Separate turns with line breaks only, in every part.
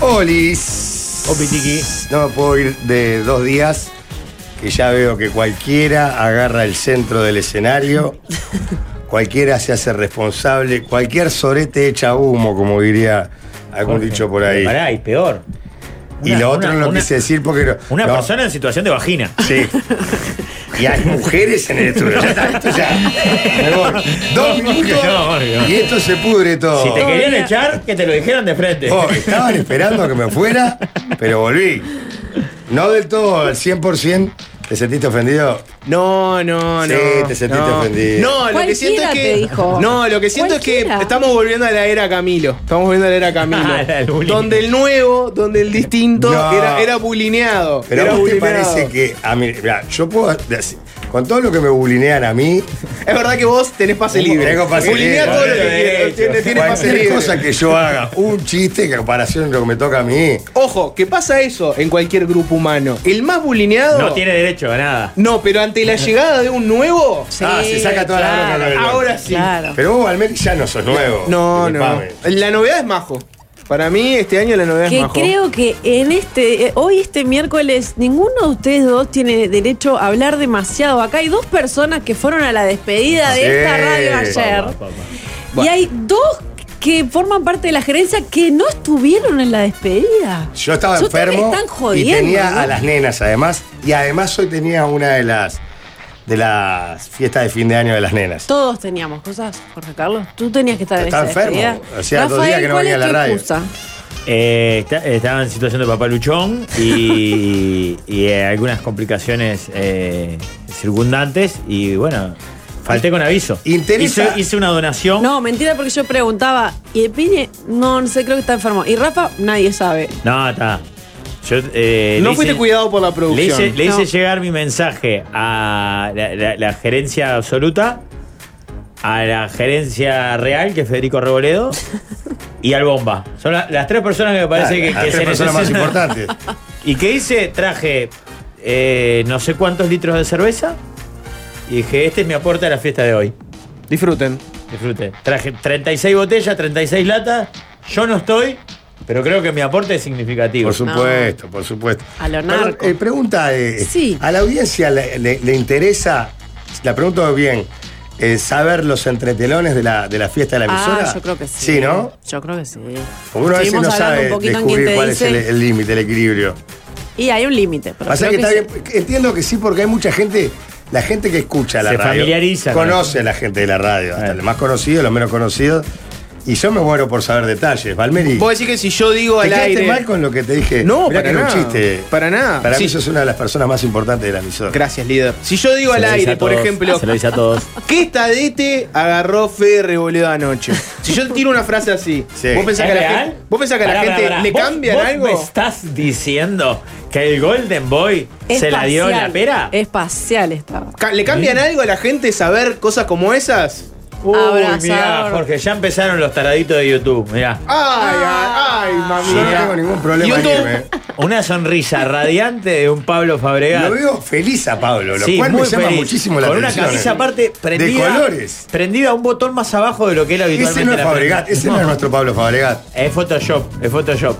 Olis.
Opitiqui.
No me puedo ir de dos días que ya veo que cualquiera agarra el centro del escenario, cualquiera se hace responsable, cualquier sorete echa humo, como diría algún
Jorge.
dicho por ahí.
Pero Pará, y peor.
y
Una-
lo otro
una-
no lo
una-
quise decir porque no-
Una
no,
persona en situación de vagina.
Sí. Y hay mujeres en el estudio. Ya está, esto ya. Me voy. Dos minutos.
No, Jorge, no.
Y esto se pudre todo.
Si te
Oh,
querían
mira.
echar, que te lo dijeran de frente.
Oh, estaban esperando que me fuera, pero volví. No del todo, al 100%. ¿Te sentiste ofendido?
No, no,
Sí,
no.
te sentiste
no.
ofendido.
No, lo que siento es
Cualquiera
que.
te dijo.
No, lo que siento es que
Cualquiera.
estamos volviendo a la era Camilo. Estamos volviendo a la era
Ah, la del
Camilo.
bullying.
donde el nuevo, donde el distinto
No.
era, era bulineado.
Pero
era
a vos te
bulineado.
parece que a mí, mirá, yo puedo decir- con todo lo que me bulinean a mí,
Es verdad que vos tenés pase libre.
Tengo pase
Bulinea
libre. eh,
todo lo que
Lo he
quieras.
hecho.
Tienes, tienes pase
cualquier
libre.
cosa que yo haga, un chiste que comparación con lo que me toca a mí.
Ojo, que pasa eso en cualquier grupo humano. El más bulineado.
No tiene derecho a nada.
No, pero ante la llegada de un nuevo.
ah, se saca toda la
claro,
bronca con el otro.
Ahora sí.
Claro.
Pero vos, Valmeri, ya no sos nuevo.
No, no.
Disculpame.
La novedad es majo. Para mí, este año la novedad es
Que
majo.
creo que en este, eh, hoy este miércoles, ninguno de ustedes dos tiene derecho a hablar demasiado. Acá hay dos personas que fueron a la despedida de
Sí.
esta radio ayer.
Pa, pa, pa.
Y hay dos que forman parte de la gerencia que no estuvieron en la despedida.
Yo estaba
Yo creo que
enfermo
están
y
jodiendo,
tenía
¿no?
a las nenas además. Y además hoy tenía una de las de las fiestas de fin de año de las nenas.
Todos teníamos cosas, Jorge Carlos. Tú tenías que estar en
Estaba
esa
enfermo.
despedida.
Hacía dos días que no
¿cuál es
venía a la
tu
radio.
excusa?
Eh, está- estaba en situación de papaluchón y, y eh, algunas complicaciones eh, circundantes y bueno, falté con aviso.
Interesa-
Hice, hice una donación.
No, mentira, porque yo preguntaba. ¿Y el piñe? No, no sé, creo que está enfermo. ¿Y Rafa? Nadie sabe.
No, está. Yo, eh,
No
le
fuiste
hice-
cuidado por la
Le
producción.
hice, le
No.
hice llegar mi mensaje a la, la- la gerencia absoluta, a la gerencia real, que es Federico Reboledo, y al Bomba. Son la- las tres personas que me parece que,
las
que
tres
se
personas más
necesitan.
importantes.
¿Y qué hice? Traje eh, no sé cuántos litros de cerveza y dije, este es mi aporte a la fiesta de hoy.
Disfruten.
Disfrute. Traje 36 botellas, 36 latas. Yo no estoy, pero creo que mi aporte es significativo.
Por supuesto, por supuesto.
A lo
Perdón,
narco.
eh, pregunta, eh,
Sí.
¿a la audiencia le, le- le interesa, la pregunto bien, eh, saber los entretelones de la, de la fiesta de la emisora?
Ah, yo creo que sí.
Sí, ¿no?
Yo creo que sí.
Porque uno a veces
Seguimos
no
hablando
sabe
un poquito en
descubrir
quién te
cuál es el-
dice.
el límite, el equilibrio.
Y hay un límite. pero
Pasa que
creo
está
que
bien, entiendo que sí, porque hay mucha gente, la gente que escucha la
Se
radio.
familiariza con
Conoce a la gente de la radio, hasta
Claro.
los más conocidos, los menos conocidos. Y yo me muero por saber detalles. Valmeri,
Vos
¿te
decís que si yo digo al
quedaste
aire.
mal con lo que te dije?
No,
Mirá
para
que era
nada.
un chiste.
Para nada.
Para mí
Sí.
sos una de las personas más importantes de la emisora.
Gracias, líder. Si yo digo
Se
al
lo hice
aire,
a
por
todos,
ejemplo,
Se lo hice a todos.
¿qué estadete agarró Fede Reboledo anoche? Si yo te tiro una frase así,
Sí.
¿vos pensás
¿Es
que a la
real?
gente, vos pensás que a la
Pará,
gente
pará, pará.
le
¿Vos-
cambian
vos
algo?
me estás diciendo que el Golden Boy
es
se la dio en la
parcial.
pera?
Espacial estaba.
Ca- ¿Le cambian algo a la gente saber cosas como esas?
Abrazador.
mirá, Jorge, ya empezaron los taraditos de YouTube. Mirá,
Ay,
Ah.
ay, ay,
Yo no tengo
mami.
ningún problema en
YouTube.
irme.
una sonrisa radiante de un Pablo Fabregat.
Lo veo feliz a Pablo, lo
Sí,
cual me
muy
llama
feliz.
muchísimo la
Con
atención. eh,
una camisa aparte prendida.
De colores.
Prendida a un botón más abajo de lo que era habitualmente.
Ese no es
la
Fabregat,
prenda.
ese no es nuestro Pablo Fabregat.
Es Photoshop, es Photoshop.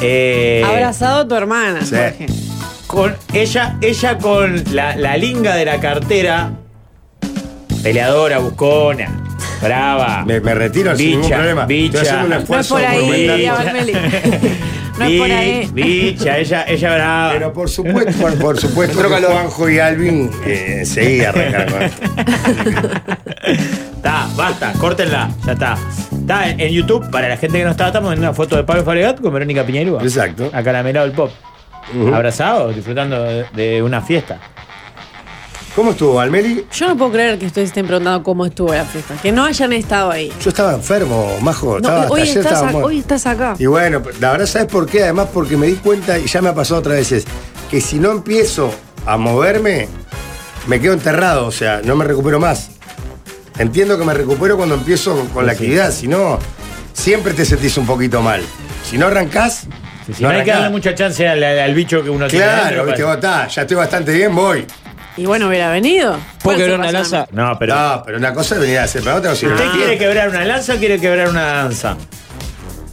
Eh,
Abrazado a tu hermana,
Sí.
Jorge.
con ella, ella con la, la linga de la cartera, peleadora, buscona, brava.
Me, me retiro sin ningún
Bicha,
problema.
bicha.
Estoy haciendo un
No es
No es
esfuerzo
por ahí,
monumental.
Abelmeli. No es por ahí.
Bicha, ella, ella brava.
Pero por supuesto, por, por supuesto
Otro
que
calor.
Juanjo y Alvin eh, enseguida arrancaron.
Está, basta, córtenla, ya está. Está en, en YouTube, para la gente que no está, estamos en una foto de Pablo Fabregat con Verónica Piñerúa.
Exacto.
Acaramelado el pop.
Ujú.
Abrazados, disfrutando de, de una fiesta.
¿Cómo estuvo, Almeri?
Yo no puedo creer que ustedes estén preguntando cómo estuvo la fiesta. Que no hayan estado ahí.
Yo estaba enfermo,
No,
Majo. Pues estaba, hasta
hoy,
ayer
estás
estaba
a-
muerto.
hoy estás acá.
Y bueno, la verdad, ¿sabes por qué? Además, porque me di cuenta, y ya me ha pasado otras veces, que si no empiezo a moverme, me quedo enterrado, o sea, no me recupero más. Entiendo que me recupero cuando empiezo con la actividad, si no, siempre te sentís un poquito mal. Si no arrancás,
Si no, hay que
arrancás.
darle mucha chance al, al- al bicho que uno tiene.
Claro,
adentro, pues.
viste,
parece.
vos está, ya estoy bastante bien, voy.
Y bueno, hubiera venido.
¿Puedo quebrar
¿Cuál
una
es el
lanza?
No, pero.
Ah.
no, pero una cosa es venir a hacer, pero otra cosa es ir a
¿Usted
la
quiere
fiesta.
quebrar una lanza o quiere quebrar una danza?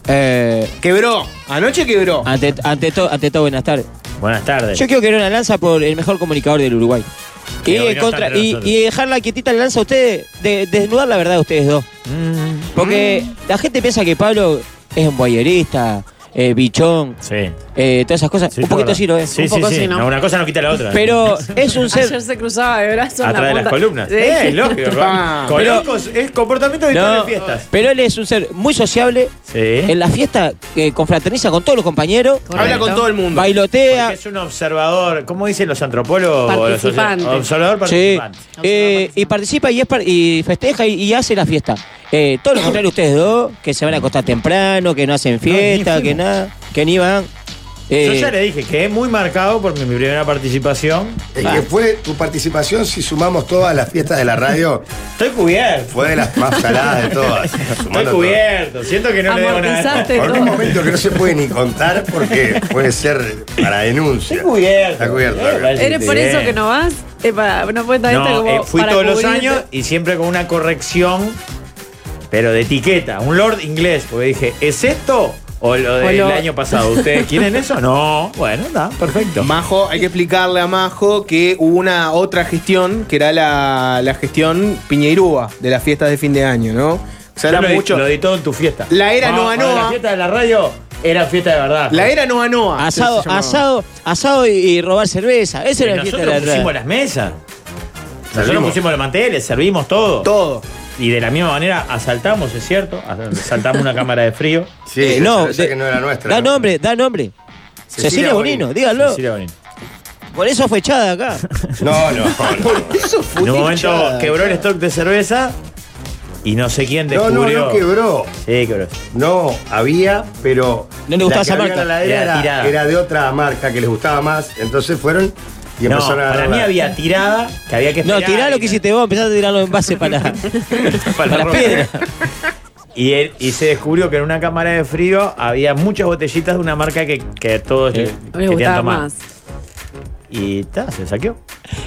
Eh,
Quebró. Anoche quebró.
Ah.
ante, ante, to- ante todo, buenas tardes.
Buenas tardes.
Yo quiero que una lanza por el mejor comunicador del Uruguay. Y,
Que hoy no está
contra-
entre
y-
nosotros.
y dejarla quietita la lanza a ustedes, de, desnudar la verdad a ustedes dos.
Mm.
Porque la gente piensa que Pablo es un boyerista, eh, bichón,
Sí.
eh, todas esas cosas.
Sí,
un
es
poquito
verdad.
sí lo es.
Sí,
un
sí,
poco
sí.
así, ¿no?
No, una cosa no quita la otra.
Pero es un
Ayer
ser.
se cruzaba de brazos en
Atrás de
la
las
punta.
columnas.
Sí. Ah.
Eh, lógico.
Pa.
Con
Pero-
locos es comportamiento de
No,
fiestas.
pero él es un ser muy sociable.
Sí.
En la fiesta eh, confraterniza con todos los compañeros,
Correcto.
Habla con todo el mundo.
bailotea.
Porque es un observador, ¿cómo dicen los antropólogos? o los soci-
Participante.
Observador
Sí.
participante.
Eh, y participa y, es par- y festeja y, y hace la fiesta. Eh, todo lo contrario, ustedes dos, que se van a acostar temprano, que no hacen fiesta, que nada, que ni van. Eh,
Yo ya le dije que es muy marcado por mi, mi primera participación.
El que fue tu participación, si sumamos todas las fiestas de la radio,
Estoy cubierto.
fue de las más saladas de todas.
Estoy
Sumando
cubierto. Siento que no le debo nada.
Amortizaste
todo. Con
todo.
un momento que no se puede ni contar porque puede ser para denuncia.
Estoy cubierto.
Está cubierto.
Eh, vale.
¿Eres por eso que no vas? Eh, para, no puedes estar esta
No,
como
eh, fui
para
todos los
cubrirte.
años y siempre con una corrección, pero de etiqueta, un lord inglés, porque dije, ¿es esto o lo del
lo-
año pasado? ¿Ustedes quieren eso? No, bueno, está, perfecto.
Majo, hay que explicarle a Majo que hubo una otra gestión, que era la, la gestión Piñeirúa, de las fiestas de fin de año, ¿no? Se
Yo
habla
lo, di-
mucho.
lo di todo en tu fiesta.
La era
Cuando-
Noa
cuando
Noa.
La fiesta de la radio era fiesta de verdad.
La era Noa Noa.
asado,
se llamaba.
asado, asado y, y robar cerveza. Esa
Y
era la fiesta
Eh, nosotros
de la
pusimos
verdad.
las mesas. Nosotros
Servimos.
pusimos los manteles, servimos todo.
Todo.
Y de la misma manera asaltamos, es cierto. Asaltamos una cámara de frío.
Sí,
Eh,
no,
de-
que no era nuestra.
Da
¿no?
nombre, da nombre.
Cecilia
Cecilia,
Bonino.
Bonino, dígalo.
Cecilia Bonino.
Por eso fue echada acá.
No, no, no.
En un momento quebró el stock de cerveza y no sé quién
No, no,
descubrió.
no quebró.
Sí, quebró.
No, había, pero.
No le
la que
gustaba esa
había
marca.
en la heladera
Era
Era,
tirada.
era de otra marca que les gustaba más. Entonces fueron y
No,
empezaron a
para
agarrar
mí
la-
había tirada que había que
No,
esperar.
tirá lo que hiciste vos, empezás a tirar los envases para, para,
la
las
ropa.
piedras.
Y, él- y se descubrió que en una cámara de frío había muchas botellitas de una marca que, que
Eh,
todos que-
No les
querían
gustaba
tomar.
más.
Y ta, se saqueó.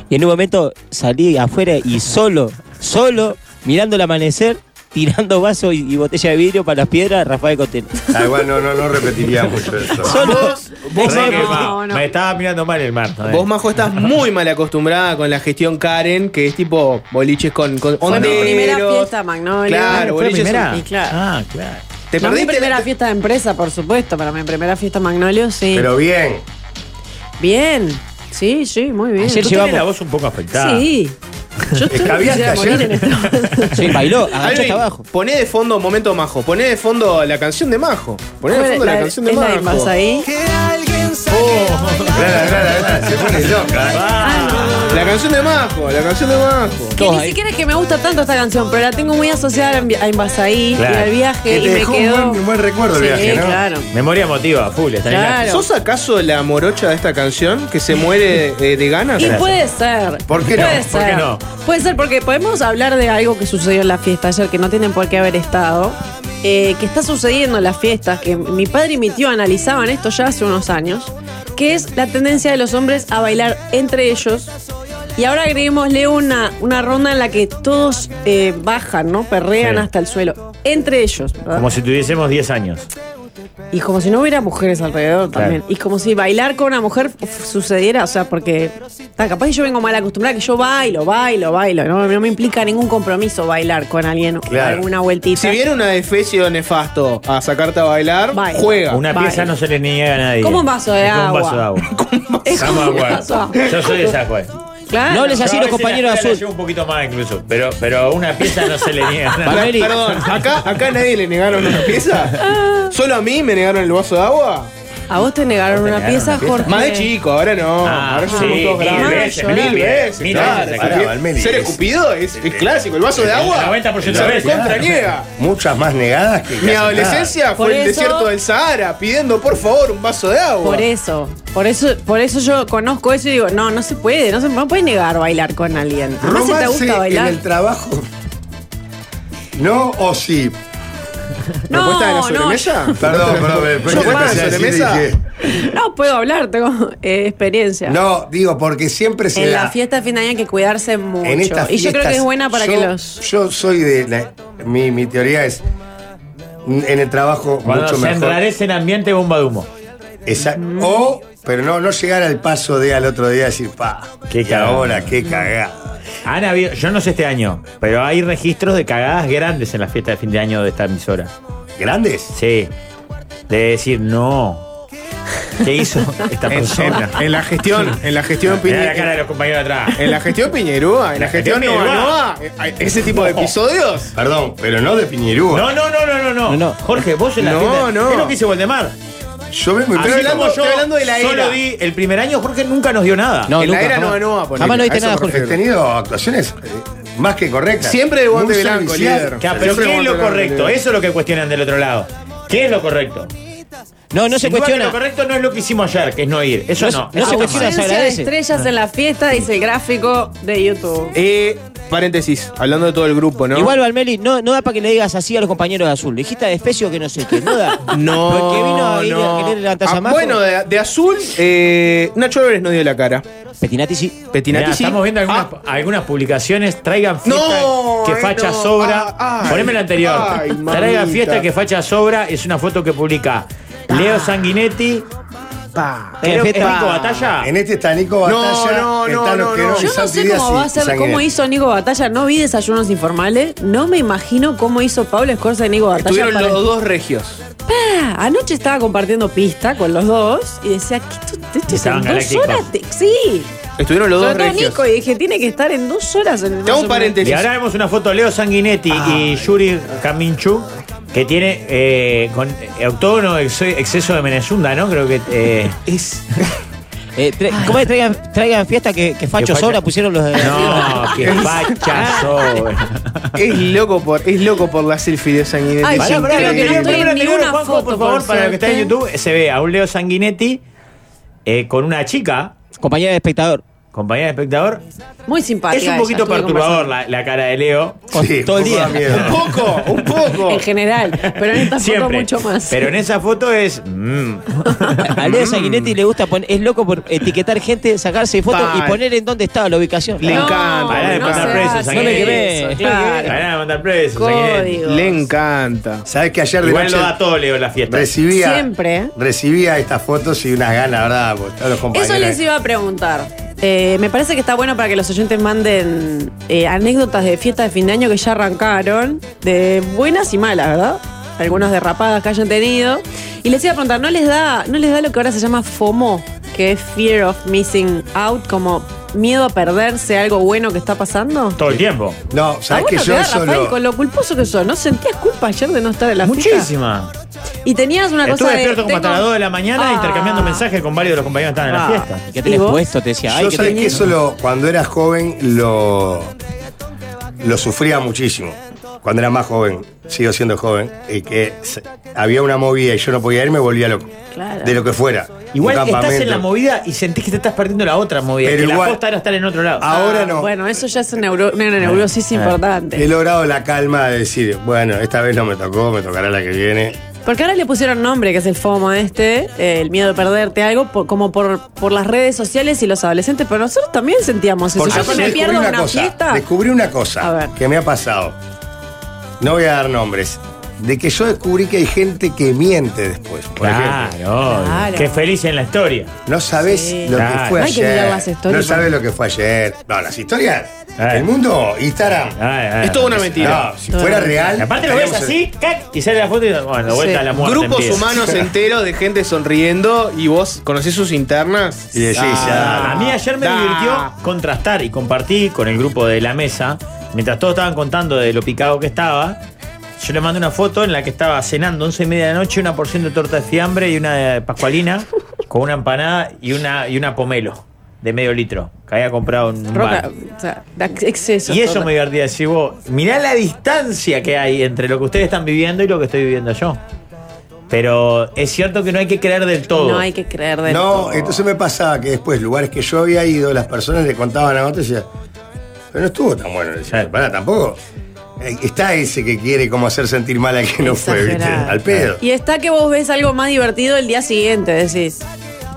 Y en un momento salí afuera y solo, solo, mirando el amanecer, tirando vasos y, y botella de vidrio para las piedras, Rafael Cotelo.
Ah, igual no, no, no repetiría mucho eso.
Solo.
Re
Exacto.
no,
quemado.
no.
Me estaba mirando mal el eh. mar. ¿no?
Vos, Majo, estás muy mal acostumbrada con la gestión Karen, que es tipo boliches con, con
Fue mi
honderos.
primera fiesta, Magnolio.
Claro,
Ah, ¿Fue la
boliches.
primera?
Y claro.
Ah, claro.
Te
No, mi
perdiste
primera
la-
fiesta de empresa, por supuesto, para mi primera fiesta Magnolio, sí.
Pero bien.
Bien, sí, sí, muy bien.
Ayer
Tú
llevamos-
tenés la voz un poco afectada.
Sí. Yo estoy
Escabiaste
quisiera
ayer.
morir en esto.
Sí, bailó,
Alvin,
agachó hasta abajo.
Poné de fondo momento Majo. Poné de fondo la canción de Majo. Poné de
¿Cómo
fondo
es
la, canción de
es la
Majo.
más ahí.
Claro, claro, claro, Se pone loca. ¿eh?
Ah,
Ah,
La canción de Majo, la canción de Majo.
Que
Todos
ni
ahí.
siquiera es que me gusta tanto esta canción, pero la tengo muy asociada a Envi- a Invasaí
Claro.
y al viaje
Que
y
te
me
dejó un
quedó.
buen, un buen recuerdo el
Sí,
viaje, ¿no?
claro.
Memoria emotiva, full. Está
Claro.
¿Sos acaso la morocha de esta canción que se muere eh, de ganas?
Y puede ser.
¿Por qué no?
Puede
¿Por
ser.
qué no?
Puede ser porque podemos hablar de algo que sucedió en la fiesta ayer que no tienen por qué haber estado. eh, que está sucediendo en las fiestas, que mi padre y mi tío analizaban esto ya hace unos años, que es la tendencia de los hombres a bailar entre ellos. Y ahora agreguémosle una, una ronda en la que todos eh, bajan, ¿no? Perrean
Sí.
hasta el suelo. Entre ellos, ¿verdad?
Como si tuviésemos 10 años.
Y como si no hubiera mujeres alrededor
Claro.
también. Y como si bailar con una mujer uf, sucediera, o sea, porque tan capaz que yo vengo mal acostumbrada, que yo bailo, bailo, bailo. No, no me implica ningún compromiso bailar con alguien
Claro.
alguna vueltita.
Si viene una defecio nefasto a sacarte a bailar,
Baila.
juega.
Una
Vale.
pieza no se le niega a nadie.
Como un vaso de
Es como
agua.
Un vaso de
Es
agua.
como
Estamos de
un
acuerdo.
vaso de agua.
Yo soy de pues. esa, juez.
Claro.
No les así los compañeros
azules.
azul.
Yo un poquito más incluso, pero, pero una pieza no se le niega a nadie.
Vale. Mary.
Perdón, ¿acá, acá nadie le negaron una pieza. Solo a mí me negaron el vaso de agua.
A vos te negaron
¿Vos te
una
negaron
pieza,
una pieza?
Jorge.
Más de chico, ahora no.
Ah,
ahora
sí,
somos todos
mil
grandes.
veces,
mil
mil
veces,
mil
claro.
veces,
Ser-
claro, Valmeli,
Ser
es-
escupido es, es clásico. El vaso de
el
agua.
90%
se
de veces.
recontra niega.
Muchas más negadas que. que
Mi
aceptadas.
adolescencia
Por
fue
eso-
el desierto del Sahara pidiendo por favor un vaso de agua.
Por eso, por eso, por eso yo conozco eso y digo, no, no se puede, no se no puede negar bailar con alguien. Además, si te
Romance
gusta bailar.
en el trabajo. No o sí.
¿Propuesta de la
No, no,
sobremesa?
Perdón, perdón, pero
¿Yo
yo
puedo
empecé a
sobre
decir y
mesa?
dije,
No puedo hablar, tengo eh, experiencia.
No, digo, porque siempre se
En
da.
la fiesta de fin de año hay que cuidarse mucho.
en estas
y yo creo que
fiestas,
es buena para
yo-
que los.
Yo soy de. la- mi, mi teoría es. en el trabajo
Cuando
mucho
se
mejor.
enrarece en ambiente, bomba de humo.
Esa- o, pero no, no llegar al paso de al otro día decir, pa,
Qué
y
cagada.
ahora qué cagada.
Han habido, yo no sé este año, pero hay registros de cagadas grandes en la fiesta de fin de año de esta emisora.
¿Grandes?
Sí. De decir, no. ¿Qué hizo esta
En,
persona?
en- en la gestión, en la gestión
Mirá la cara de
Piñe-
los compañeros de atrás.
En la gestión Piñerúa, en la gestión
gestión
Noa
Piñerúa.
Noa, eh, ese tipo de episodios.
Perdón, pero no de Piñerúa.
No, no, no, no, no, no.
No, no.
Jorge, vos en la
No,
fiesta-
no.
¿Qué es lo que hizo Voldemar?
Yo vengo y
Así
estoy
como
hablando.
yo
estoy hablando de la
solo
era.
di el primer año, Jorge nunca nos dio nada.
No,
en la
nunca,
era
jamás.
Noa Noa, ponele.
Jamás no
A
viste
eso
nada,
me
Jorge.
refiero. He tenido actuaciones eh, más que correctas.
Siempre de guante
Muy
blanco,
servicial.
líder.
Claro, pero
Siempre
¿qué es lo
vamos a tener
correcto?
que-
Eso es lo que cuestionan del otro lado. ¿Qué es lo correcto?
No, no se
Sin duda que
cuestiona.
Lo correcto no es lo que hicimos ayer, que es no ir. Eso
No
no. Ah,
se- no
eso
se cuestiona.
está mal.
se
Ausencia de
agradece.
estrellas en la fiesta, dice el gráfico de YouTube.
Eh, paréntesis, hablando de todo el grupo, ¿no?
Igual, Valmeli, no, no da para que le digas así a los compañeros de azul. Dijiste de Especio que no sé qué. No da.
No,
Porque vino a, ir
no.
a querer levantarse
Ah,
a Majo.
Bueno, de, de azul, eh, Nacho Álvarez no dio la cara.
Petinati sí.
Petinati
Mirá,
sí.
estamos viendo algunas,
Ah,
algunas publicaciones. Traigan fiesta
No,
que
ay,
facha
no.
sobra.
Ah, ay,
Poneme la anterior.
ay,
Traigan
mamita.
fiesta que facha sobra. Es una foto que publica Leo Sanguinetti.
pa.
Eh,
Creo que es
fiesta-
Nico Batalla.
En este está Nico
No,
Batalla.
no, no,
están los
no,
que
no.
y
Yo
Yo no
Santi
sé
Díaz
cómo
y
va a ser,
Sanguinetti.
cómo hizo Nico Batalla. No vi desayunos informales. No me imagino cómo hizo Pablo Escorza y Nico Batalla.
Estuvieron
para-
los dos regios.
Ah, Anoche estaba compartiendo pista con los dos y decía, ¿qué esto, esto es
Estaban
en dos
galácticos.
horas? te- sí.
Estuvieron los
Sobre
dos
todo
regios.
Nico y dije, tiene que estar en dos horas en el más
Te hago un
o menos.
Y
paréntesis.
ahora vemos una foto de Leo Sanguinetti
Ah.
y Yuri Kaminchu, que tiene eh, con autógono exceso de menezunda, ¿no? Creo que. eh,
Es-
Eh, tra- ¿Cómo es? Traigan, traigan fiesta que, que Facho
facha-
Sobra pusieron los eh, de.
no, que facha eh. sobra.
Es loco por, es loco por la selfie de Sanguinetti.
Ay,
Es
sí,
increíble.
creo que no estoy- en
Pero
ninguna
Juanjo,
foto,
por
por
favor, para los que está en
suerte.
YouTube, se ve a un Leo Sanguinetti eh, con una chica,
Compañera de espectador.
compañera de espectador.
Muy simpática.
Es un
ella,
poquito
estuve
perturbador la, la cara de Leo.
Con-
Sí,
todo el
un poco
día.
da miedo.
Un poco, un
conversando.
poco.
En general, pero en esta foto
Siempre.
mucho más.
Pero en esa foto es. mm.
A Leo Sanguinetti le gusta poner. Es loco por etiquetar gente, sacarse fotos
Pa.
y poner en dónde estaba la ubicación.
Le
Ah,
encanta,
Pará de
no
mandar
seas-
presos,
no le
Sanguinetti.
crees,
claro.
Pará de mandar presos, Sanguinetti.
Códigos.
Le encanta.
Sabes que ayer de
Igual
noche
lo da todo Leo en la fiesta.
recibía,
Siempre, ¿eh?
recibía estas fotos y unas ganas, ¿verdad? Por todos los compañeros.
Eso les iba a preguntar. Eh, me parece que está bueno para que los oyentes manden eh, anécdotas de fiestas de fin de año que ya arrancaron, de buenas y malas, ¿verdad? Algunas derrapadas que hayan tenido. Y les iba a preguntar, ¿no les da, no les da lo que ahora se llama FOMO, que es Fear of Missing Out, como miedo a perderse algo bueno que está pasando?
Todo el tiempo.
No, sabes
¿A vos
que
no Ah, te
yo
da,
eso
Rafael,
lo-
con lo culposo que sos, ¿no sentías culpa ayer de no estar en la fiesta?
Muchísima.
Y tenías una
Estuve
cosa de...
despierto como hasta
tengo-
las 2 de la mañana
Ah.
intercambiando mensajes con varios de los compañeros que estaban en la
Ah.
fiesta.
¿Qué
¿Y
tenés
vos?
puesto? Te decía. Ay,
Yo
¿qué
sabés que
tenés?
eso lo, cuando era joven lo, lo sufría muchísimo. Cuando era más joven, sigo siendo joven, y que se- había una movida y yo no podía ir, me volvía loco.
Claro.
De lo que fuera. Un
Igual estás en la
campamento.
movida y sentís que te estás perdiendo la otra movida.
Pero
que
igual-
la costa era estar en otro lado.
Ahora
Ah,
no.
Bueno, eso ya es un neuro- una neurosis
Ah.
He
importante.
logrado la calma de decir, bueno, esta vez no me tocó, me tocará la que viene.
Porque ahora le pusieron nombre, que es el FOMO este, eh, el miedo de perderte algo, por- como por, por las redes sociales y los adolescentes, pero nosotros también sentíamos eso.
Porque
Yo
ayer
que me pierdo una,
cosa,
fiesta.
descubrí una
A ver.
cosa que me ha pasado. No voy a dar nombres. De que yo descubrí que hay gente que miente después. Por ejemplo.
Claro,
Claro.
qué feliz en la historia.
No sabes
Sí.
lo
Claro.
que fue
No hay que mirar
ayer.
las historias,
no sabes
porque-
lo que fue ayer. No, las historias.
Eh.
El mundo, Instagram.
Ay, ay,
Es toda una mentira.
No, si fuera real.
Ah, Y Aparte lo ves
estaríamos
así, cac, y sale la foto y bueno, de vuelta
Sí.
a la muerte.
Grupos
empieza.
humanos enteros de gente sonriendo y vos conocés sus internas.
en- Y decís,
Ah,
ya.
a mí ayer me
Da.
divirtió contrastar y compartir con el grupo de la mesa, mientras todos estaban contando de lo picado que estaba. Yo le mandé una foto en la que estaba cenando 11 y media de la noche, una porción de torta de fiambre y una de pascualina con una empanada y una, y una pomelo de medio litro que había comprado en un
Roca,
bar.
o sea, da exceso.
Y eso
total.
me divertía decir vos, mirá la distancia que hay entre lo que ustedes están viviendo y lo que estoy viviendo yo. Pero es cierto que no hay que creer del todo.
No hay que creer de
No, eh,
todo.
entonces me pasaba que después, lugares que yo había ido, las personas le contaban a otros y decían, pero no estuvo tan bueno. Le decía,
Claro.
"Pará, tampoco. Eh, Está ese que quiere como hacer sentir mal al que no fue, ¿viste?
Exagerar.
Al pedo.
Y está que vos ves algo más divertido el día siguiente, decís.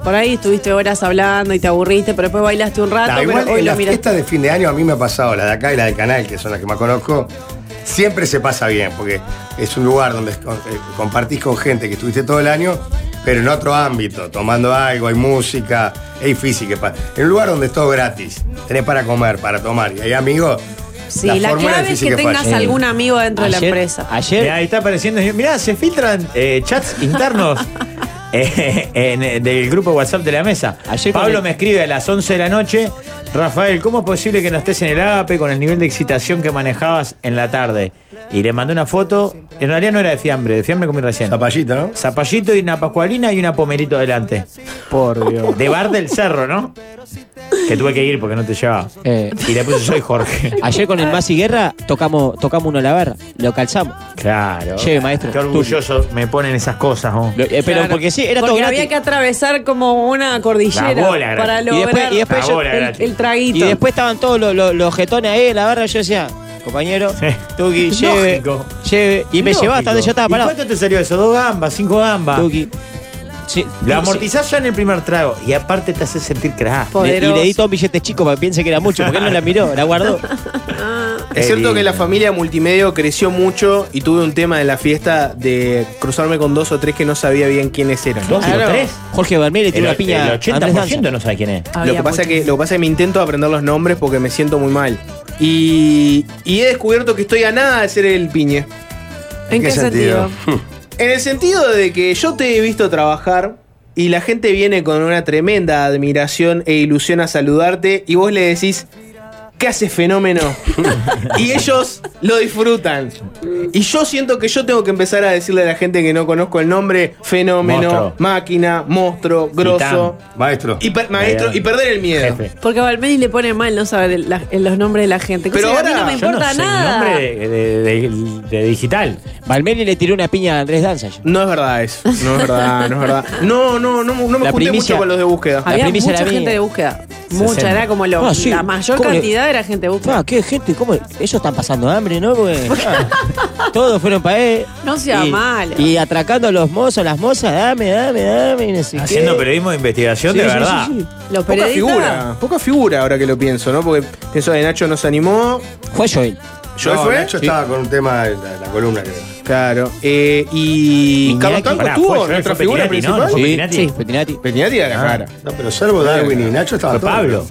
Por ahí estuviste horas hablando y te aburriste, pero después bailaste un rato,
Nah,
Ah, pero
igual
hoy
en
lo
las
miras.
fiestas de fin de año a mí me ha pasado, la de acá y la del canal, que son las que más conozco, siempre se pasa bien, porque es un lugar donde con- eh, compartís con gente que estuviste todo el año, pero en otro ámbito, tomando algo, hay música, hay física. pa- En un lugar donde es todo gratis, tenés para comer, para tomar, y hay amigos.
Sí, la,
fórmula
clave es
difícil
que tengas
falla.
algún amigo dentro de la
Eh, Ayer-
empresa.
Ayer,
Mirá, ahí está apareciendo. Mirá, se filtran eh, chats internos eh, en- eh, del grupo WhatsApp de la mesa.
Ayer con
Pablo
el-
me escribe a las 11 de la noche. Rafael, ¿cómo es posible que no estés en el APE con el nivel de excitación que manejabas en la tarde? Y le mandé una foto. En realidad no era de fiambre, de fiambre comí recién.
Zapallito, ¿no?
Zapallito y una pascualina y una pomerito delante.
Por Dios.
De Bar del Cerro, ¿no? Que tuve que ir porque no te llevaba.
eh,
Y le puse soy Jorge.
ayer con el Masi Guerra tocamos, tocamos uno a la barra, lo calzamos.
Claro.
Che, maestro.
Qué orgulloso me ponen esas cosas, ¿no?
Lo- eh, pero
Claro.
porque sí, era
Porque
todo gratis.
había que atravesar como una cordillera
La bola gratis.
para
Y
después-
lograr
y después
La yo- bola
el,
gratis.
el traguito.
Y después estaban todos los, los- los jetones ahí en la barra. Yo decía, compañero,
Sí.
Tuki, lleve,
Lógico.
lleve. Y me llevaba hasta donde yo estaba
¿Y
parado.
¿Cuánto te salió eso? ¿Dos gambas? ¿Cinco gambas?
Tuki. Sí,
Lo
sí.
amortizás ya en el primer trago. Y aparte te hace sentir crack.
Le- Y
Poderoso.
le di todo un billete chico para que piense que era mucho, porque él no la miró, la guardó.
Es cierto
lindo.
que la familia multimedio creció mucho y tuve un tema de la fiesta de cruzarme con dos o tres que no sabía bien quiénes eran.
¿Dos
Claro.
o tres?
Jorge Barmieri Este tiene una
El,
piña.
el 80%
Andrés Danza.
no sabe quién es.
Había
Lo que, pasa
mucho.
que, lo que pasa es que me intento aprender los nombres porque me siento muy mal. Y, y he descubierto que estoy a nada de ser el piñe.
¿En qué, sentido?
En el sentido de que yo te he visto trabajar y la gente viene con una tremenda admiración e ilusión a saludarte y vos le decís, ¿qué haces fenómeno? y ellos lo disfrutan. Y yo siento que yo tengo que empezar a decirle a la gente que no conozco el nombre, fenómeno,
Monstruo.
máquina, monstruo, grosso.
Maestro.
Y per- maestro, y perder el miedo.
Jefe.
Porque a Valmedi le pone mal no saber el- la- el- los nombres de la gente.
Pero
Cosa que a mí
ahora-
no me
Yo no
importa
sé el
nada.
nombre de, de- de- de digital.
Valmieri le tiró una piña a Andrés Danza. yo.
No es verdad eso. No es verdad, no es verdad. No, no, no, no me
La
junté
primicia.
mucho con los de búsqueda.
La
Había
premisa
mucha
era
gente
mía.
de búsqueda. Mucha,
60.
era como lo,
Ah, sí.
la mayor
¿Cómo le-
cantidad era gente de búsqueda.
Ah, qué gente, ¿cómo? Ellos están pasando hambre, ¿no? Porque, ah, todos fueron para él.
No sea
y,
malo.
Y atracando a los mozos, las mozas, dame, dame, dame. y no sé
Haciendo
qué.
periodismo de investigación
Sí,
de
sí, sí,
verdad.
sí.
Los
Poca
periodistas.
figura, poca figura ahora que lo pienso, ¿no? Porque pienso de Nacho nos animó.
Fue yo él.
¿Yo
No,
fue?
Nacho
Sí.
estaba con un tema de la, la columna, creo.
Claro. Eh, y.
Iñaki.
Carlos Tanco
Pará, fue
estuvo,
Joel,
nuestra
fue
figura
Petinati, ¿no?
principal.
¿No fue
Sí,
Petinati?
sí, fue Tinati,
Petinati era la
Ah.
cara.
No, pero salvo Darwin y Nacho estaban
Fue
todos.
Pablo.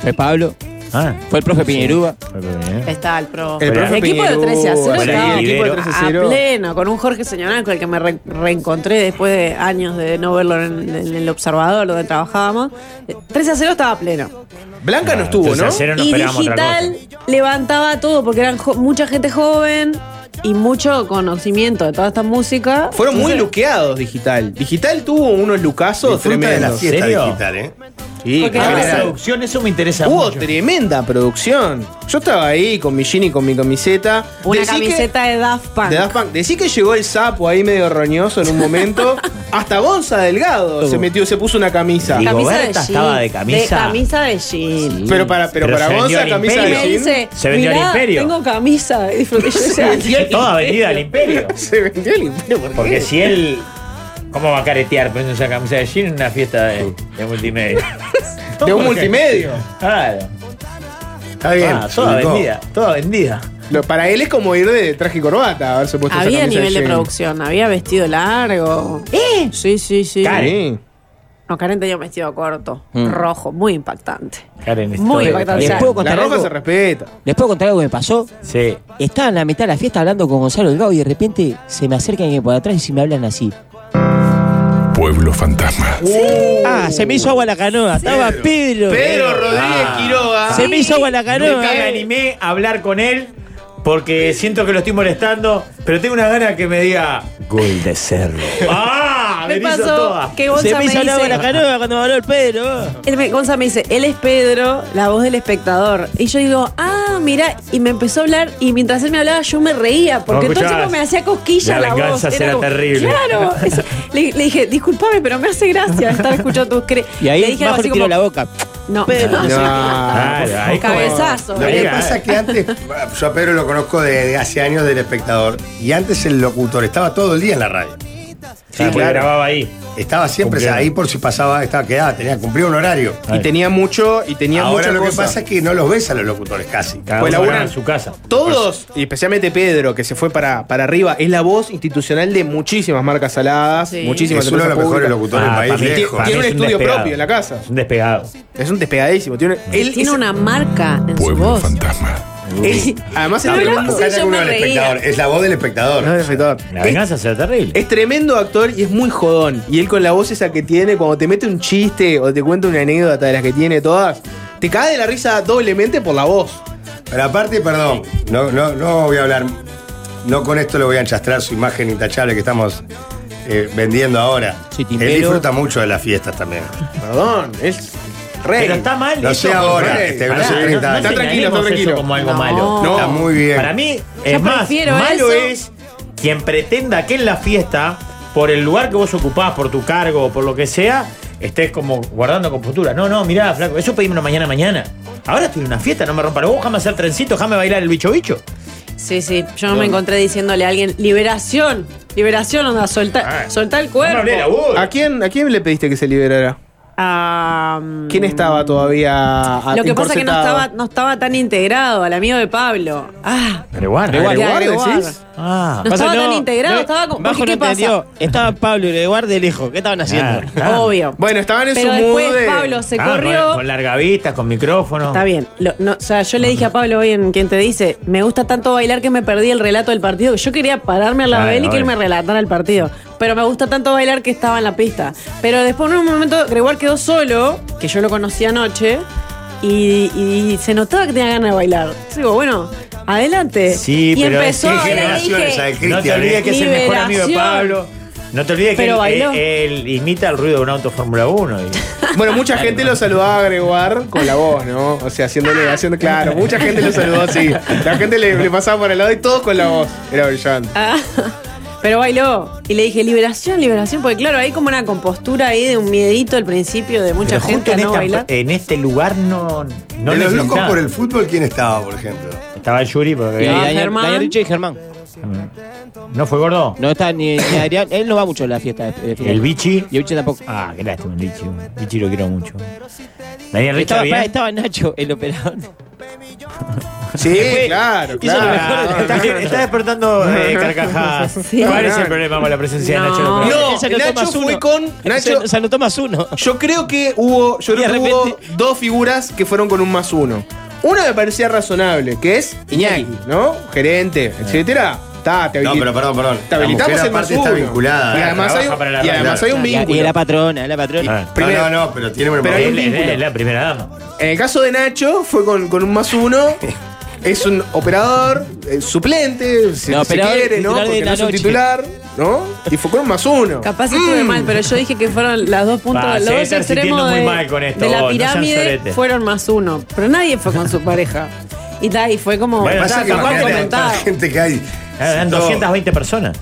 fue Pablo,
Ah.
fue el profe Piñerúa.
Fue Petinati.
Está el pro.
El
Hola.
profe
equipo de
Piñerú,
13 a 0
Hola,
estaba
el equipo de
Ibero.
13 a
a
0.
pleno, con un Jorge Señorán con el que me re- reencontré después de años de no verlo en, en el observador donde trabajábamos. Eh, 13 a 0 estaba a pleno.
Blanca no estuvo,
Ah, Entonces,
¿no?
a cero no
y
esperábamos otra
digital levantaba todo porque eran jo- mucha gente joven y mucho conocimiento de toda esta música.
Fueron muy
Entonces,
luqueados digital. Digital tuvo unos lucazos
Disfruta de la
tremendos.
fiesta
¿Serio?
digital, ¿eh?
Sí,
Porque
claro.
Ah,
General.
la producción, eso me interesa
Hubo
mucho.
tremenda producción. Yo estaba ahí con mi jean y con mi camiseta.
Una
Decí que-
camiseta de Daft Punk.
de Daft Punk. Decí que llegó el sapo ahí medio roñoso en un momento. Hasta Gonza Delgado se metió, se puso una camisa.
Digo,
Camisa
Berta
jean.
estaba de camisa.
De camisa de jean.
Pero para, pero
Pero
para
se vendió
Gonza,
al
camisa
Y
de
imperio.
me
jean.
dice,
Se vendió al
"Mirá,
imperio".
tengo camisa. Y disfruté. Yo decía,
Toda vendida al imperio.
Se vendió el imperio. ¿por qué?
Porque si él. ¿Cómo va a caretear poniendo esa camisa de jean en una fiesta de, de multimedia?
De un multimedio.
Claro.
Está bien.
Ah, toda
ubicó.
vendida, toda vendida.
Lo- para él es como ir de traje y corbata, haberse puesto esa
Había
camisa
nivel de
jean.
producción, había vestido largo. ¿Eh? Sí, sí, sí.
Karen.
Sí.
No, Karen tenía un vestido corto, rojo, muy impactante.
Karen es
Muy
todo
impactante.
de
Les
Karen.
puedo
La
contar
ropa
algo.
se respeta.
Les puedo contar algo que me pasó.
Sí.
Estaba en la mitad de la fiesta hablando con Gonzalo Delgado y de repente se me acerca alguien por atrás y me hablan así.
Pueblo Fantasma.
Ah, se me hizo agua la canoa. Estaba Pedro. eh.
Pedro Rodríguez Quiroga.
Se me hizo agua la
Nunca
canoa. Eh.
me animé a hablar con él porque siento que lo estoy molestando, pero tengo una gana que me diga. Gol de cerro. ¡Ah! Me,
Me
hizo
pasó
toda.
que
Se
Gonza
me
me
hizo el agua la
dice...
canoa cuando me habló el Pedro.
él me- Gonza me dice, él es Pedro, la voz del espectador. Y yo digo, ah, mira, y me empezó a hablar, y mientras él me hablaba, yo me reía, porque
No
todo el
escuchabas.
tiempo me hacía cosquilla
La
la, voz.
venganza será terrible.
Claro, eso. Le, le dije, disculpame, pero me hace gracia estar escuchando tus cre.
Y
le
ahí
dije algo
bajo
así
le tiró
como,
la boca.
No,
Pedro.
no,
Ah,
Claro, ahí como-
cabezazo.
Lo que
Venga,
pasa
eh.
es que antes, yo a Pedro lo conozco de, de hace años del espectador, y antes el locutor estaba todo el día en la radio.
Sí, claro.
claro.
Ah, grababa ahí.
Estaba siempre
Cumplieron.
ahí por si pasaba, estaba quedada, tenía cumplido un horario.
Y tenía mucho, y tenía
Ahora
mucha
lo que
cosa.
pasa es que no los ves a los locutores casi.
Cada
Pues
uno
laburan-
graba en su casa.
Todos, y especialmente Pedro, que se fue para, para arriba, es la voz institucional de muchísimas marcas saladas,
Sí.
muchísimas
Es uno de los
empresas
mejores
públicas.
locutores
Ah,
del
para
país,
mí tie-
lejos.
para mí
Tiene un
es
estudio
despegado.
propio en la casa.
Es un despegado.
Es un despegadísimo. Tiene, él
Tiene
es-
una marca en su
Pueblo
voz.
Fantasma.
él- además,
La
es,
verdad,
tremendo-
Buscale
Sí, yo
alguno
me
del
reía.
espectador. Es la voz del espectador.
No, es afectador.
La
Es-
venganza será terrible.
Es tremendo actor y es muy jodón. Y él con la voz esa que tiene, cuando te mete un chiste o te cuenta una anécdota de las que tiene todas, te cae de la risa doblemente por la voz.
Pero aparte, perdón, no, no, no voy a hablar, no con esto le voy a enchastrar su imagen intachable que estamos eh, vendiendo ahora.
Sí,
Él
timbero.
disfruta mucho de las fiestas también.
Perdón, es rey.
Pero está mal.
No
eso,
sé ahora,
Jorge.
este, no
Pará,
sé, 30 años.
Está tranquilo,
señalemos
está
eso
tranquilo.
como algo
No.
malo.
No.
Está muy bien.
Para mí, es más,
prefiero
malo
eso.
es quien pretenda que en la fiesta, por el lugar que vos ocupás, por tu cargo o por lo que sea, estés como guardando compostura. No, no, mirá, flaco, eso pedimos mañana mañana. Ahora estoy en una fiesta, no me rompa la boca, déjame hacer trencito, déjame bailar el bicho bicho.
Sí, sí. Yo me encontré diciéndole a alguien, liberación, liberación, onda, solta,
Ah.
solta el
No me
cuerpo.
hablé de la voz.
¿A quién, ¿A quién le pediste que se liberara?
Ah, mm,
¿Quién Ah, estaba todavía a-
Lo que pasa es que no
encorsetado?
estaba, no estaba tan integrado al amigo de Pablo. Ah,
Pero guarda.
Pero
de
guarda.
Gregoire, decís?
Ah.
No
Pasa,
estaba tan integrado,
no,
estaba como. ¿Qué,
Bajo no
qué pasa?
entendió. Estaba Pablo y Eduardo de lejos. ¿Qué estaban haciendo?
Ah, ah.
Obvio.
Bueno, estaban en
Pero
su mood
después
de-
Pablo se
Ah,
corrió.
Con, con largavistas, con micrófono.
Está bien. Lo- no, o sea, yo le dije a Pablo hoy en quien te dice, me gusta tanto bailar que me perdí el relato del partido. que Yo quería pararme a la
Claro,
vela y que él
obvio.
me relatara el partido. Pero me gusta tanto bailar que estaba en la pista. Pero después en un momento Gregoire quedó solo, que yo lo conocí anoche, y, y se notaba que tenía ganas de bailar. Entonces digo, bueno, adelante.
Sí,
y
pero
empezó
qué
a bailar y
generaciones hay,
dije,
Cristian,
No te olvides
¿eh?
que es el mejor
Liberación.
amigo de Pablo. No te olvides que
Pero
él,
bailó.
él- él imita el ruido de un auto Fórmula 1. y-
Bueno, mucha gente lo saludaba a Gregoire con la voz, ¿no? O sea, haciéndole, haciendo, claro, mucha gente lo saludó así. La gente le, le pasaba por el lado y todos con la voz. Era brillante.
Ah, pero bailó. Y le dije, liberación, liberación. Porque claro, hay como una compostura ahí de un miedito al principio de mucha
Pero
gente
justo
a
en,
no
esta-
bailar.
en este lugar no, no
de los locos
necesitaba.
por el fútbol, ¿quién estaba, por ejemplo?
Estaba el Yuri, pero
Y
Ah,
Daniel-
Germán.
Daniel Richie y Germán.
no fue gordo.
No está ni, ni Adrián. Él no va mucho a la fiesta. de- de-
El bichi.
Y Bichi tampoco.
Ah, qué lástima, el bichi. Bichi lo quiero mucho. Daniel
Estaba,
Richard, bien.
pará, estaba Nacho, el operador.
Sí, claro,
hizo lo
claro.
mejor.
Está, está despertando eh, carcajadas. ¿Cuál es el problema con la presencia de
No.
Nacho?
No,
López?
Él se anotó
Nacho
más uno.
fue con- Nacho-
Se, se anotó más uno.
Yo creo que hubo, yo
Y de
creo que hubo
repente-
dos figuras que fueron con un más uno. Una me parecía razonable, que es Iñaki, ¿no? Gerente, etcétera. Está, te
No,
habili-
pero perdón, perdón.
te habilitamos el más
parte está
uno.
vinculada.
Y
¿eh?
además, hay,
trabaja para la
y además
radio.
hay un
Y, y
vínculo.
la patrona, la patrona.
Ah,
No,
primero-
no, no, pero tiene un
Pero hay
es,
un
la- es la-
vínculo.
es la primera dama.
En el caso de Nacho, fue con, con un más uno. Es un operador, eh, suplente, si,
No,
se
operador
quiere, ¿no?
titular de
Porque no
la
es un
noche.
titular, ¿no? Y fue con un más uno.
Capaz estuve mal, pero yo dije que fueron las dos puntos,
Mm. Va,
los
se
dos
está sintiendo
extremos
muy
de,
mal con esto,
de
vos,
la
no sean
pirámide
sorete.
fueron más uno. Pero nadie fue con su pareja. Y tal, y fue como
Bueno,
Pasa
está,
que
capaz
imagínate
que
tanta
comentado.
gente que
Eh,
hay.
Eran
No.
220 personas.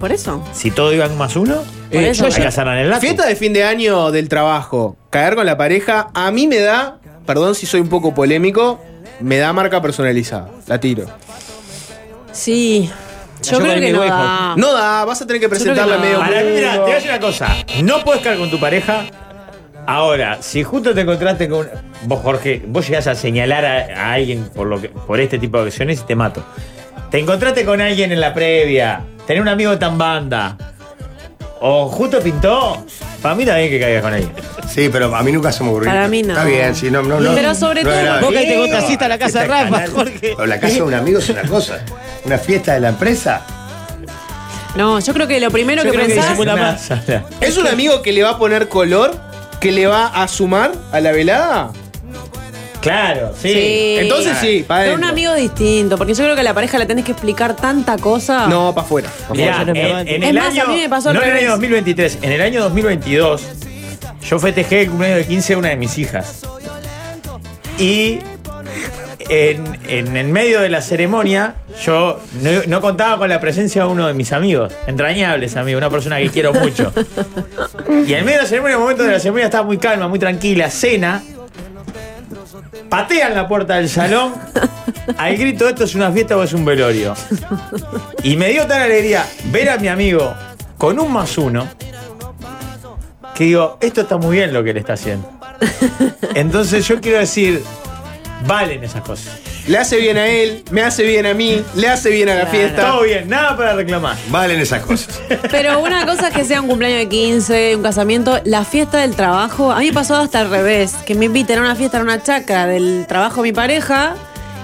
Por eso.
Si todo iban más uno,
Por
Eh,
eso.
hay que hacer en el
La
lazo.
fiesta de fin de año del trabajo, caer con la pareja, a mí me da, perdón si soy un poco polémico, me da marca personalizada. La tiro.
Sí. Yo
yo
creo
con
que
mi
no
hueco.
da.
No da, vas a tener que
Ah. creo que
presentarla
no.
medio.
Para mí, mira, te
crudo.
voy a decir una cosa. No puedes estar con tu pareja. Ahora, si justo te encontraste con. Vos, Jorge, vos llegás a señalar a, a alguien por, lo que, por este tipo de acciones y te mato. Te encontraste con alguien en la previa. Tenés un amigo tan banda. O justo pintó. Para mí también que caigas con alguien.
Sí, pero a mí nunca se me ocurrió.
Para mí no.
Está bien, sí, no, no, no.
Pero sobre
no es
todo-
grave.
Vos que te gusta
No,
así está la casa de
fiesta
Rafa,
canal.
Jorge.
O la casa de un amigo es una cosa. Una fiesta de la empresa.
No, yo creo que lo primero
Yo
que
creo que
pensás.
disimula- Una
Una
más.
sala.
¿Es un amigo que le va a poner color? ¿Que le va a sumar a la velada?
Claro, sí.
Sí.
Entonces sí, pa'
Pero un
adentro.
amigo distinto, porque yo creo que a la pareja la tenés que explicar tanta cosa.
No, para afuera.
Mirá,
Yo no me
en,
levanto.
en
Es
el
más,
año,
a mí me pasó al
no en el
revés.
año 2023, en el año 2022, yo festejé el cumpleaños de 15 de una de mis hijas. Y en, en el medio de la ceremonia, yo no, no contaba con la presencia de uno de mis amigos, entrañables amigos, una persona que quiero mucho. Y en medio de la ceremonia, en el momento de la ceremonia estaba muy calma, muy tranquila, cena. Patean la puerta del salón al grito, esto es una fiesta o es un velorio. Y me dio tal alegría ver a mi amigo con un más uno, que digo, esto está muy bien lo que le está haciendo. Entonces yo quiero decir, valen esas cosas.
Le hace bien a él, me hace bien a mí, le hace bien a la
Claro.
fiesta.
Todo bien, nada para reclamar.
Valen esas cosas.
Pero una cosa es que sea un cumpleaños de 15, un casamiento, la fiesta del trabajo. A mí me pasó hasta al revés, que me inviten a una fiesta en una chacra del trabajo de mi pareja,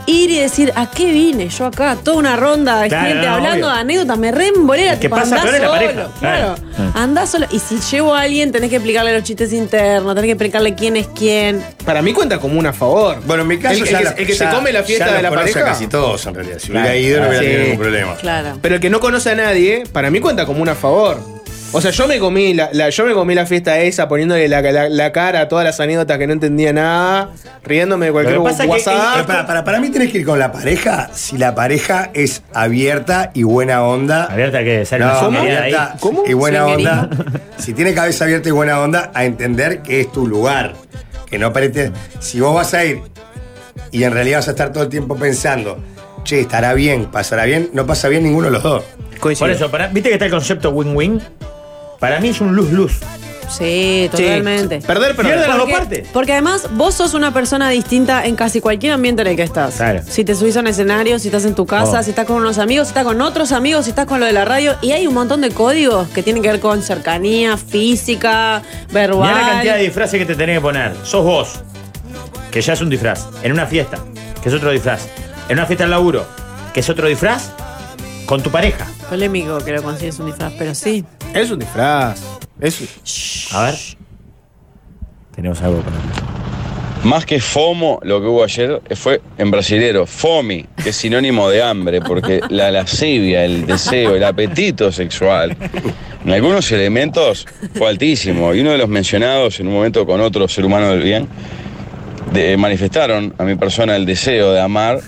ir y decir, ¿a qué vine yo acá? Toda una ronda de
Claro,
gente
no,
hablando
obvio.
de anécdotas, me reembolera.
El que pasa peor es la pareja, claro. Mm.
Claro. Andá solo. Y si llevo a alguien, tenés que explicarle los chistes internos, tenés que explicarle quién es quién.
Para mí cuenta como un a favor.
Bueno, en mi caso
El, el
ya
que,
la-
el que
ya-
se come la
ya
fiesta de
los
la
conoce
pareja. Ah,
casi todos, en realidad. Si hubiera
Claro,
ido, no
claro.
hubiera tenido
Sí.
ningún problema.
Claro.
Pero el que no conoce a nadie, para mí cuenta como un a favor. O sea, yo me comí la, la- yo me comí la fiesta esa poniéndole la, la- la cara a todas las anécdotas que no entendía nada, riéndome de cualquier
Lo que pasa es que-
Pero
WhatsApp.
para, Eh, para- para mí tenés que ir con la pareja si la pareja es abierta y buena onda.
Abierta que sale
No,
una
¿Cómo?
sonrisa ahí.
Abierta
¿Cómo?
Y buena
Swingerismo.
onda. Si tiene cabeza abierta y buena onda, a entender que es tu lugar. Que no parece. Si vos vas a ir y en realidad vas a estar todo el tiempo pensando, che, estará bien, pasará bien, no pasa bien ninguno de los dos.
Coincido.
Por eso, para- ¿viste que está el concepto win-win? Para mí es un luz-luz.
Sí,
Sí.
totalmente.
Perder, pero
Pierde las dos
Porque-
partes.
Porque además vos sos una persona distinta en casi cualquier ambiente en el que estás.
Claro.
Si te subís a un escenario, si estás en tu casa,
Oh.
si estás con unos amigos, si estás con otros amigos, si estás con lo de la radio. Y hay un montón de códigos que tienen que ver con cercanía, física, verbal.
Mirá la cantidad de disfraces que te tenés que poner. Sos vos, que ya es un disfraz. En una fiesta, que es otro disfraz. En una fiesta del laburo, que es otro disfraz. Con tu pareja.
Polémico que lo consigues un disfraz, pero sí.
Es un disfraz. Es-
A ver. Tenemos algo para
Más que FOMO, lo que hubo ayer fue en brasilero, FOMI, que es sinónimo de hambre, porque la lascivia, el deseo, el apetito sexual, en algunos elementos fue altísimo. Y uno de los mencionados en un momento con otro ser humano del bien, de- eh, manifestaron a mi persona el deseo de amar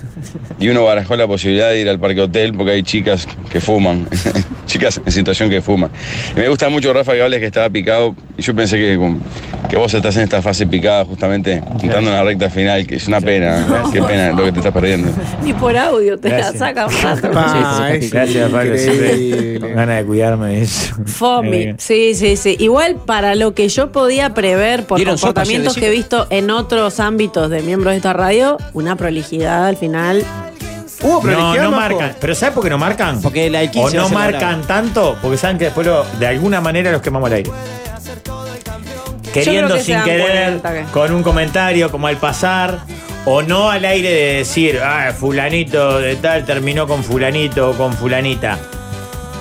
y uno barajó la posibilidad de ir al parque hotel porque hay chicas que fuman, chicas en situación que fuman. Y me gusta mucho Rafa que hables que estaba picado y yo pensé que, con- que vos estás en esta fase picada justamente, entrando en la recta final, que es una pena, qué pena lo que te estás perdiendo.
Ni por audio te
Gracias.
la saca un rato.
Ah,
sí,
es
Gracias, Pablo. Siempre
increíble.
con ganas de cuidarme de eso.
Fomi, sí, sí, sí. Igual para lo que yo podía prever por
Dieron sopa,
comportamientos
sí,
que he visto en otros ámbitos de miembros de esta radio, una prolijidad al final.
Hubo
No,
prolijidad,
no
Majo?
marcan. ¿Pero sabes por qué no marcan?
Porque la del 15
O
va
no
a ser la
marcan tanto, porque saben que después lo- de alguna manera los quemamos al aire. Queriendo
creo que se
sin
dan
querer,
cuenta que-
con un comentario como al pasar, o no al aire de decir, ah, fulanito de tal terminó con fulanito o con fulanita.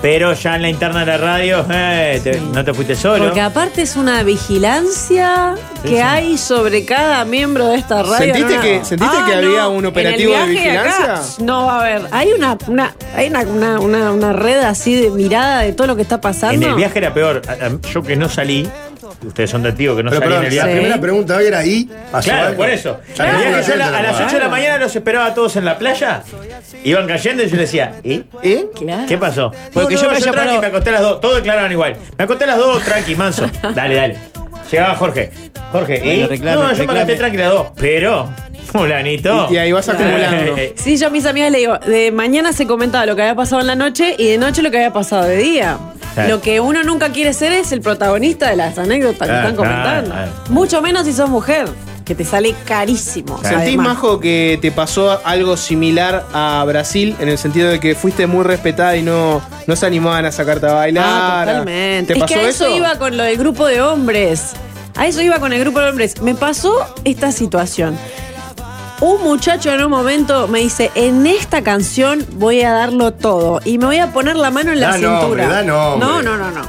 Pero ya en la interna de la radio, eh, te- no te fuiste solo.
Porque aparte es una vigilancia
Sí,
que
sí.
hay sobre cada miembro de esta radio.
¿Sentiste
no, Ah,
que-
no.
sentiste que había un
en el
operativo de
viaje acá
vigilancia?
no va a haber. Hay una, una, hay una, una, una- una red así de mirada de todo lo que está pasando.
En el viaje era peor. A- a- Yo que no salí, ustedes son testigos que no
Pero
salí
perdón,
en el
la
viaje.
Sí.
primera pregunta hoy era ahí. pasó
Claro,
algo.
por eso.
Ya tenés una
Mirá que yo a, la-
fiesta
a las
como
8 de la mañana los esperaba a todos en la playa, iban cayendo y yo les decía, ¿eh?
¿Eh?
Claro.
¿Qué pasó?
Porque yo me haya
tranqui,
parado-
me acosté a las dos, todos declararon igual. Me acosté a las dos, tranqui, manso. Dale, dale. Llegaba Jorge. Jorge, ¿y?
Bueno, reclame,
no, yo me
reclame.
acosté tranqui a las dos. Pero, fulanito.
Y- y ahí vas acumulando.
eh.
Sí, yo a mis amigas le digo, de mañana se comentaba lo que había pasado en la noche y de noche lo que había pasado de día.
Claro.
Lo que uno nunca quiere ser es el protagonista de las anécdotas
Claro,
que están comentando.
claro, claro.
Mucho menos si sos mujer, que te sale carísimo.
¿Sentís,
además.
Majo, que te pasó algo similar a Brasil en el sentido de que fuiste muy respetada y no, no se animaban a sacarte a bailar?
Ah, totalmente. es
¿Te pasó
que a eso,
eso?
iba con lo del grupo de hombres. A eso iba con el grupo de hombres. Me pasó esta situación. Un muchacho en un momento me dice, en esta canción voy a darlo todo y me voy a poner la mano en la
Da nombre,
cintura.
da nombre.
no, no, no, no.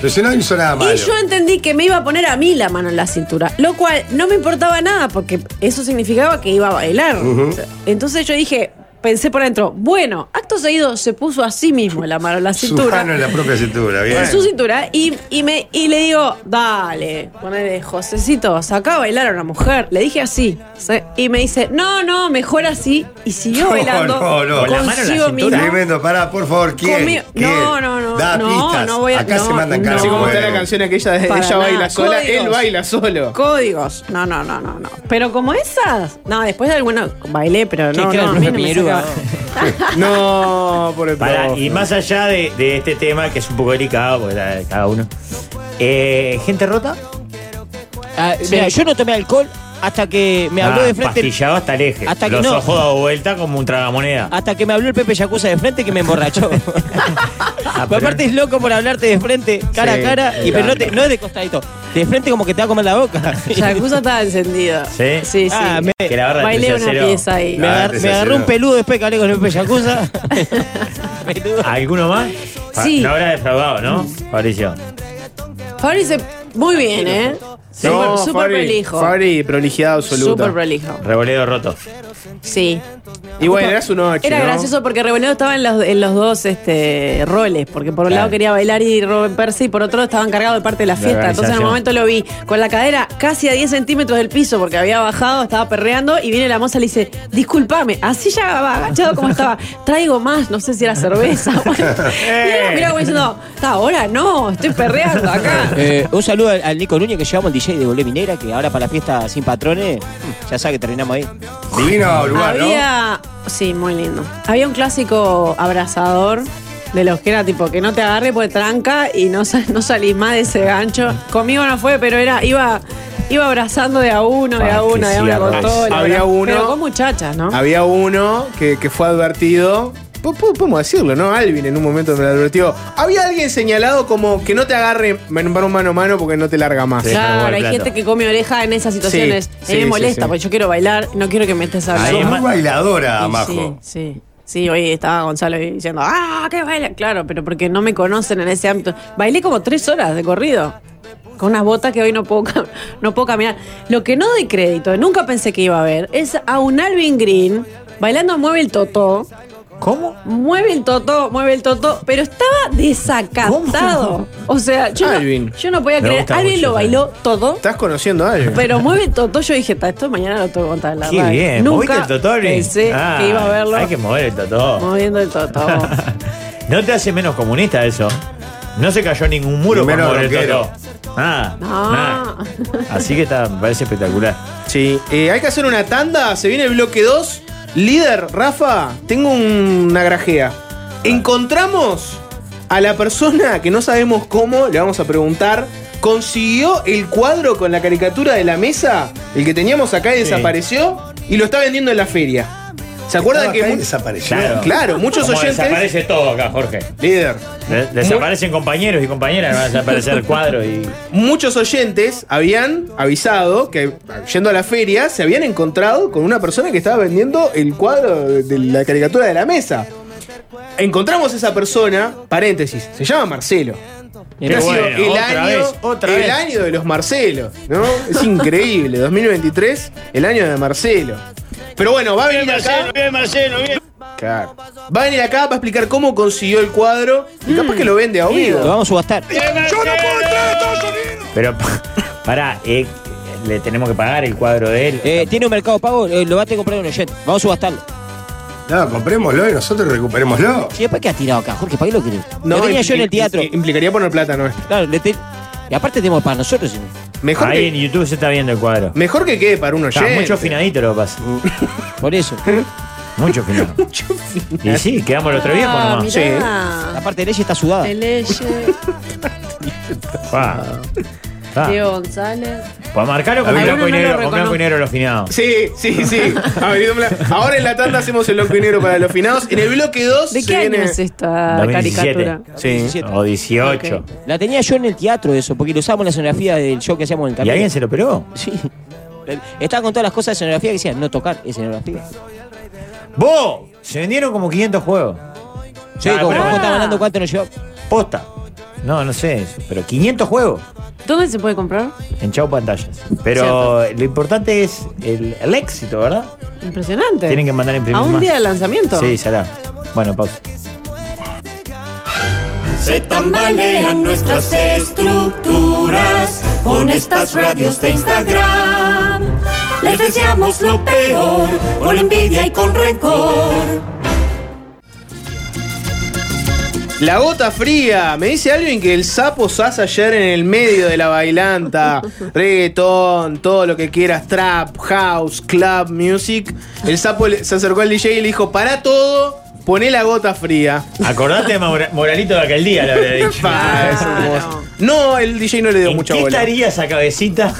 Pero si no hizo nada malo.
Y yo entendí que me iba a poner a mí la mano en la cintura, lo cual no me importaba nada porque eso significaba que iba a bailar. O sea, Entonces yo dije, pensé por dentro, bueno, acto seguido se puso a sí mismo la mano en la
Su
cintura.
mano en la propia cintura, bien.
En su cintura y, y me, y le digo, dale, ponele, Josecito, sacá a bailar a una mujer. Le dije así. se- Y me dice, no, no, mejor así. Y siguió
No,
bailando.
no, no. Con la
mano en la
consigo
cintura.
mismo.
Tremendo, pará, por favor, ¿quién?
Conmigo-
¿Quién?
No, no, no,
Da
no,
pistas.
no voy a-
Acá se
no,
mandan caras.
Así
no.
como está
de
la
huevo.
canción aquella de
Para
ella baila
nada,
sola, él
códigos.
baila solo.
Códigos. No, no, no, no, no. Pero como esas. No, después de alguna bailé, pero
¿Qué
no,
era
no,
el
a mí
profe
no me
Piñerúa?
sacaba.
No, por el
Pará,
profe.
y más allá de, de este tema, que es un poco delicado, porque la de cada uno. Eh, ¿Gente rota?
Ah, mira, yo no tomé alcohol hasta que me habló
Ah,
de frente. el-
Pastillado hasta el eje.
Hasta que
Los
no. Ah,
ojos dados vuelta como un tragamoneda.
Hasta que me habló el Pepe Yacuza de frente que me emborrachó.
Ah,
Pero
pero-
aparte es loco por hablarte de frente, cara
Sí, Ah,
a cara, y pero no, te- no es de costadito. De frente como que te va a comer la boca.
Yakuza estaba encendida.
¿Sí?
Sí, sí.
Ah, me,
que la barra de
Bailé una
3-0.
pieza ahí.
me
Ah,
agar-
te
me agarró un
sació.
peludo después que hablé con el Pepe Yacuza. Peludo.
¿Alguno más?
Sí.
La habrá defraudado, ¿no? Fabricio.
Fabri se. Muy bien, ¿eh?
No,
Súper- Súper
Fabri-
prolijo.
Fabri, prolijidad absoluta.
Súper prolijo.
Revoledo roto.
Sí.
y bueno, era su noche.
Era
¿no?
gracioso porque Revoledo estaba en los, en los dos este, roles, porque por un
Claro.
lado quería bailar y romperse y por otro estaba encargado de parte de la fiesta. Entonces en el
organización.
momento lo vi con la cadera casi a 10 centímetros del piso porque había bajado, estaba perreando y viene la moza y le dice, discúlpame, así ya va agachado como estaba, traigo más, no sé si era cerveza. Mira, mira como diciendo, "Ta, ahora no, estoy perreando acá.
Eh, un saludo al, al Nico Núñez que llevamos al DJ de Bolé Minera, que ahora para la fiesta sin patrones, ya sabe que terminamos ahí.
Divino lugar, ¿no?
Había, sí, muy lindo. Había un clásico abrazador de los que era tipo que no te agarre por tranca y no, sa- no salís más de ese gancho. Conmigo no fue, pero era iba iba abrazando de a uno, de
Ah,
a uno,
que
de a
sí,
uno con
abrazas.
todo. la
Había
abra-
uno- Ah,
Pero con muchachas, ¿no?
Había uno que, que fue advertido. po- po- Podemos decirlo, ¿no? Alvin en un momento me lo advirtió. Había alguien señalado como que no te agarre man- para un mano a mano porque no te larga más.
Sí. deja
Claro,
el
hay
plato.
gente que come oreja en esas situaciones.
Sí,
A mí
sí,
me
sí,
molesta,
sí.
porque yo quiero bailar, no quiero que me estés
Sos
Ahí es
hablando.
muy
más-
bailadora, Majo.
sí, sí. Sí, hoy estaba Gonzalo ahí diciendo, ¡ah, qué baila! Claro, pero porque no me conocen en ese ámbito. Bailé como tres horas de corrido, con unas botas que hoy no puedo, cam- no puedo caminar. Lo que no doy crédito, nunca pensé que iba a ver, es a un Alvin Green bailando Mueve el Totó.
¿Cómo?
Mueve el totó, mueve el totó, pero estaba desacatado. O sea, yo,
Alvin.
No, yo no podía
Me
creer.
gusta
Alvin
mucho
lo
también.
bailó todo,
Estás conociendo a Alvin.
pero mueve el totó. Yo dije, "Ta, esto mañana lo tengo que contar en la
Qué
radio".
bien.
Nunca
¿Moviste el totó, Alvin?
pensé
Ah,
que iba a verlo.
Hay que mover el totó.
Moviendo el totó.
no te hace menos comunista eso. No se cayó ningún muro
Y
por
menos
mover el
rockero.
totó. Ah,
No.
nada. Así que está, me parece espectacular.
Sí, eh, hay que hacer una tanda. Se viene el bloque 2. Líder, Rafa, tengo un- una grajea. Encontramos a la persona que no sabemos cómo, le vamos a preguntar. Consiguió el cuadro con la caricatura de la mesa, el que teníamos acá y desapareció, y lo está vendiendo en la feria. ¿Se acuerdan que.?
Estaba acá y
mu-
desapareció?
Claro.
Claro, muchos
Como
oyentes.
Desaparece todo acá, Jorge.
Líder.
De- Desaparecen compañeros y compañeras, van a desaparecer cuadros y.
Muchos oyentes habían avisado que yendo a la feria se habían encontrado con una persona que estaba vendiendo el cuadro de de la caricatura de la mesa. Encontramos a esa persona, paréntesis, se llama Marcelo.
Mirá,
Ha sido
bueno,
el,
otra
año,
vez, otra
el
vez.
año de los Marcelos, ¿no? Es increíble, 2023, el año de Marcelo. Pero bueno, va a venir acá. Claro. Va a venir acá para explicar cómo consiguió el cuadro y
Mm.
capaz que lo vende a
Lo
Oviedo.
vamos a subastar.
Pero pa- pará, eh, le tenemos que pagar el cuadro de él.
Eh, tiene un mercado pago, eh, lo va a tener que comprar un oyente. Vamos a subastarlo.
No, comprémoslo y nosotros recuperémoslo.
Si después que has tirado acá, Jorge, ¿para qué lo querés? lo tenía yo en el
impli-
teatro.
Implicaría poner plata nuestra.
Claro, le te- Y aparte tenemos para nosotros. si no.
Mejor,
Ahí en
que,
YouTube se está viendo el cuadro.
mejor que quede para uno
Está
oyente.
mucho finadito lo que pasa.
Por eso.
Mucho finado. Y sí, quedamos los tres viejos
Ah,
nomás.
mirá.
La parte de ley está sudada.
El Eye,
Pa. Pa.
Diego González.
Pa, marcalo con
Algunos
blanco y
no lo
negro, con blanco
reconocen.
y negro los finados.
Sí, sí, sí. A ver, dámela. Ahora en la tanda hacemos el blanco y negro para los finados. En el bloque 2
¿De qué año es esta
2017.
Ah, caricatura?
Sí.
O 18.
Ok.
La tenía yo en el teatro eso, porque lo usamos en la escenografía del show que hacíamos en el
¿Y
camino.
alguien se lo pegó?
Sí. Estaba con todas las cosas de escenografía que decían no tocar escenografía.
¡Vos! Se vendieron como 500 juegos.
Sí,
Ah,
como
pero-
vos estás hablando cuánto nos llevó.
Posta. No, no sé, pero 500 juegos
¿Dónde se puede comprar?
en Chau Pantallas. Pero lo importante es el, el éxito, ¿verdad?
Impresionante.
Tienen que mandar a imprimir
A un
más.
día de lanzamiento.
Sí, será. Bueno, pausa.
Se tambalean nuestras estructuras con estas radios de Instagram. Les deseamos lo peor, con envidia y con rencor.
La gota fría. Me dice alguien que el sapo sas ayer en el medio de la bailanta. Reggaetón, todo lo que quieras. Trap, house, club, music. El sapo le- se acercó al DJ y le dijo: Pará todo. poné la gota fría.
Acordate de Maura- Moralito de aquel día, le habría dicho.
Pa, es hermoso. No, el DJ no le dio
¿En
mucha
qué
bola.
estaría esa cabecita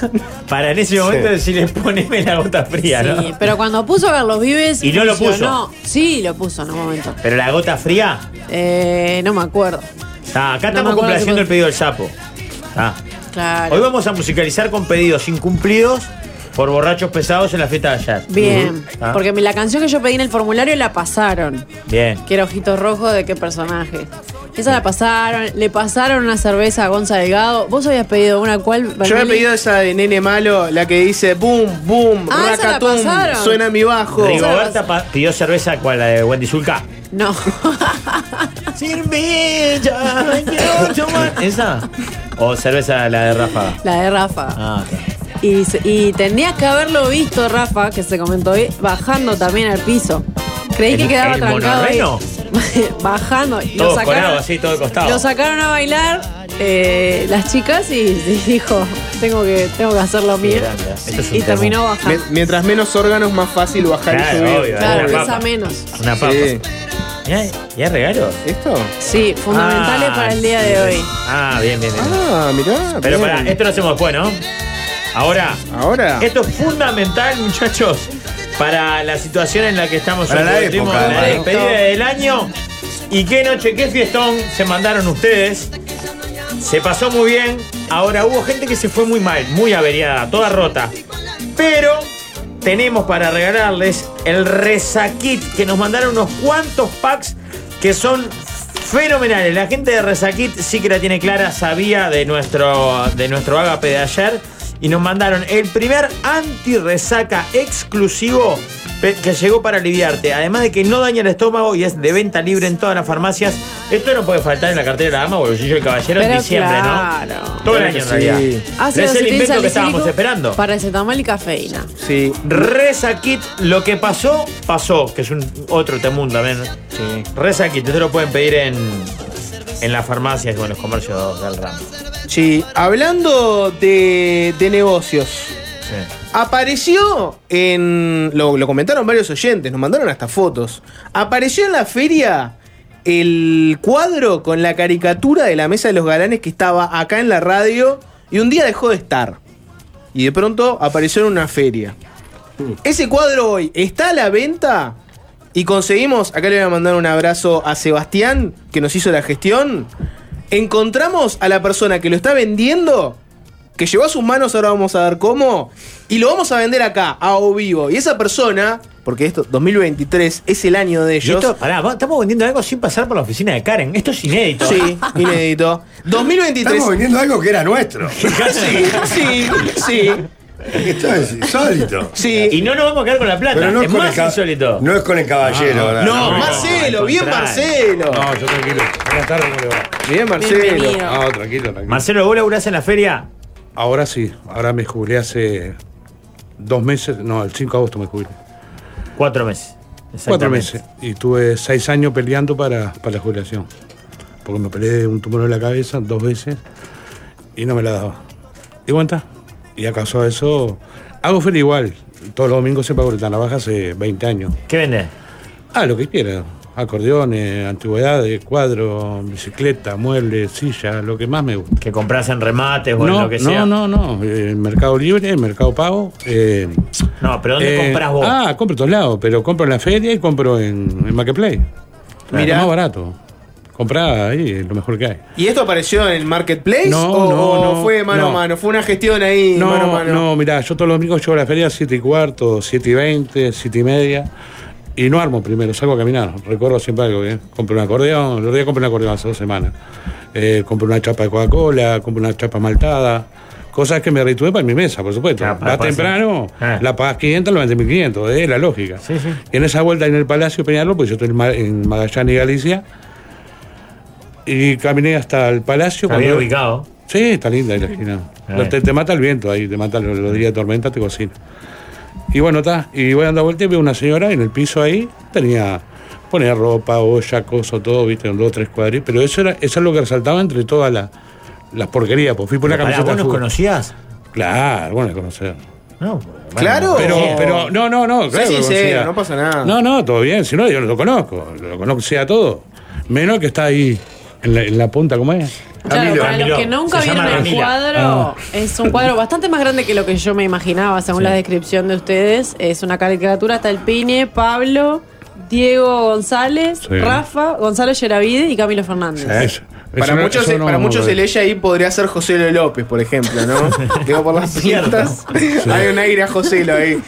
para en ese momento decirle poneme la gota fría,
Sí,
no?
pero cuando puso Carlos Vives.
Y no lo puso.
funcionó. Sí, lo puso en un momento.
Pero la gota fría.
Eh, no me acuerdo.
Ah, acá
No me
estamos
acuerdo
complaciendo
qué
el pedido del sapo. Ah.
Claro.
Hoy vamos a musicalizar con pedidos incumplidos por borrachos pesados en la fiesta de ayer.
Bien.
Ah.
Porque me- la canción que yo pedí en el formulario la pasaron.
Bien.
Que era Ojitos Rojos de qué personaje. Esa la pasaron. Le pasaron una cerveza a Gonza Delgado. ¿Vos habías pedido una cuál?
Yo había
Bernini?
pedido esa de nene malo, la que dice boom, boom,
Ah, esa la
racatum,
pasaron.
suena mi bajo.
Rigoberta pa- pidió cerveza, ¿cuál? La de Wendy Zulka.
No.
¿Esa? ¿O cerveza la de Rafa?
la de Rafa.
Ah, ok.
Y, se- y tenías que haberlo visto, Rafa, que se comentó hoy, bajando también al piso. Creí que
¿El-
quedaba
el
trancado. ahí.
monorreno?
bajando. y
Todo
lo sacaron,
colado, así, todo de costado.
Lo sacaron a bailar eh, las chicas y, y dijo, tengo que, tengo que hacer lo mío.
grande, ¿eh? Esto es un
y
tema.
terminó
Me-
bajando.
mientras menos órganos, más fácil bajar
Claro,
y subir.
obvio,
claro,
Una
pesa
papa.
menos.
Una papa.
Sí.
Mirá, ¿Y hay regalos?
¿Esto?
Sí, fundamentales
Ah,
para el día
sí.
de hoy.
Ah, bien, bien, bien.
Ah, mirá.
Pero
bien.
pará, este- esto lo hacemos después, ¿no? Ahora,
Ah.
Ahora.
esto es fundamental, muchachos, para la situación en la que estamos
Para
hoy.
la
Tuvimos
época,
la
además.
despedida del año. Y qué noche, qué fiestón se mandaron ustedes. Se pasó muy bien. Ahora hubo gente que se fue muy mal, muy averiada, toda rota. Pero tenemos para regalarles el Resakit que nos mandaron unos cuantos packs que son fenomenales. La gente de Resakit sí que la tiene clara, sabía de nuestro de nuestro ágape de ayer y nos mandaron el primer anti-resaca exclusivo pe- que llegó para aliviarte. Además de que no daña el estómago y es de venta libre en todas las farmacias. Esto no puede faltar en la cartera de la dama o el bolsillo del caballero en
Pero
diciembre,
claro. Ah,
¿no? Todo el año en realidad.
Ácido
No es el
acetil
invento que
salicílico,
estábamos esperando.
Paracetamol y cafeína.
Sí.
Reza Kit, lo que pasó, pasó, que es un otro temún también. Reza Kit, ustedes lo pueden pedir en, en las farmacias o en los comercios del ramo.
Sí. Hablando de, de negocios.
Sí.
Apareció en. Lo, lo comentaron varios oyentes, nos mandaron hasta fotos. Apareció en la feria el cuadro con la caricatura de la mesa de los galanes que estaba acá en la radio y un día dejó de estar. Y de pronto apareció en una feria. Ese cuadro hoy está a la venta y conseguimos. Acá le voy a mandar un abrazo a Sebastián que nos hizo la gestión. Encontramos a la persona que lo está vendiendo que llegó a sus manos, ahora vamos a ver cómo, y lo vamos a vender acá, a O Vivo. Y esa persona, porque esto, 2023, es el año de
Y
ellos.
esto, pará, va- estamos vendiendo algo sin pasar por la oficina de Karen. Esto es inédito. Ah,
Sí, inédito. 2023.
Estamos vendiendo algo que era nuestro.
Sí, sí, sí,
Esto es insólito.
Y
sí.
no nos vamos a quedar con la plata.
Pero no es,
es
con
más
el ca-
insólito.
No es con el
Ah,
caballero. ¿verdad?
No,
no,
Marcelo,
al
bien
contrario.
Marcelo.
No, yo tranquilo. Buenas tardes, ¿cómo le va?
Bien Marcelo. Ah,
Bienvenido.
No, tranquilo, tranquilo.
Marcelo, ¿vos laburás en la feria?
Ahora sí, ahora me jubilé hace dos meses, no, el 5 de agosto me jubilé.
Cuatro meses.
Cuatro
Exactamente.
meses. Y tuve seis años peleando para, para la jubilación. Porque me peleé de un tumor en la cabeza dos veces y no me la daba. Y aguanta. Y acaso a eso, hago feria igual. Todos los domingos se pago la navaja hace 20 años.
¿Qué vendés?
Ah, lo que quiera. Acordeones, antigüedades, cuadros, bicicleta, muebles, silla, lo que más me gusta.
¿Que compras en remates o en
No,
lo que sea?
no, no, no. Eh, mercado Libre, Mercado Pago. eh,
No, pero ¿dónde
eh,
compras vos?
Ah, compro en todos lados, pero compro en la feria y compro en, en Marketplace.
Mirá.
Mira. más barato. Comprá ahí, es lo mejor que hay.
¿Y esto apareció en el marketplace?
No,
o,
no,
o
no,
fue mano a
no.
mano? ¿Fue una gestión ahí
No,
mano a mano?
no, mirá, yo todos los domingos llevo a la feria a 7 y cuarto, 7 y 20, 7 y media. Y no armo primero, salgo a caminar. Recuerdo siempre algo, ¿eh? Compro un acordeón, el otro día compré un acordeón hace dos semanas. Eh, compré una chapa de Coca-Cola, compré una chapa maltada. Cosas que me retuve para mi mesa, por supuesto.
Claro, para-
Va
para-
temprano,
Ah.
la pagas 500, la vendes 1500, es la lógica.
Sí, sí.
Y en esa vuelta en el Palacio Peñaló, pues yo estoy en Ma- en Magallanes, Galicia. Y caminé hasta el Palacio.
Está
cuando-
bien ubicado.
Sí, está linda ahí la esquina.
Ah,
No, te, te mata el viento ahí, te mata los, los días de tormenta, te cocina. Y bueno, está. Y voy dando vuelta y veo una señora en el piso ahí, tenía. Ponía ropa, olla, coso, todo, viste, en dos o tres cuadros. Pero eso era, eso es lo que resaltaba entre todas las las porquerías. Pues fui por una
Pará,
camiseta.
¿Vos
de
nos
fútbol.
conocías?
Claro, bueno, conocer.
No,
Claro.
Pero, pero, no, no, no. Claro, que lo
sincero,
conocía.
no pasa nada.
No, no, todo bien. Si no, yo no lo conozco. Lo conozco sea todo. Menos que está ahí en la, en la punta, ¿cómo es?
Claro,
Camilo,
para los
Camilo.
que nunca
Se llama
vieron el
Camila.
cuadro,
Ah.
es un cuadro bastante más grande que lo que yo me imaginaba, según la descripción de ustedes. Es una caricatura, está el Pine, Pablo, Diego González,
Sí.
Rafa, Gonzalo Yeravide y Camilo Fernández.
Eso-
Para
eso no-
muchos,
eso no-
para
no
muchos
lo-
el ella ahí podría ser José Lo López, por ejemplo, ¿no? Digo, por las cintas. Hay un aire a José Lo ahí.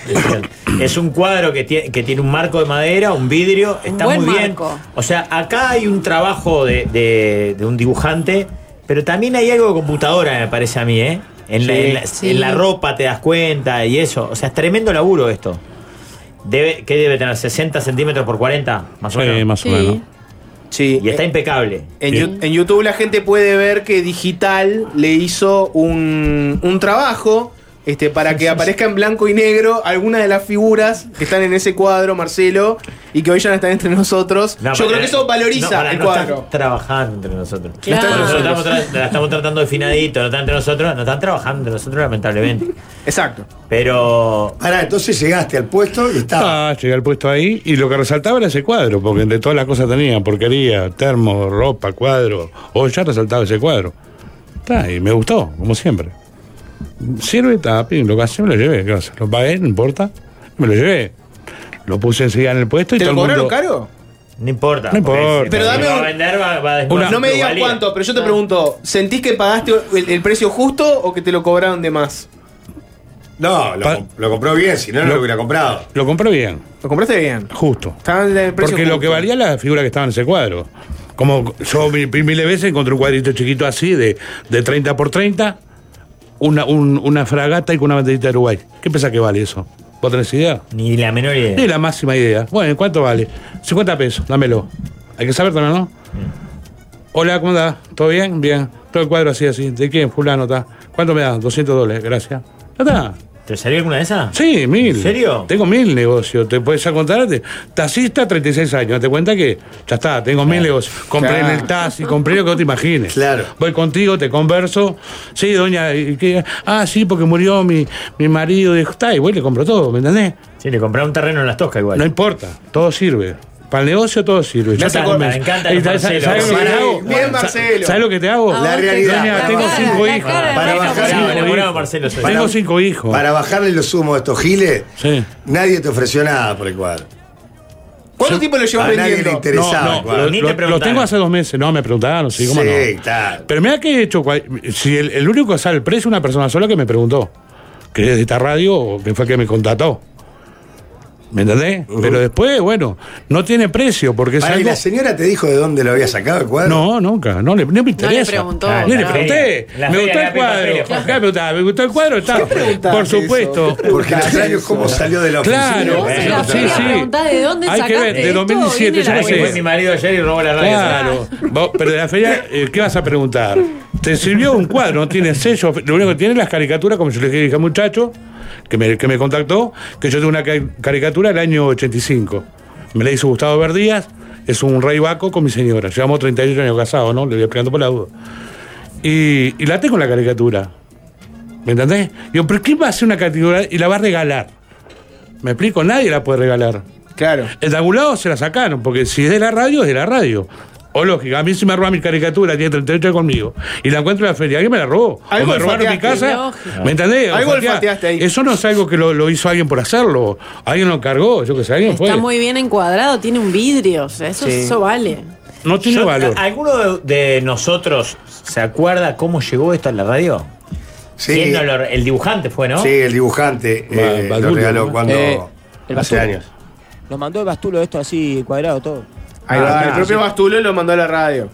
Es un cuadro que tiene, que tiene un marco de madera, un vidrio, está
buen
muy bien.
marco.
O sea, acá hay un trabajo de, de- de un dibujante, pero también hay algo de computadora, me parece a mí, ¿eh? En, la,
Sí.
en la-
Sí.
en la ropa te das cuenta y eso. O sea, es tremendo laburo esto. Debe, ¿Qué debe tener? ¿60 centímetros por 40? Más o menos.
Sí, Eh, más
Sí.
o menos. Ah,
Sí. eh,
Y está impecable.
En,
Sí.
Yu- en YouTube la gente puede ver que Digital le hizo un, un trabajo este, para que aparezca en blanco y negro algunas de las figuras que están en ese cuadro, Marcelo, y que hoy ya no están entre nosotros.
No,
Yo
para-
creo que eso valoriza
no, para,
el
no
cuadro.
Están trabajando entre nosotros.
Claro.
No están- nosotros estamos tra- la estamos tratando de finadito, no están entre nosotros, no están trabajando entre nosotros, lamentablemente.
Exacto.
Pero.
Pará, entonces llegaste al puesto y estaba.
Ah, llegué al puesto ahí y lo que resaltaba era ese cuadro, porque entre todas las cosas tenía porquería, termo, ropa, cuadro, o ya resaltaba ese cuadro. Está, y me gustó, como siempre. Sirve, está, pin, lo que hacía me lo llevé, ¿qué va a hacer? lo pagué, no importa, me lo llevé. Lo puse enseguida en el puesto y
¿Te
todo
lo
el
cobraron
mundo...
caro?
No importa.
No
porque
importa.
si-
Pero
si
dame
va a
un-
vender, va- va a desmontar
una-
tu
No me digas
valía.
cuánto, pero yo
Ah.
te pregunto, ¿sentís que pagaste el, el precio justo o que te lo cobraron de más?
No, lo,
Pa-
comp- lo compró bien, si no, no
Lo-
lo hubiera comprado.
Lo compré bien,
¿Lo compraste bien?
justo.
Estaba en el precio
Porque lo
justo.
que valía la figura que estaba en ese cuadro. Como yo mi- mi- miles de veces encontré un cuadrito chiquito así de, de 30 por 30, una, un- una fragata y con una banderita de Uruguay. ¿Qué pensás que vale eso? ¿Vos tenés idea?
Ni la menor idea.
Ni la máxima idea. Bueno, ¿cuánto vale? 50 pesos, dámelo. Hay que saber también,
Mm.
¿no? Hola, ¿cómo andás? ¿Todo bien? Bien. Todo el cuadro así, así. ¿De quién? Fulano está. ¿Cuánto me das? 200 dólares, gracias. Ya está.
¿Te salió alguna de esas?
Sí, mil.
¿En serio?
Tengo mil negocios. ¿Te puedes contar? Te- Taxista, 36 años. ¿Te cuenta que? Ya está, tengo mil negocios. Compré
Claro.
en el taxi, compré lo que no te imagines.
Claro.
Voy contigo, te converso. Sí, doña. ¿y qué? Ah, sí, porque murió mi, mi marido. Dijo, está, y voy y le compro todo, ¿me entendés?
Sí, le compraron un terreno en las toscas igual.
No importa, todo sirve. Para el negocio todo sirve.
Me encanta,
convenzo.
me encanta los
¿Y sabes-
Marcelos.
¿Sabes lo que te hago?
Bien,
bien, Marcelo.
¿Sabes lo que te hago?
La realidad.
Doña,
La
tengo
cara,
cinco
la
hijos.
cara de
Para
Rafa
bajar-
Bravo,
Tengo
Para-
enamorado,
hijos.
Marcelo. soy.
Tengo cinco hijos.
Para bajarle los humos a estos giles,
Sí.
nadie te ofreció nada por el cuadro.
¿Cuánto tiempo lo
A
llevas
nadie le
vendiendo?
interesaba el
No, no,
cuadro.
lo,
Ni te
lo- lo
preguntaron.
tengo hace dos meses. No, me preguntaron, sí, cómo
sí,
no.
claro.
Pero mira que he hecho. cual- Si el, el único que sabe el precio es una persona sola que me preguntó. Que es de esta radio, o que fue el que me contrató. ¿Me entendés? Pero después, bueno, no tiene precio porque es
Pará, ¿y
algo.
la señora te dijo de dónde lo había sacado el cuadro?
No, nunca. No, le, no me interesa.
preguntó,
Ni le
claro.
pregunté.
La
me
feria,
gustó
la
el cuadro.
feria,
Acá me gustaba, me gustó el cuadro. Está.
preguntaste
Por supuesto.
eso?
Porque el extraño es cómo salió de la oficina.
Claro.
Vos en
Bueno,
la
sí,
feria
sí.
preguntás de dónde
Hay que
sacaste
ver, de
esto,
2017,
viene
yo
Ay,
la
no sé.
que
web.
fue mi marido ayer y robó la radio.
Claro. Vos, pero de la feria, eh, ¿qué vas a preguntar? Te sirvió un cuadro, no tiene sello. Lo único que tiene es las caricaturas, como yo le dije al muchacho que me, que me contactó, que yo tengo una ca- caricatura del año 85. Me la hizo Gustavo Verdías, es un rey vaco con mi señora. Llevamos 38 años casados, ¿no? Le voy explicando por la duda. Y, y la tengo en la caricatura. ¿Me entendés? Yo, ¿pero quién va a hacer una caricatura y la va a regalar? ¿Me explico? Nadie la puede regalar.
Claro.
El de algún lado se la sacaron, porque si es de la radio, es de la radio. O lógica, a mí si me roba mi caricatura, tiene 38 conmigo, y la encuentro en la feria, alguien me la robó.
Algo
o me robaron mi
olfateaste.
casa.
Lógico.
¿Me entendés?
Algo
Olfatea.
olfateaste ahí.
Eso no es algo que lo, lo hizo alguien por hacerlo. Alguien lo cargó, yo que sé, alguien
Está
fue.
muy bien encuadrado, tiene un vidrio, o sea, eso,
Sí.
eso vale.
No tiene
Yo-
valor.
¿Alguno de, de nosotros se acuerda cómo llegó esto a la radio?
Sí,
¿Quién no lo- el dibujante fue, ¿no?
sí, el dibujante
Va-
eh, lo
Badulio,
regaló
¿no?
cuando.
Eh, el
hace
Bastulo.
años.
Nos mandó el bastulo esto así, cuadrado, todo.
Ahí va, Ah, el propio Bastulo lo mandó a la radio.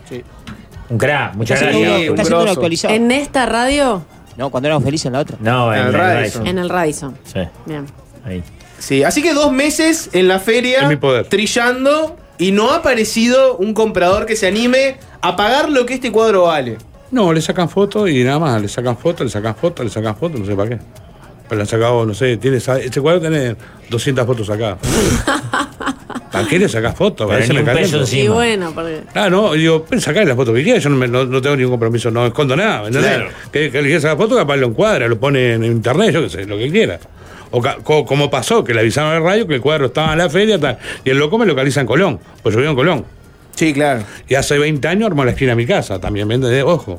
Un crack,
Está
muchas
haciendo
gracias.
uno-
un
está haciendo uno
grosso.
actualizado.
En esta radio,
No, cuando éramos felices en la otra.
No,
En
en
el
el
Radisson.
Radisson.
en el Radisson.
Sí,
Bien.
ahí.
Sí, así que dos meses en la feria
En mi poder.
trillando y no ha aparecido un comprador que se anime a pagar lo que este cuadro vale.
No, le sacan fotos y nada más, le sacan fotos, le sacan fotos, le sacan fotos, no sé para qué. Pero le han sacado, no sé, tiene, esa- este cuadro tiene 200 fotos acá. ¿A qué le sacás fotos? A
Pero
veces
ni
me
un
caliento.
peso
Y
encima.
bueno, porque.
Ah, no, digo, ven, sacá las fotos que quieras, yo no, me- no- no tengo ningún compromiso, no escondo nada, ¿entendés?
Claro.
Que, que le quieras sacar fotos, capaz lo encuadra, lo pone en internet, yo qué sé, lo que quiera. O ca- co- como pasó, que le avisaron a la radio que el cuadro estaba en la feria tal, y el loco me localiza en Colón, pues yo vivo en Colón.
Sí, claro.
Y hace 20 años armó la esquina de mi casa, también, ¿me entendés? Ojo,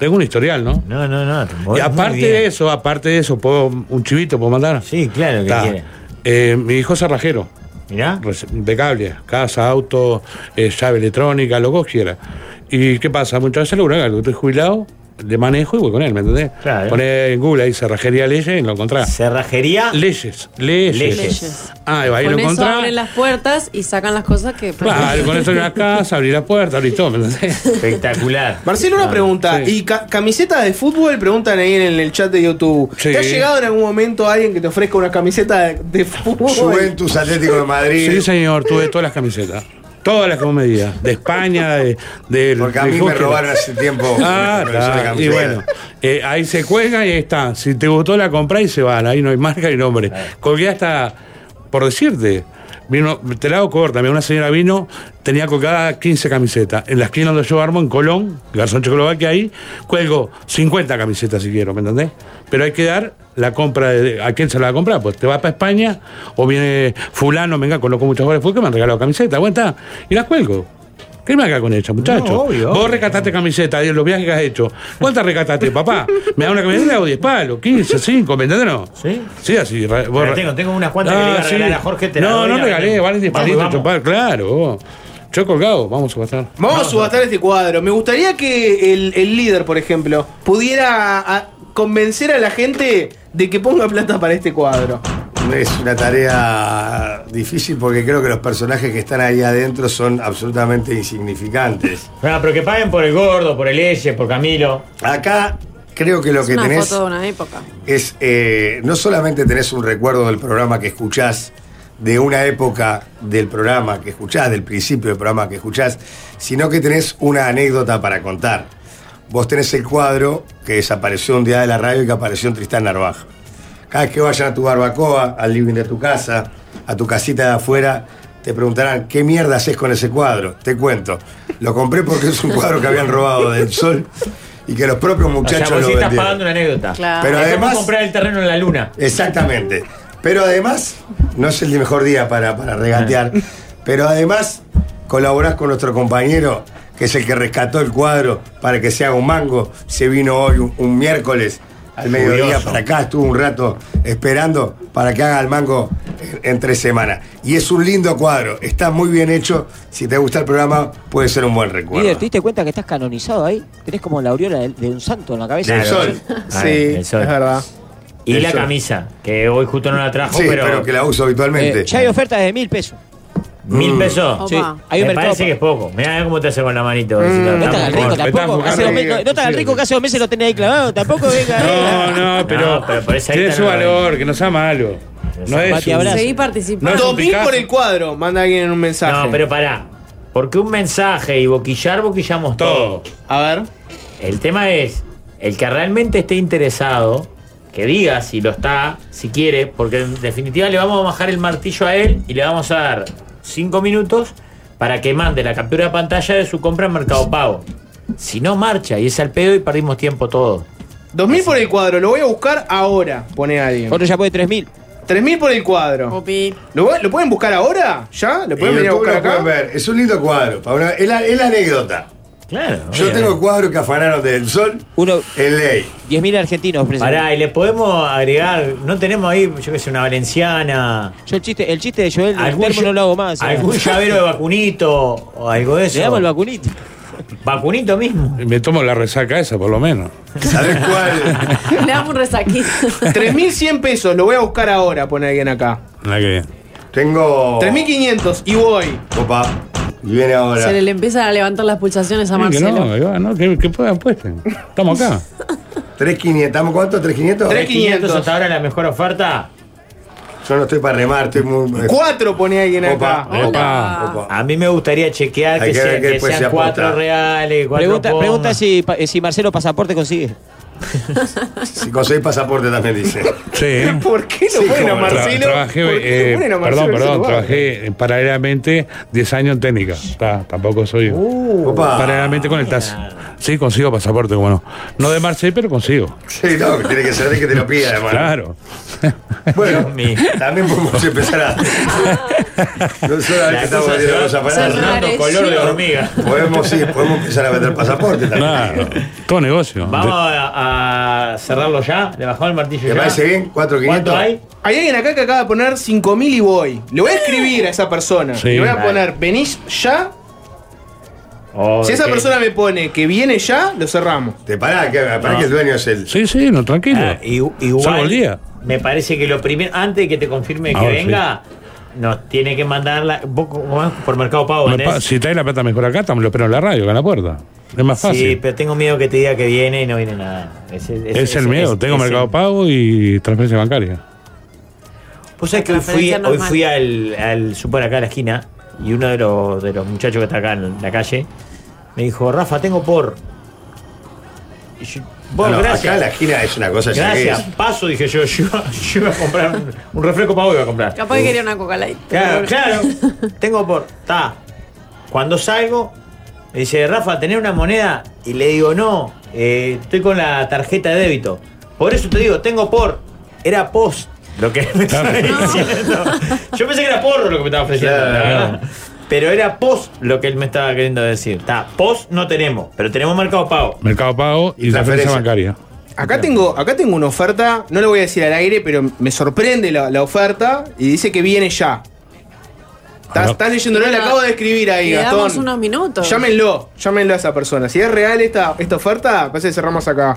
tengo un historial, ¿no?
No, no, no. te
Y
movés
aparte
muy bien.
de eso, aparte de eso, ¿puedo, un chivito puedo mandar.
Sí, claro que
Está.
quiere.
Eh, mi hijo es cerrajero.
Mirá.
Res- impecable. pues, Casa, auto, eh, llave electrónica, lo que vos quieras. ¿Y qué pasa? Muchas veces lo huracan, estoy jubilado, le manejo y voy con él, ¿me entendés?
Claro.
Poné en Google ahí cerrajería leyes y lo encontrás.
Cerrajería.
Leyes, leyes.
Leyes.
Leyes.
Ah, ahí
con eso
lo encontrás.
abren las puertas y sacan las cosas que.
Claro, con eso en la casa, abrí la puerta, abrí todo, ¿me entendés?
Espectacular.
Marcelo, una pregunta.
sí.
¿Y ca- camisetas de fútbol? Preguntan ahí en el chat de YouTube.
Sí.
¿Te ha llegado en algún momento alguien que te ofrezca una camiseta de, de fútbol?
Juventus Atlético de Madrid.
Sí, señor, tuve todas las camisetas. Todas las que vos me digas. De España, de. de
Porque a
de
mí me
Costa.
robaron hace tiempo.
Ah,
Pero yo
está.
le cambié.
y bueno, eh, ahí se cuelga y ahí está. Si te gustó la comprá y se van. Ahí no hay marca y nombre. Colgué hasta, por decirte, vino, te la hago corta. Mira, Una señora vino, tenía colgada 15 camisetas. En la esquina donde yo armo, en Colón, Garzón Checolovaquia, ahí, cuelgo 50 camisetas si quiero, ¿me entendés? Pero hay que dar la compra de, a quién se la va a comprar, pues te va para España o viene fulano, venga, conozco muchos jugadores de fútbol que me han regalado camisetas, bueno, está, y las cuelgo. ¿Qué me haga con ella, muchacho?
No, obvio,
Vos
obvio.
rescataste camiseta de los viajes que has hecho. ¿Cuántas rescataste, papá? Me da una camiseta y hago 10 palos, 15, 5, ¿me entendés? No?
Sí.
Sí, así. re- vos
Pero
re- Ah,
tengo- tengo unas cuantas que le iba a regalar a Jorge, te la
No,
doy,
no
la
regalé,
vendemos.
valen 10
Vamos,
palitos,
vamos.
chupar, claro. vos. Yo he colgado, vamos a pasar.
Vamos a subastar este cuadro. Me gustaría que el, el líder, por ejemplo, pudiera a- convencer a la gente de que ponga plata para este cuadro.
Es una tarea difícil porque creo que los personajes que están ahí adentro son absolutamente insignificantes.
Ah, pero que paguen por el gordo, por el Eye, por Camilo.
Acá creo que lo
Es
que
una
tenés
foto de una época.
es eh, no solamente tenés un recuerdo del programa que escuchás, de una época del programa que escuchás, del principio del programa que escuchás, sino que tenés una anécdota para contar. Vos tenés el cuadro que desapareció un día de la radio y que apareció en Tristán Narvaja. Cada vez que vayan a tu barbacoa, al living de tu casa, a tu casita de afuera, te preguntarán, ¿qué mierda haces con ese cuadro? Te cuento. Lo compré porque es un cuadro que habían robado del sol y que los propios
O sea,
muchachos
vos sí
lo
estás
vendieron.
pagando una anécdota.
Claro.
Pero
Es como
además-
comprar el terreno en la luna.
Exactamente. Pero además, no es el mejor día para, para regatear,
Eh.
pero además colaborás con nuestro compañero, que es el que rescató el cuadro para que se haga un mango. Se vino hoy un, un miércoles al mediodía
Curioso.
para acá, estuvo un rato esperando para que haga el mango en, en tres semanas. Y es un lindo cuadro, está muy bien hecho. Si te gusta el programa, puede ser un buen
Líder,
recuerdo.
¿te diste cuenta que estás canonizado ahí? Tenés como la aureola de, de un santo en la cabeza. Eh,
Del sol.
Ah,
sí,
el
es
sol.
verdad.
Y
Del
la
sol.
camisa, que hoy justo no la trajo,
Sí,
pero,
pero, que la uso habitualmente.
Eh, ya hay ofertas de mil pesos.
mil
Mm.
pesos.
Sí,
Opa.
hay un
Me
mercado.
parece que es poco. Mirá cómo te hace con la
Mm.
manito. Isidoro.
No está
Estamos
tan
con-
rico
Me estás
tampoco. Hace dos
jugando,
meses-
eh,
no está tan
sí.
rico que hace dos meses lo tenés ahí clavado. Tampoco venga.
No,
venga.
no, pero,
No, pero por esa
tiene
guita
su
no la
valor,
venden.
que no sea malo. No es
Mati,
un-
abrazo.
Seguí
No
participando.
es un
Dos mil
Picasso.
por el cuadro, manda alguien en un mensaje.
No, pero pará. Porque un mensaje y boquillar, boquillamos
todo.
todo.
A ver.
El tema es, el que realmente esté interesado, que diga si lo está, si quiere, porque en definitiva le vamos a bajar el martillo a él y le vamos a dar cinco minutos para que mande la captura de pantalla de su compra en Mercado Pago. Si no marcha y es al pedo y perdimos tiempo todo.
Dos mil por el cuadro, lo voy a buscar ahora, pone alguien.
Otro ya puede 3000.
Tres mil por el cuadro.
Pupi.
¿Lo, vo- lo pueden buscar ahora? ¿Ya? ¿Lo pueden
En
venir a
YouTube
buscar
lo pueden
acá?
ver. Es un lindo cuadro. para una- es la- es la anécdota.
Claro.
Yo tengo el cuadro que afanaron del sol
Uno,
en ley.
10.000 argentinos. presentan.
Pará, y le podemos agregar, no tenemos ahí, yo qué sé, una valenciana.
Yo el chiste, el chiste de Joel, el termo
lla-
no lo hago más. ¿eh?
algún llavero de vacunito o algo de eso.
Le damos el vacunito.
vacunito mismo.
Me tomo la resaca esa, por lo menos.
¿Sabés cuál?
Le damos un resaquito.
3.100 pesos, lo voy a buscar ahora, pone alguien acá.
Mirá qué bien. Oh.
Tengo.
3.500 y voy.
Opa. Y viene ahora.
Se le empiezan a levantar las pulsaciones a
Bien que no,
Marcelo.
ahí va, ¿no? Que, que puedan puesten. Estamos acá.
3.500. ¿Estamos cuánto? ¿3.500?
Tres- 500.
hasta ahora la mejor oferta.
Yo no estoy para remar, estoy muy.
Cuatro pone alguien
Opa,
acá.
opa,
Hola.
opa.
A mí me gustaría chequear
Hay
que,
que
sea-
ver que
que
después
sean
se aporta.
cuatro reales, cuatro
Pregunta,
pomas.
pregunta si, pa- eh, si Marcelo Pasaporte consigue.
Si conseguís pasaporte también dice.
Eh. Sí.
¿Por qué lo
Sí,
ponen a
como
Tra-
Marcelo?
trabajé,
¿Por qué lo
eh,
ponen a Marcelo
perdón,
en ese
perdón,
lugar?
trabajé en- paralelamente 10 años en técnica. Ta, tampoco soy.
Uh.
Opa.
paralelamente con el TAS. Sí, consigo pasaporte, bueno. No de Marseille, pero consigo.
Sí, no, que tiene que ser de que te lo pida, hermano.
Claro.
Bueno,
Dios mío.
también podemos empezar a. No solamente
La
estamos
cosa se
haciendo
va
los aparatos.
eh,
tornando color de hormiga.
Podemos, sí, podemos empezar a meter pasaporte también.
Claro. Todo negocio.
Vamos a, a cerrarlo ya. Le bajamos el martillo
¿Te
ya.
parece bien? ¿Cuatro,
¿Cuánto
quinientos?
hay?
Hay alguien acá que acaba de poner 5.000 y voy. Le voy a escribir a esa persona.
Sí.
Le voy a
Dale.
poner, venís ya. Si esa
Ok. Ah,
persona me pone que viene ya, lo cerramos.
Te pará, que, pará que el dueño es el.
Sí, sí, no, tranquilo.
Ah, i- igual,
Salvo el día.
Me parece que lo primero, antes de que te confirme que
Ahora sí.
venga, nos tiene que mandarla vos, ¿cómo es? por Mercado Pago.
Me
¿entendés?
pa- si traes la plata mejor acá, tam- lo espero en la radio, acá en la puerta. Es más fácil.
Sí, pero tengo miedo que te diga que viene y no viene nada. Ese- ese-
es el
ese-
miedo.
ese-
Tengo
ese-
mercado pago y transferencia bancaria.
Vos sabés que hoy fui,
Transferencia
hoy
normal.
fui al, al super acá a la esquina y uno de los, de los muchachos que está acá en la calle me dijo, Rafa, tengo por. Y yo, vos,
No, no,
gracias.
acá la esquina es una cosa ya que
gracias.
es-
Paso, dije yo, yo, yo iba a comprar un, un refresco para vos, iba a comprar.
Capaz que quería una coca light.
Claro,
pero-
claro. Tengo por. Ta. Cuando salgo, me dice, Rafa, ¿tenés una moneda? Y le digo, no, eh, estoy con la tarjeta de débito. Por eso te digo, tengo por. Era post. Lo que me estaba diciendo. Yo pensé que era porro lo que me estaba ofreciendo, la
Claro.
verdad. Pero era post lo que él me estaba queriendo decir. Ta, post no tenemos, pero tenemos mercado pago.
Mercado pago y,
Y
transferencia
transferencia.
bancaria.
Acá tengo, acá tengo una oferta, no lo voy a decir al aire, pero me sorprende la, la oferta y dice que viene ya. Estás,
Ah.
estás leyéndolo, le acabo de escribir ahí,
Le
Gastón.
damos unos minutos.
Llámenlo, llámenlo a esa persona. Si es real esta, esta oferta, parece que cerramos acá.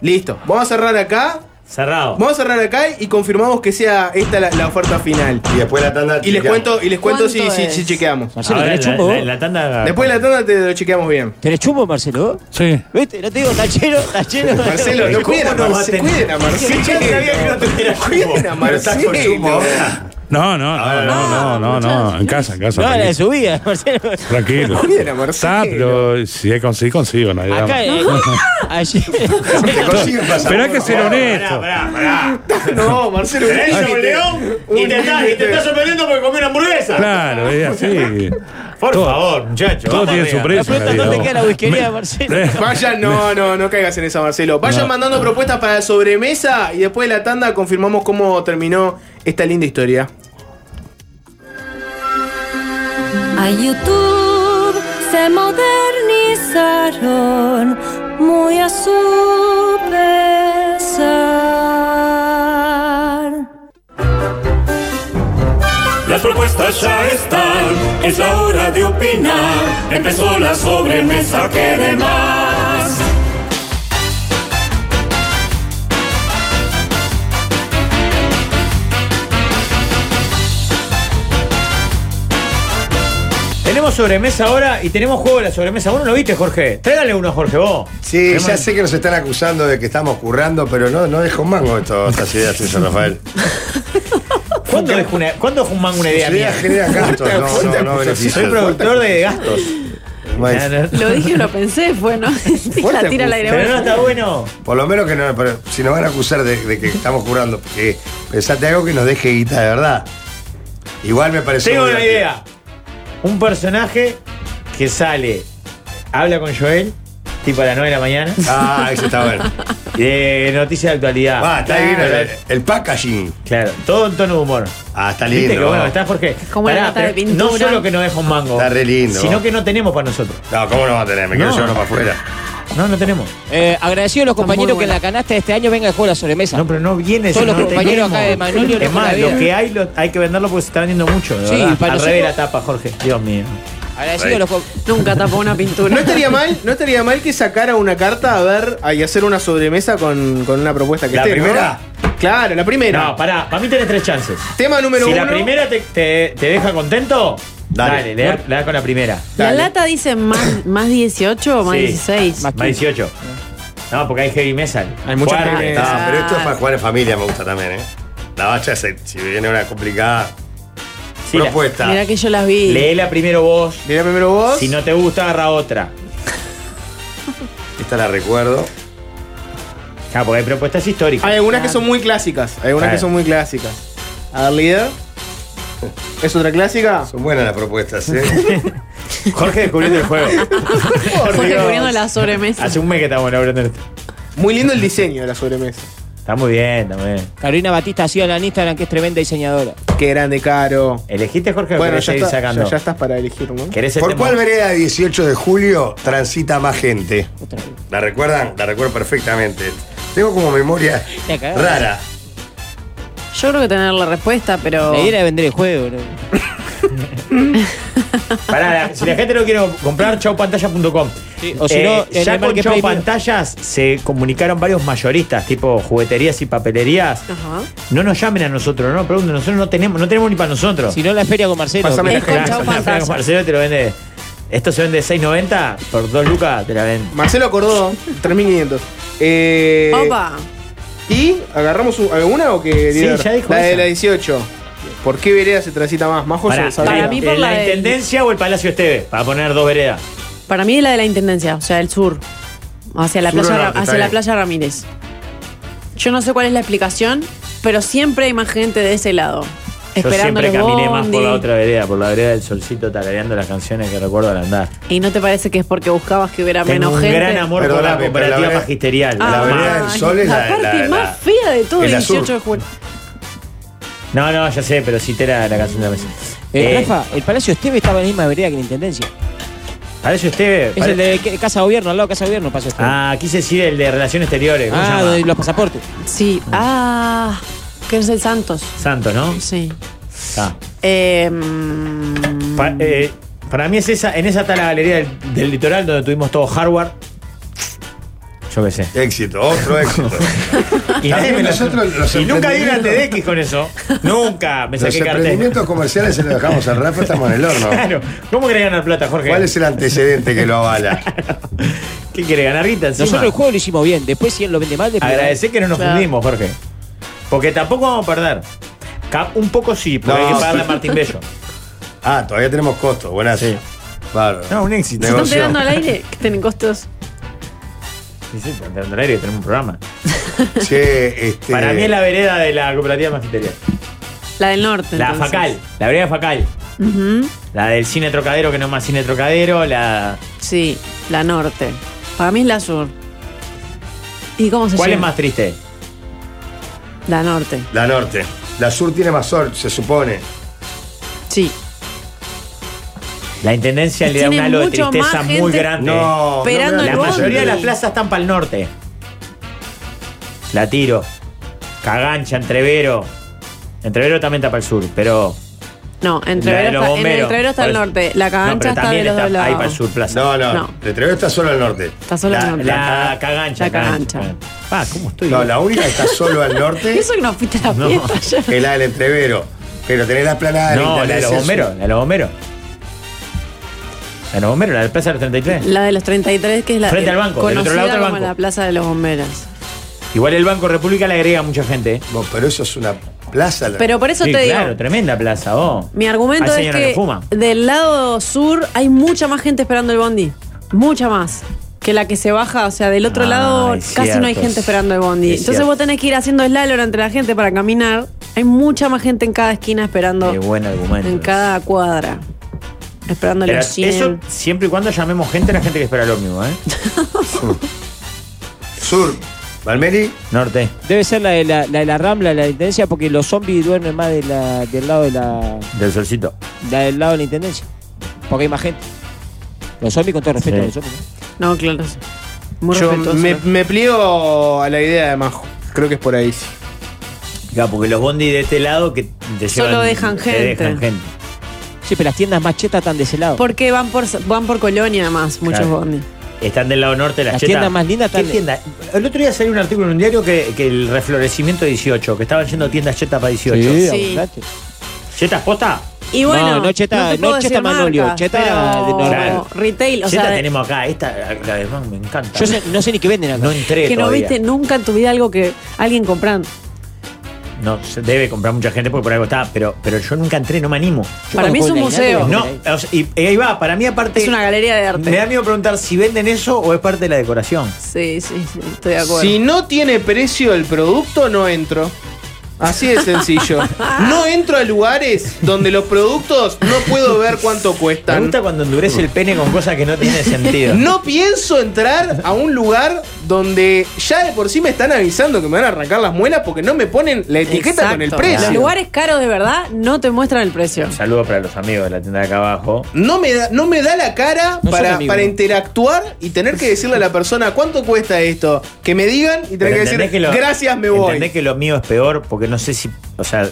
Listo, vamos a cerrar acá.
Cerrado.
Vamos a cerrar acá y confirmamos que sea esta la, la oferta final.
Y después la tanda.
Y les
chequeamos.
cuento, y les cuento si,
¿Cuánto
si,
es?
si chequeamos.
Marcelo,
Ahora
¿tenés
en
chumbo?
Ah, la,
vos?
en la tanda.
Después de la tanda te lo chequeamos bien.
¿Tenés chumbo, Marcelo?
Sí.
¿Viste? No te digo tachero, tachero.
Marcelo, no cuiden a
no va a
Marcelo.
tener?
Cuiden a Marcelo.
Yo sabía que no tuviera
Cuiden a
Pero estás con
Marcelo.
chumbo ahora.
No, no,
Ah,
no, no, no, no, no. En casa, en casa.
No, la de
tranquilo.
subida, Marcelo.
Tranquilo.
Mira, Marcelo.
Está, pero si es consigo, consigo. No hay drama.
Acá, eh, ayer.
Te
Pero
consigo un
hay
pasaporte.
que ser honesto.
Pará, pará, pará.
No, Marcelo. un
Tenés un
límite.
¿Eh? león y
Un
te, estás, y te
límite.
estás sorprendiendo porque comí una hamburguesa.
Claro, es así.
Por
Todo-
favor, muchacho.
Todo
vamos
tiene
arriba.
su precio. en
Pregunta
la
dónde
vida.
queda la whiskería, Marcelo.
Eh,
Vayan, no, no, no caigas en esa, Marcelo. Vayan
No.
mandando propuestas para sobremesa y después de la tanda confirmamos cómo terminó esta linda historia.
A YouTube se modernizaron muy a su pesar. Las propuestas ya están, es la hora de opinar. Empezó la sobremesa que de más.
Tenemos sobremesa ahora y tenemos juego de la sobremesa. Vos no lo viste, Jorge. Tráigale uno, Jorge, vos.
Sí, ya sé que nos están acusando de que estamos currando, pero no, no dejo un mango esto, estas ideas tuyas, Rafael.
¿Cuándo dejó una- ¿Cuándo fue un mango una
Las
idea mía?
ideas generan gastos, no, no, no beneficios.
Soy productor de gastos.
No hay-
Pero
Lo dije, lo pensé, fue, ¿no? la tira al aire.
no está bueno.
Por lo menos que no, pero si nos van a acusar de, de que estamos curando, porque pensate algo que nos deje guita de verdad. Igual me pareció.
Tengo
muy
una
divertido.
idea. Un personaje que sale, habla con Joel, tipo a las 9 de la mañana,
Ah, ese está bueno.
de noticias de actualidad.
Va, está bien
Claro,
el, el packaging.
Claro, todo en tono de humor.
Ah, está
Viste que
lindo.
bueno, estás Jorge.
Como la nata de
pero No
Pintuya.
solo que no deja un mango.
Está re lindo.
Sino que no tenemos para nosotros.
No, ¿cómo no va a tener? Me quiero
No.
llevarlo para afuera.
No, no tenemos.
Eh, agradecido a los
Está muy
compañeros que en
buena.
la canasta de este año venga el juego de la sobremesa.
No, pero no viene.
Todos
si
los
no
compañeros
tenemos.
acá de Magnolio
Es
nos
más,
juegan la
lo
vida.
que hay lo, hay que venderlo porque se está vendiendo mucho. de
Sí,
verdad.
para
Al
nosotros-
revés la tapa, Jorge. Dios mío.
Agradecido a los co-
Nunca tapó una pintura.
No estaría mal, no estaría mal que sacara una carta a ver ah, y hacer una sobremesa con, con una propuesta que
¿La
esté, ¿no?
primera?
Claro, la primera.
No, pará. Para mí tenés tres chances.
Tema número
si
uno.
la primera te, te- te deja contento, dale,
Dale.
le, das, le das con la primera.
La
Dale.
lata dice más, más 18 o más
Sí.
16.
Más 18. No, porque hay heavy metal.
Hay mucha
Fuerte.
heavy metal.
No, pero esto es para jugar en familia, me gusta también, ¿eh? La bacha, se- si viene una complicada
Sí, la-
propuesta.
Mirá que yo las vi.
Leela primero vos.
Mirá primero vos.
Si no te gusta, agarra otra.
Esta la recuerdo.
Ah, porque hay propuestas históricas.
Hay algunas que son muy clásicas. Hay algunas
Claro.
que son muy clásicas. A ver, líder. ¿Es otra clásica?
Son buenas las propuestas, ¿eh?
Jorge descubriendo el juego.
Por
Jorge
Dios.
cubriendo la sobremesa.
Hace un mes que estamos elaborando esto.
Muy lindo el diseño de la sobremesa.
Está muy bien, también.
Carolina Batista sido en Instagram, que es tremenda diseñadora.
Qué grande, caro.
¿Elegiste, Jorge, o
Bueno,
querés
ya,
seguir
está-
sacando?
ya- ya estás para elegir, ¿no?
¿Querés el
¿Por
Este tema?
cuál vereda 18 de julio transita más gente?
Otra vez.
¿La recuerdan? La recuerdo perfectamente. Tengo como memoria
Te cagaste.
rara.
Yo creo que tener la respuesta, pero.
La idea era vender el juego, ¿no?
Pará, la- si la gente no quiere comprar, chaupantalla.com.
Sí, o si no, en
Eh, ya
el
con
Marketplace
Chau Pantallas se comunicaron varios mayoristas, tipo jugueterías y papelerías.
Ajá.
No nos llamen a nosotros, no, pregunten, nosotros no tenemos, no tenemos ni para nosotros.
Si no, la feria con Marcelo.
Pásame
Es con
Claro,
Chau
la pega
Pantalla.
con Marcelo te lo vende. Esto se vende 6.90 por 2 lucas, te la venden.
Marcelo acordó, 3500. Eh,
Opa.
¿Y agarramos un- alguna o qué?
Sí,
líder?
ya dijo
La de
esa.
la 18. ¿Por qué vereda se transita más? Majo
Pará,
se sabía.
para mí- por
¿en
la
la
del-
intendencia o el Palacio Esteve, para poner dos veredas.
Para mí es la de la intendencia, o sea, del sur. Hacia la,
Sur o
playa,
norte, está
hacia la
bien.
playa Ramírez. Yo no sé cuál es la explicación, pero siempre hay más gente de ese lado.
Yo
Esperando
siempre
el
caminé más por la
bondi.
otra vereda, por la vereda del solcito, tarareando las canciones que recuerdo al andar.
¿Y no te parece que es porque buscabas que hubiera
Tengo
menos
un
gente?
gran amor por la
Perdóname, pero la
cooperativa
vereda-
magisterial.
la
la
Ah,
verdad.
vereda del sol es la-
parte
la- la-
más fea de todo el
es la sur.
18 de julio.
No, no, ya sé, pero cité la, la canción de la mesa.
Eh,
Eh,
Rafa, el Palacio Esteve estaba en la misma vereda que la Intendencia.
Para eso usted.
Es el de que- Casa Gobierno, al lado de Casa Gobierno, Palacio Esteve.
Ah, quise decir el de Relaciones Exteriores. ¿Cómo se
Ah,
llama?
de los pasaportes.
Sí. Ah, que es el Santos.
Santos, ¿no?
Sí.
Ah.
Eh, mm,
Pa- eh, para mí es esa, en esa está la galería del, del litoral donde tuvimos todo hardware. Yo qué sé.
Éxito, otro éxito.
Y,
También
nadie me lo-
nosotros los
y nunca di una
emprendimientos-
TDX con eso. Nunca me
Los
saqué cartel.
emprendimientos comerciales se los dejamos al Rafa, estamos en el horno.
Claro. ¿Cómo querés ganar plata, Jorge?
¿Cuál es el antecedente que lo avala?
¿Qué quiere ganar Rita? Encima?
Nosotros el juego lo hicimos bien, después si él lo vende mal, después.
Agradecer que no nos
Claro.
fundimos, Jorge. Porque tampoco vamos a perder. Cap- Un poco sí, porque
No.
hay que pagarle a Martín Bello.
Ah, todavía tenemos costos, buenas.
Sí.
Bárbaro.
No, un éxito.
¿Se están
Negocio.
pegando al aire? Que tienen costos.
Sí, sí, está entrando al aire que tenemos un programa.
Che, este,
Para mí es la vereda de la cooperativa magisterial.
La del norte.
La
entonces.
Facal, la vereda Facal.
Ujú.
La del cine trocadero que no es más cine trocadero, la.
Sí, la norte. Para mí es la sur. ¿Y cómo se
¿Cuál es
llama?
más triste?
La norte.
La norte. La sur tiene más sol, se supone.
Sí.
La intendencia le da un
Tiene
halo de
mucho más
tristeza
gente-
muy grande.
No,
Esperando
no
el
me
La
hagas
bondi.
hacer
mayoría de las
eso.
plazas están para el norte. La tiro. Cagancha, Entrevero. Entrevero también está para el sur, pero.
No,
la de
Entrevero
los
está, en
bomberos.
Entrevero está al
Por eso.
norte. La
No,
cagancha
pero
está de
también
los dos
Ahí
lados.
para el sur, plaza.
No, no,
No.
De Treviso está solo al norte.
Está solo
la,
al norte.
La cagancha.
La Cagancha.
Ah, ¿cómo estoy?
No, la única que está solo al
¿Y
norte
eso que no fuiste a la
No.
fiesta ayer?
es la del Entrevero. Pero tenés la planada del
No, la de los
Intendencia
bomberos, la de los bomberos. La de los bomberos, la del Plaza de los 33.
La de los 33, que es la
Frente al banco, del
conocida
otro lado está el
como
banco.
la Plaza de los Bomberos.
Igual el Banco República le agrega mucha gente. ¿eh?
sur. No, pero eso es una plaza. la-
Pero por eso
Sí,
te digo,
claro, tremenda plaza, vos.
mi argumento
Hay
es
señora
que
fuma.
del lado sur hay mucha más gente esperando el bondi. Mucha más. Que la que se baja, o sea, del otro
Ah,
lado
es
casi no hay
cierto.
gente esperando el bondi.
Es
Entonces
cierto.
vos tenés que ir haciendo slalom entre la gente para caminar. Hay mucha más gente en cada esquina esperando,
Qué buen argumento.
en cada cuadra. Esperando
Pero
los 100.
eso siempre y cuando llamemos gente, la gente que espera lo mismo, ¿eh?
Sur. Valmeri,
Norte.
Debe ser la de la, la de la Rambla, la de la Intendencia, porque los zombies duermen más de la- del lado de la,
Del solcito.
la del lado de la Intendencia. Porque hay más gente. Los zombies, con todo respeto
Sí.
a los zombies. ¿no?
No, claro. sí. Muy
Yo
respetuoso.
me, me pliego a la idea de Majo. Creo que es por ahí. sí.
Ya, porque los bondi de este lado que te
Solo
llevan-
dejan
te
gente.
dejan gente.
Sí, pero las tiendas más chetas están de ese lado.
Porque van por, van por colonia más, muchos
Claro.
bondis.
Están del lado norte de las
Las
chetas.
tiendas más lindas
¿Qué
están-
tienda? El otro día salió un artículo en un diario que, que el reflorecimiento de 18, que estaban yendo tiendas chetas para 18.
Sí,
Sí.
abundante.
¿Chetas posta?
Y bueno,
No, no cheta-
te
no
puedo
cheta
decir
Manolio,
marcas,
cheta
pero
de normal.
Claro.
retail, o
Chetas
sea,
tenemos acá, esta, la de Man, me encanta.
Yo sé- no sé ni qué venden acá.
no entré
que no
todavía.
viste nunca en tu vida algo que alguien comprando.
no se debe comprar mucha gente porque por algo está, pero, pero yo nunca entré, no me animo.
Para mí es un museo.
No, o sea, y, y ahí va, para mí aparte.
Es una galería de arte.
Me da miedo preguntar si venden eso o es parte de la decoración.
Sí, sí, sí, estoy de acuerdo.
Si no tiene precio el producto, no entro. Así de sencillo. No entro a lugares donde los productos no puedo ver cuánto
Me
cuestan.
gusta cuando endurece el pene con cosas que no tienen sentido.
No pienso entrar a un lugar donde ya de por sí me están avisando que me van a arrancar las muelas porque no me ponen la etiqueta
Exacto.
con el precio.
Los lugares caros de verdad no te muestran el precio.
Saludos para los amigos de la tienda de acá abajo.
No me, da, no me da la cara
No
para,
son amigos.
para interactuar y tener que decirle a la persona cuánto cuesta esto. Que me digan y tener
Pero
que
entendés
decir
lo-
gracias, me voy.
Entendés que lo mío es peor porque no sé si. O sea,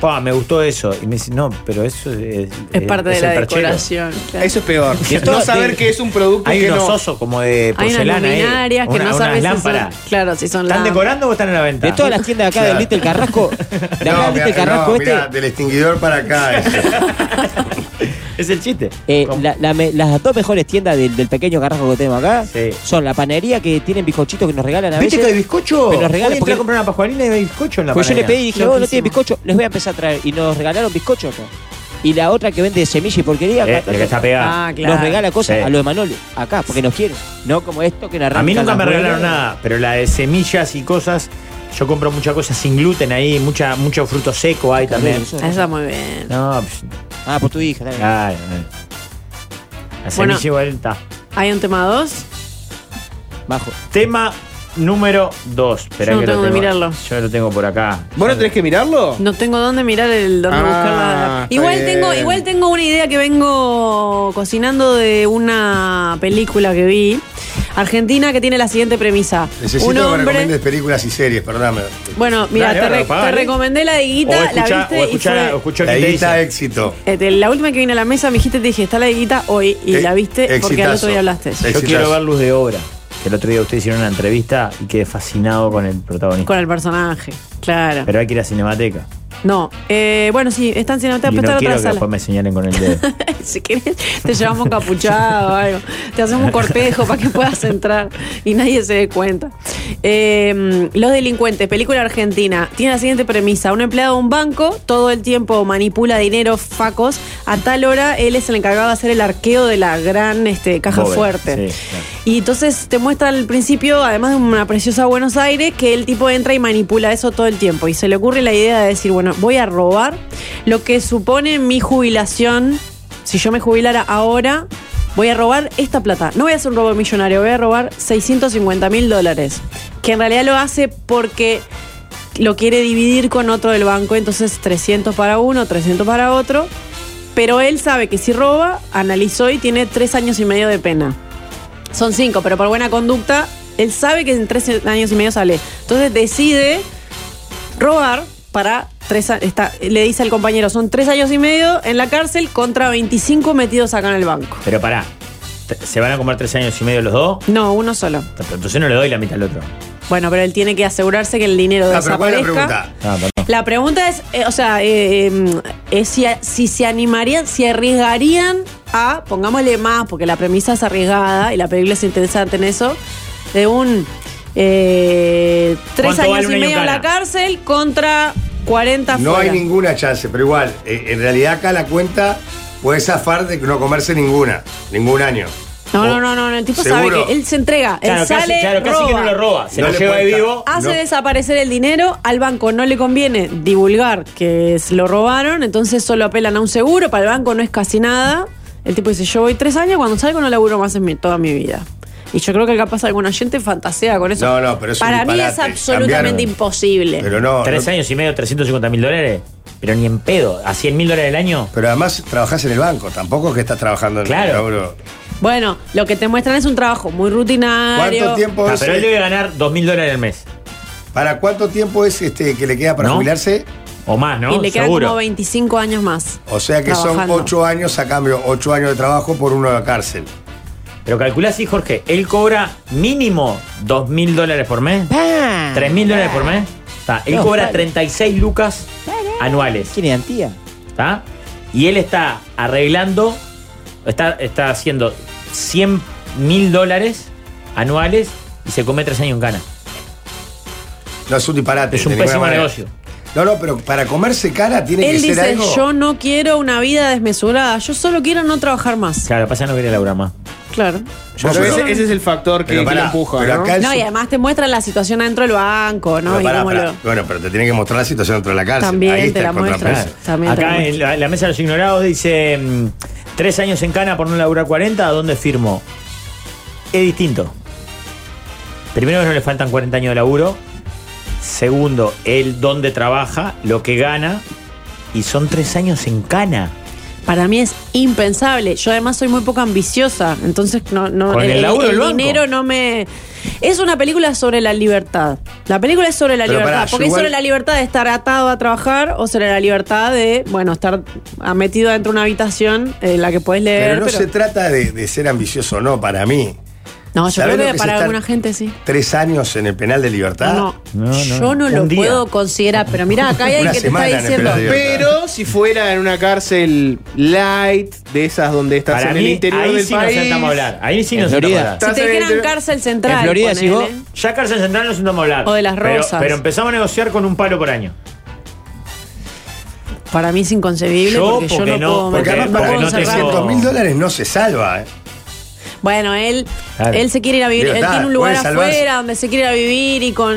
pa, me gustó eso. Y me dice, no, pero eso es.
Es parte de
el
la
perchero.
decoración. claro.
Eso es peor.
esto-
No saber que es un producto
Hay
que
unos
no.
osos como de
Hay unas
porcelana. eh.
luminarias que
Una-
no
unas
sabes si son-
lámparas.
claro, si son
¿Están
lámparas.
decorando o están en la venta?
De todas las tiendas acá del Little Carrasco, de acá
No,
del Little
mirá,
Carrasco
no,
este,
mirá, del extinguidor para acá. ese.
Es el chiste.
eh,
Como-
la- la me- las dos mejores tiendas del, del pequeño Carrasco que tenemos acá
Sí.
son la panadería que tienen bizcochitos que nos regalan a
¿Viste
veces.
que hay bizcocho?
Me los regalan
Hoy entré
porque-
a comprar una pascualina y hay bizcocho en la
Pues yo le pedí y
panadería.
dije, oh, no
Loquísimo.
tienen bizcocho, les voy a empezar a traer. Y nos regalaron bizcocho acá. Y la otra que vende semilla y porquería,
Eh,
acá,
el que está pegado.
Ah, claro.
nos regala cosas
Sí.
a los de Manolo, acá, porque nos quieren. No como esto que nos
A mí nunca
arrancan
me
las
regalaron
muelas.
nada, pero la de semillas y cosas, yo compro muchas cosas sin gluten ahí, mucha, mucho fruto seco hay también.
Eso,
Eso está muy bien.
No, pues,
Ah, por tu hija. dale.
claro. eh. La
Bueno.
semilla igual está.
¿Hay un tema 2?
Bajo.
Tema número 2.
Yo no tengo que mirarlo.
Yo lo tengo por acá.
¿Vos no tenés que mirarlo?
No tengo dónde mirar el dónde
Ah,
buscarla.
está
Igual
bien.
tengo, igual tengo una idea que vengo cocinando de una película que vi. Argentina que tiene la siguiente premisa.
Necesito
un
que me recomiendes
hombre.
películas y series, perdóname.
Bueno, mira,
Dale,
te,
ahora,
re-
apagá,
te
¿eh?
recomendé la de
O
Guita, la
escuchá,
viste
o
y
escuchá,
fue-
o escuchá
La
quién te
guita
dice.
éxito.
Eh, de la última que vine a la mesa me dijiste, te dije, está la de Guita hoy y
Eh,
la viste porque al otro día
exitazo.
hablaste.
Eh,
Yo
Exitazo.
quiero ver Luz de Obra. El otro día ustedes hicieron una entrevista y quedé fascinado con el protagonista.
Con el personaje, claro.
Pero hay que ir a Cinemateca.
No, eh, bueno, sí, están sin
Y
anotar,
no
pero está en
quiero
otra
que
sala.
después me señalen con el dedo.
si querés, te llevamos capuchado o algo. Te hacemos un cortejo para que puedas entrar y nadie se dé cuenta. Eh, Los delincuentes, película argentina, tiene la siguiente premisa. Un empleado de un banco todo el tiempo manipula dinero, facos. A tal hora él es el encargado de hacer el arqueo de la gran este, caja
Bobe,
fuerte.
sí, claro.
Y entonces te muestra al principio, además de una preciosa Buenos Aires, que el tipo entra y manipula eso todo el tiempo. Y se le ocurre la idea de decir, bueno, voy a robar lo que supone mi jubilación. Si yo me jubilara ahora, voy a robar esta plata. No voy a hacer un robo millonario, voy a robar 650 mil dólares. Que en realidad lo hace porque lo quiere dividir con otro del banco, entonces 300 para uno, 300 para otro. Pero él sabe que si roba, analizó y tiene tres años y medio de pena. Son cinco, pero por buena conducta, él sabe que en tres años y medio sale. Entonces decide robar para tres a- está, le dice al compañero, son tres años y medio en la cárcel contra 25 metidos acá en el banco.
Pero pará. te- ¿Se van a comer tres años y medio los dos?
No, uno solo.
Pero Entonces no le doy la mitad al otro.
Bueno, pero él tiene que asegurarse que el dinero
Ah, pero ¿cuál es la
desaparezca.
pregunta?
Ah, perdón.
La pregunta es, eh, o sea, eh, eh, es si, si se animarían, si arriesgarían a, pongámosle más, porque la premisa es arriesgada y la película es interesante en eso, de un eh, tres
¿Cuánto
años
vale un
y
año
medio en
cara?
la cárcel contra 40
No hay
fuera.
ninguna chance, pero igual, eh, en realidad acá la cuenta puede zafar de no comerse ninguna, ningún año.
No, no, no, no, no, el tipo sabe
Seguro.
que él se entrega,
Claro,
él sale,
casi, claro, casi que no
roba.
lo roba. Se
No
lo
le
lleva de
cuenta.
vivo.
Hace
No.
desaparecer el dinero, al banco no le conviene divulgar que s- lo robaron, entonces solo apelan a un seguro, para el banco no es casi nada. El tipo dice, yo voy tres años, cuando salgo no laburo más en mi- toda mi vida. Y yo creo que capaz alguna gente fantasea con eso.
No, no, pero es un
Para mí es
disparate.
absolutamente
Cambiaron.
imposible.
Pero no.
Tres
no-
años y medio, 350 mil dólares. Pero ni en pedo. ¿A 100 mil dólares al año?
Pero además trabajás en el banco, tampoco es que estás trabajando en
Claro.
el laburo.
Bueno, lo que te muestran es un trabajo muy rutinario.
¿Cuánto tiempo
Ah,
es,
pero él debe ganar 2 mil dólares al mes.
¿Para cuánto tiempo es este que le queda para
¿No?
jubilarse?
O más, ¿no?
Y le quedan
Seguro.
como 25 años más.
O sea que
trabajando.
son ocho años a cambio, ocho años de trabajo por uno de cárcel.
Pero calculá así, Jorge. Él cobra mínimo 2 mil dólares por mes.
¡Pam!
3 mil dólares por mes. Está. Él
No,
cobra
vale.
36 lucas anuales.
¿Quién es Antía?
¿Está? Y él está arreglando, está, está haciendo 100 mil dólares anuales y se come tres años en cana.
No es un disparate.
Es un
de ninguna
pésimo
manera.
negocio.
No, no, pero para comerse cara tiene que
Él
ser
dice,
algo.
yo no quiero una vida desmesurada, yo solo quiero no trabajar más.
Claro, pasa no viene Laura más.
Claro.
Vos,
Pero
pero-
ese, ese es el factor que,
Pero
que
pará,
lo empuja.
pero
¿no?
acá-
No, y además te muestra la situación adentro del banco, ¿no?
Pero
Y
pará,
cómo
pará.
lo-
Bueno, pero te tiene que mostrar la situación dentro de la cárcel.
También
Ahí
te
está
la
el contrapeso.
muestra. También te lo
Acá en
muestro.
la, la mesa de los ignorados dice: mm, Tres años en cana por no laburar 40, ¿a dónde firmo? Es distinto. Primero, no le faltan 40 años de laburo. Segundo, él dónde trabaja, lo que gana. Y son tres años en cana.
Para mí es impensable. Yo además soy muy poco ambiciosa, entonces no, no
Con el laburo del banco.
dinero no me. Es una película sobre la libertad. La película es sobre la
Pero
libertad,
pará, yo
porque es
igual-
sobre la libertad de estar atado a trabajar o sobre la libertad de, bueno, estar ah, metido dentro de una habitación en la que podés leer.
Pero no
Eh, pero-
se trata de, de ser ambicioso o no para mí.
No, yo
¿Sabés
creo
lo
que,
que es
para
estar-
alguna gente sí.
Tres años en el penal de libertad.
No,
No, no.
yo no
Un
lo
día.
puedo considerar, pero mira, acá hay alguien
Una
que te está
semana en el
diciendo.
periodo de-
Pero si fuera en una cárcel light, de esas donde estás
Para
en
mí,
el interior
ahí
del
sí nos
país.
sentamos a hablar. Ahí sí
En
nos sentamos a
Florida.
hablar.
Si
Estás
te
en el
dijeran
interior-
cárcel central.
En Florida, decís
ponele.
vos.
Ya cárcel central nos sentamos a hablar.
O de las rosas.
Pero, pero empezamos a negociar con un palo por año.
Para mí es inconcebible
Yo,
porque,
porque
yo no,
no,
puedo
Porque
Porque-
además
no
para
porque
puedo
no te
cerrar.
siento-
300 mil dólares no se salva. ¿eh?
Bueno, él,
Claro.
él se quiere ir a vivir,
Digo,
él
está,
tiene un lugar
puede salvarse.
afuera donde se quiere ir a vivir y con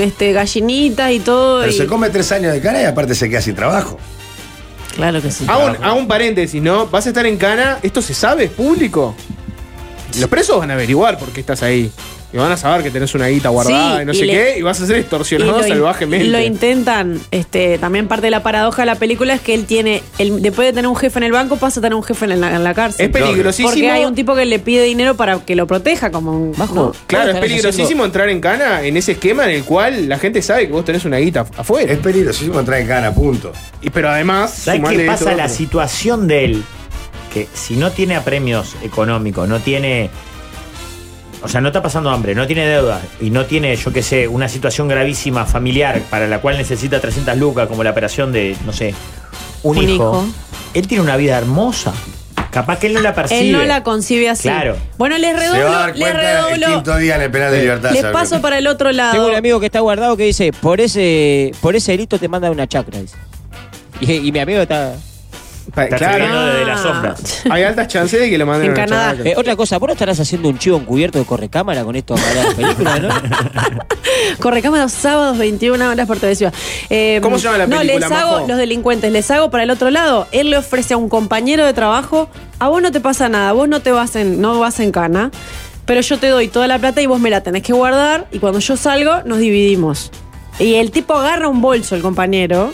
este gallinitas y todo.
Pero
y-
se come tres años de cara y aparte se queda sin trabajo.
Claro que sí.
Ah,
Hago un, hago un paréntesis, ¿no? ¿Vas a estar en cana? ¿Esto se sabe? ¿Es público? Los presos van a averiguar por qué estás ahí. Y van a saber que tenés una guita guardada
Sí,
y no
y
sé
le-
qué. Y vas a ser
Y
extorsionado
in-
salvajemente.
lo intentan, este, también parte de la paradoja de la película es que él tiene, él, después de tener un jefe en el banco, pasa a tener un jefe en la, en la cárcel.
es peligrosísimo.
Porque hay un tipo que le pide dinero para que lo proteja, como un ¿no?
Claro, es
Estás
peligrosísimo entrar en cana en ese esquema en el cual la gente sabe que vos tenés una guita af- afuera.
Es peligrosísimo entrar en cana, punto.
Y- pero además.
¿Sabes
sumale
qué
esto
pasa?
otro.
La situación de él, que si no tiene apremios económicos, no tiene. O sea, no está pasando hambre, no tiene deuda y no tiene, yo qué sé, una situación gravísima familiar para la cual necesita 300 lucas, como la operación de, no sé, un,
Un
hijo.
hijo.
Él tiene una vida hermosa. Capaz que él no la percibe.
Él no la concibe así.
Claro.
Bueno, les
se va a
redoblo,
dar
les
cuenta el
redoblo.
quinto día en el penal de libertad.
Les
¿sabes?
paso para el otro lado.
Tengo un amigo que está guardado que dice, por ese, por ese delito te manda una chacra. dice. Y, y mi amigo está...
Pa-
Está
Claro.
saliendo desde las
Ah.
sombras.
Hay altas chances de que lo
En
manden a una
Canadá.
chavaca.
Eh, otra cosa, vos no estarás haciendo un chivo encubierto de correcámara con esto para la película, ¿no?
Correcámara los sábados, 21 horas por televisión.
¿Cómo se llama la
Eh, No,
película,
les hago,
Majo?
los delincuentes, les hago para el otro lado. Él le ofrece a un compañero de trabajo, a vos no te pasa nada, vos no te vas en, no vas en cana, pero yo te doy toda la plata y vos me la tenés que guardar y cuando yo salgo nos dividimos. Y el tipo agarra un bolso, el compañero.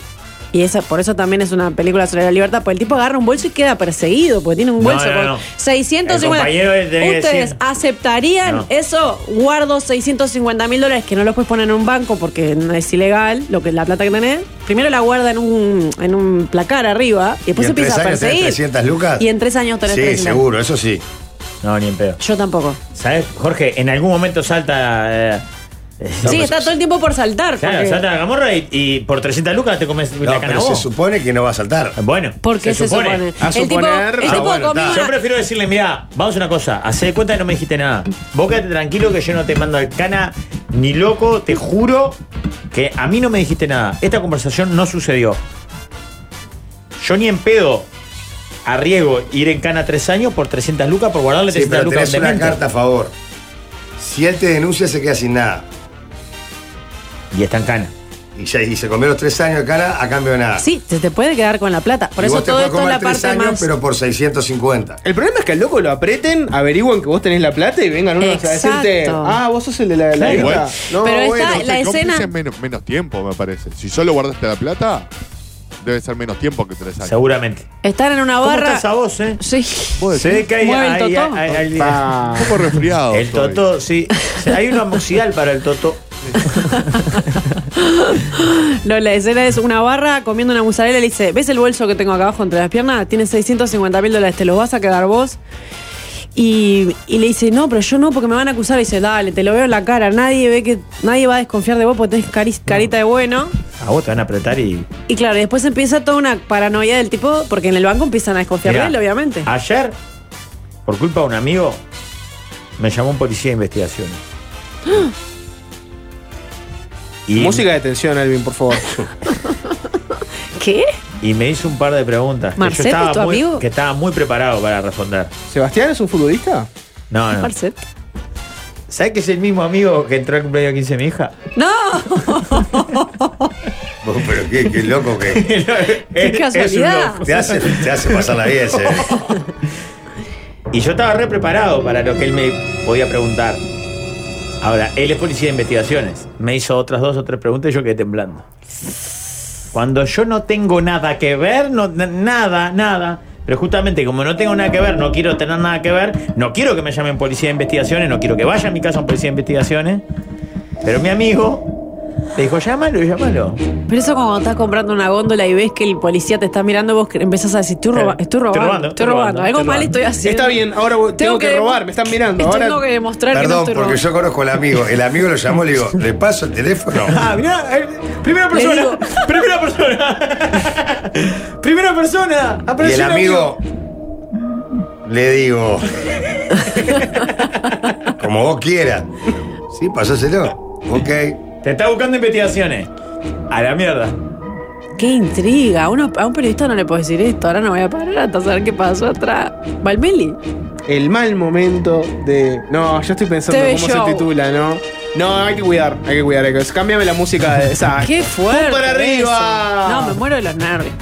Y esa, por eso también es una película sobre la libertad, porque el tipo agarra un bolso y queda perseguido, porque tiene un
No,
bolso
no,
con
no.
650.
El compañero le tiene que
Ustedes
decir-
aceptarían
No.
eso, guardo 650 mil dólares que no los puedes poner en un banco porque no es ilegal lo que la plata que tenés. Primero la guarda en un, en un placar arriba y después
¿Y en
se
tres
empieza a
años tenés
perseguir.
300 lucas?
Y en tres años tenés
Sí,
300.
seguro, eso sí.
No, ni en pedo.
Yo tampoco.
¿Sabes, Jorge? En algún momento salta. eh, pues,
sí,
pero
está
eso-
todo el tiempo por saltar.
Claro,
porque-
salta la camorra y, y por 300 lucas te comes
No,
la
pero
cana
se
vos.
supone que no va a saltar.
Bueno,
¿Por qué se, supone?
A
el tipo,
suponer-
el
Ah,
tipo
bueno,
comió
está.
una-
Yo prefiero decirle, mira, vamos a una cosa, hacé de cuenta que no me dijiste nada. Vos quédate tranquilo que yo no te mando al cana ni loco, te juro que a mí no me dijiste nada. Esta conversación no sucedió. Yo ni en pedo arriesgo ir en cana tres años por 300 lucas por guardarle
Sí,
300
pero
lucas
tenés
a un
una
demente.
carta a favor. Si él te denuncia, se queda sin nada.
Y está en cana.
Y, ya, y se comió los tres años de cara a cambio de nada.
Sí, se te puede quedar con la plata. Por
y
eso
vos te
todo
podés
esto es
comer
la
tres
parte
años,
más.
pero por 650.
El problema es que al loco lo apreten, averigüen que vos tenés la plata y vengan unos
Exacto.
a decirte, ah, vos sos el de la, la
Claro.
guita".
Bueno.
No,
Pero
bueno.
está Ah, la
Entonces,
escena.
cómplice es menos, menos tiempo, me parece. Si solo guardaste la plata, debe ser menos tiempo que tres años.
Seguramente.
Estar en una
¿Cómo
barra.
estás a vos, eh?
Sí.
¿Vos
Se
decís?
ve que hay,
Mueve el
hay-
totó.
hay- hay-
Pa.
Ah.
Un poco resfriado.
El
estoy.
Toto, sí. O sea, Hay una moxidal para el Toto.
No, la escena es una barra comiendo una mozzarella y le dice, ¿ves el bolso que tengo acá abajo entre las piernas? Tiene 650 mil dólares, ¿te los vas a quedar vos? Y, y le dice, no, pero yo no, porque me van a acusar. Y dice, dale, te lo veo en la cara. Nadie ve que nadie va a desconfiar de vos porque tenés cari- carita de bueno.
A vos te van a apretar y.
Y claro, y después empieza toda una paranoia del tipo, porque en el banco empiezan a desconfiar
Mirá,
de él, obviamente.
Ayer, por culpa de un amigo, me llamó un policía de investigaciones. Y
Música de tensión, Alvin, por favor.
¿Qué?
Y me hizo un par de preguntas. que yo
¿Marcelo es
estaba
tu
muy-
amigo?
Que estaba muy preparado para responder.
¿Sebastián es un futbolista?
No, no.
Marcet.
¿Sabes que es el mismo amigo que entró al cumpleaños 15 de mi hija?
¡No!
Vos, pero qué, qué loco que.
¡Qué casualidad!
Te hace, te hace pasar la vida ese.
Y yo estaba re preparado para lo que él me podía preguntar. Ahora, él es policía de investigaciones. Me hizo otras dos o tres preguntas y yo quedé temblando. Cuando yo no tengo nada que ver, no, na- nada, nada. Pero justamente como no tengo nada que ver, no quiero tener nada que ver, no quiero que me llamen policía de investigaciones, no quiero que vaya a mi casa un policía de investigaciones. Pero mi amigo le dijo, llámalo, llámalo.
Pero eso cuando estás comprando una góndola y ves que el policía te está mirando, vos que empezás a decir, estoy, roba-
Claro.
Eh, estoy robando, estoy robando, algo
estoy
mal
robando.
estoy haciendo.
Está bien, ahora tengo, que,
demo-
robar, me están mirando.
Esto
Ahora
tengo que demostrar que no
Perdón,
estoy
porque
robando.
yo conozco al amigo. El amigo lo llamó y le digo, ¿le paso el teléfono?
Ah, mirá, eh, primera
Le
persona,
digo-
primera persona. primera persona.
Y
apareció
el
un
amigo le digo, como vos quieras. Sí, pasáselo. Ok.
Te está buscando investigaciones. A la mierda.
Qué intriga. A, uno- a un periodista no le puedo decir esto. Ahora no voy a parar hasta saber qué pasó atrás. Valmeli.
el mal momento de. No, yo estoy pensando
TV
cómo
show.
se titula, ¿no? No, hay que cuidar, hay que cuidar. hay que- Cámbiame la música de esa.
Qué fuerte.
Ah. para arriba!
eso. No, me muero de los nervios.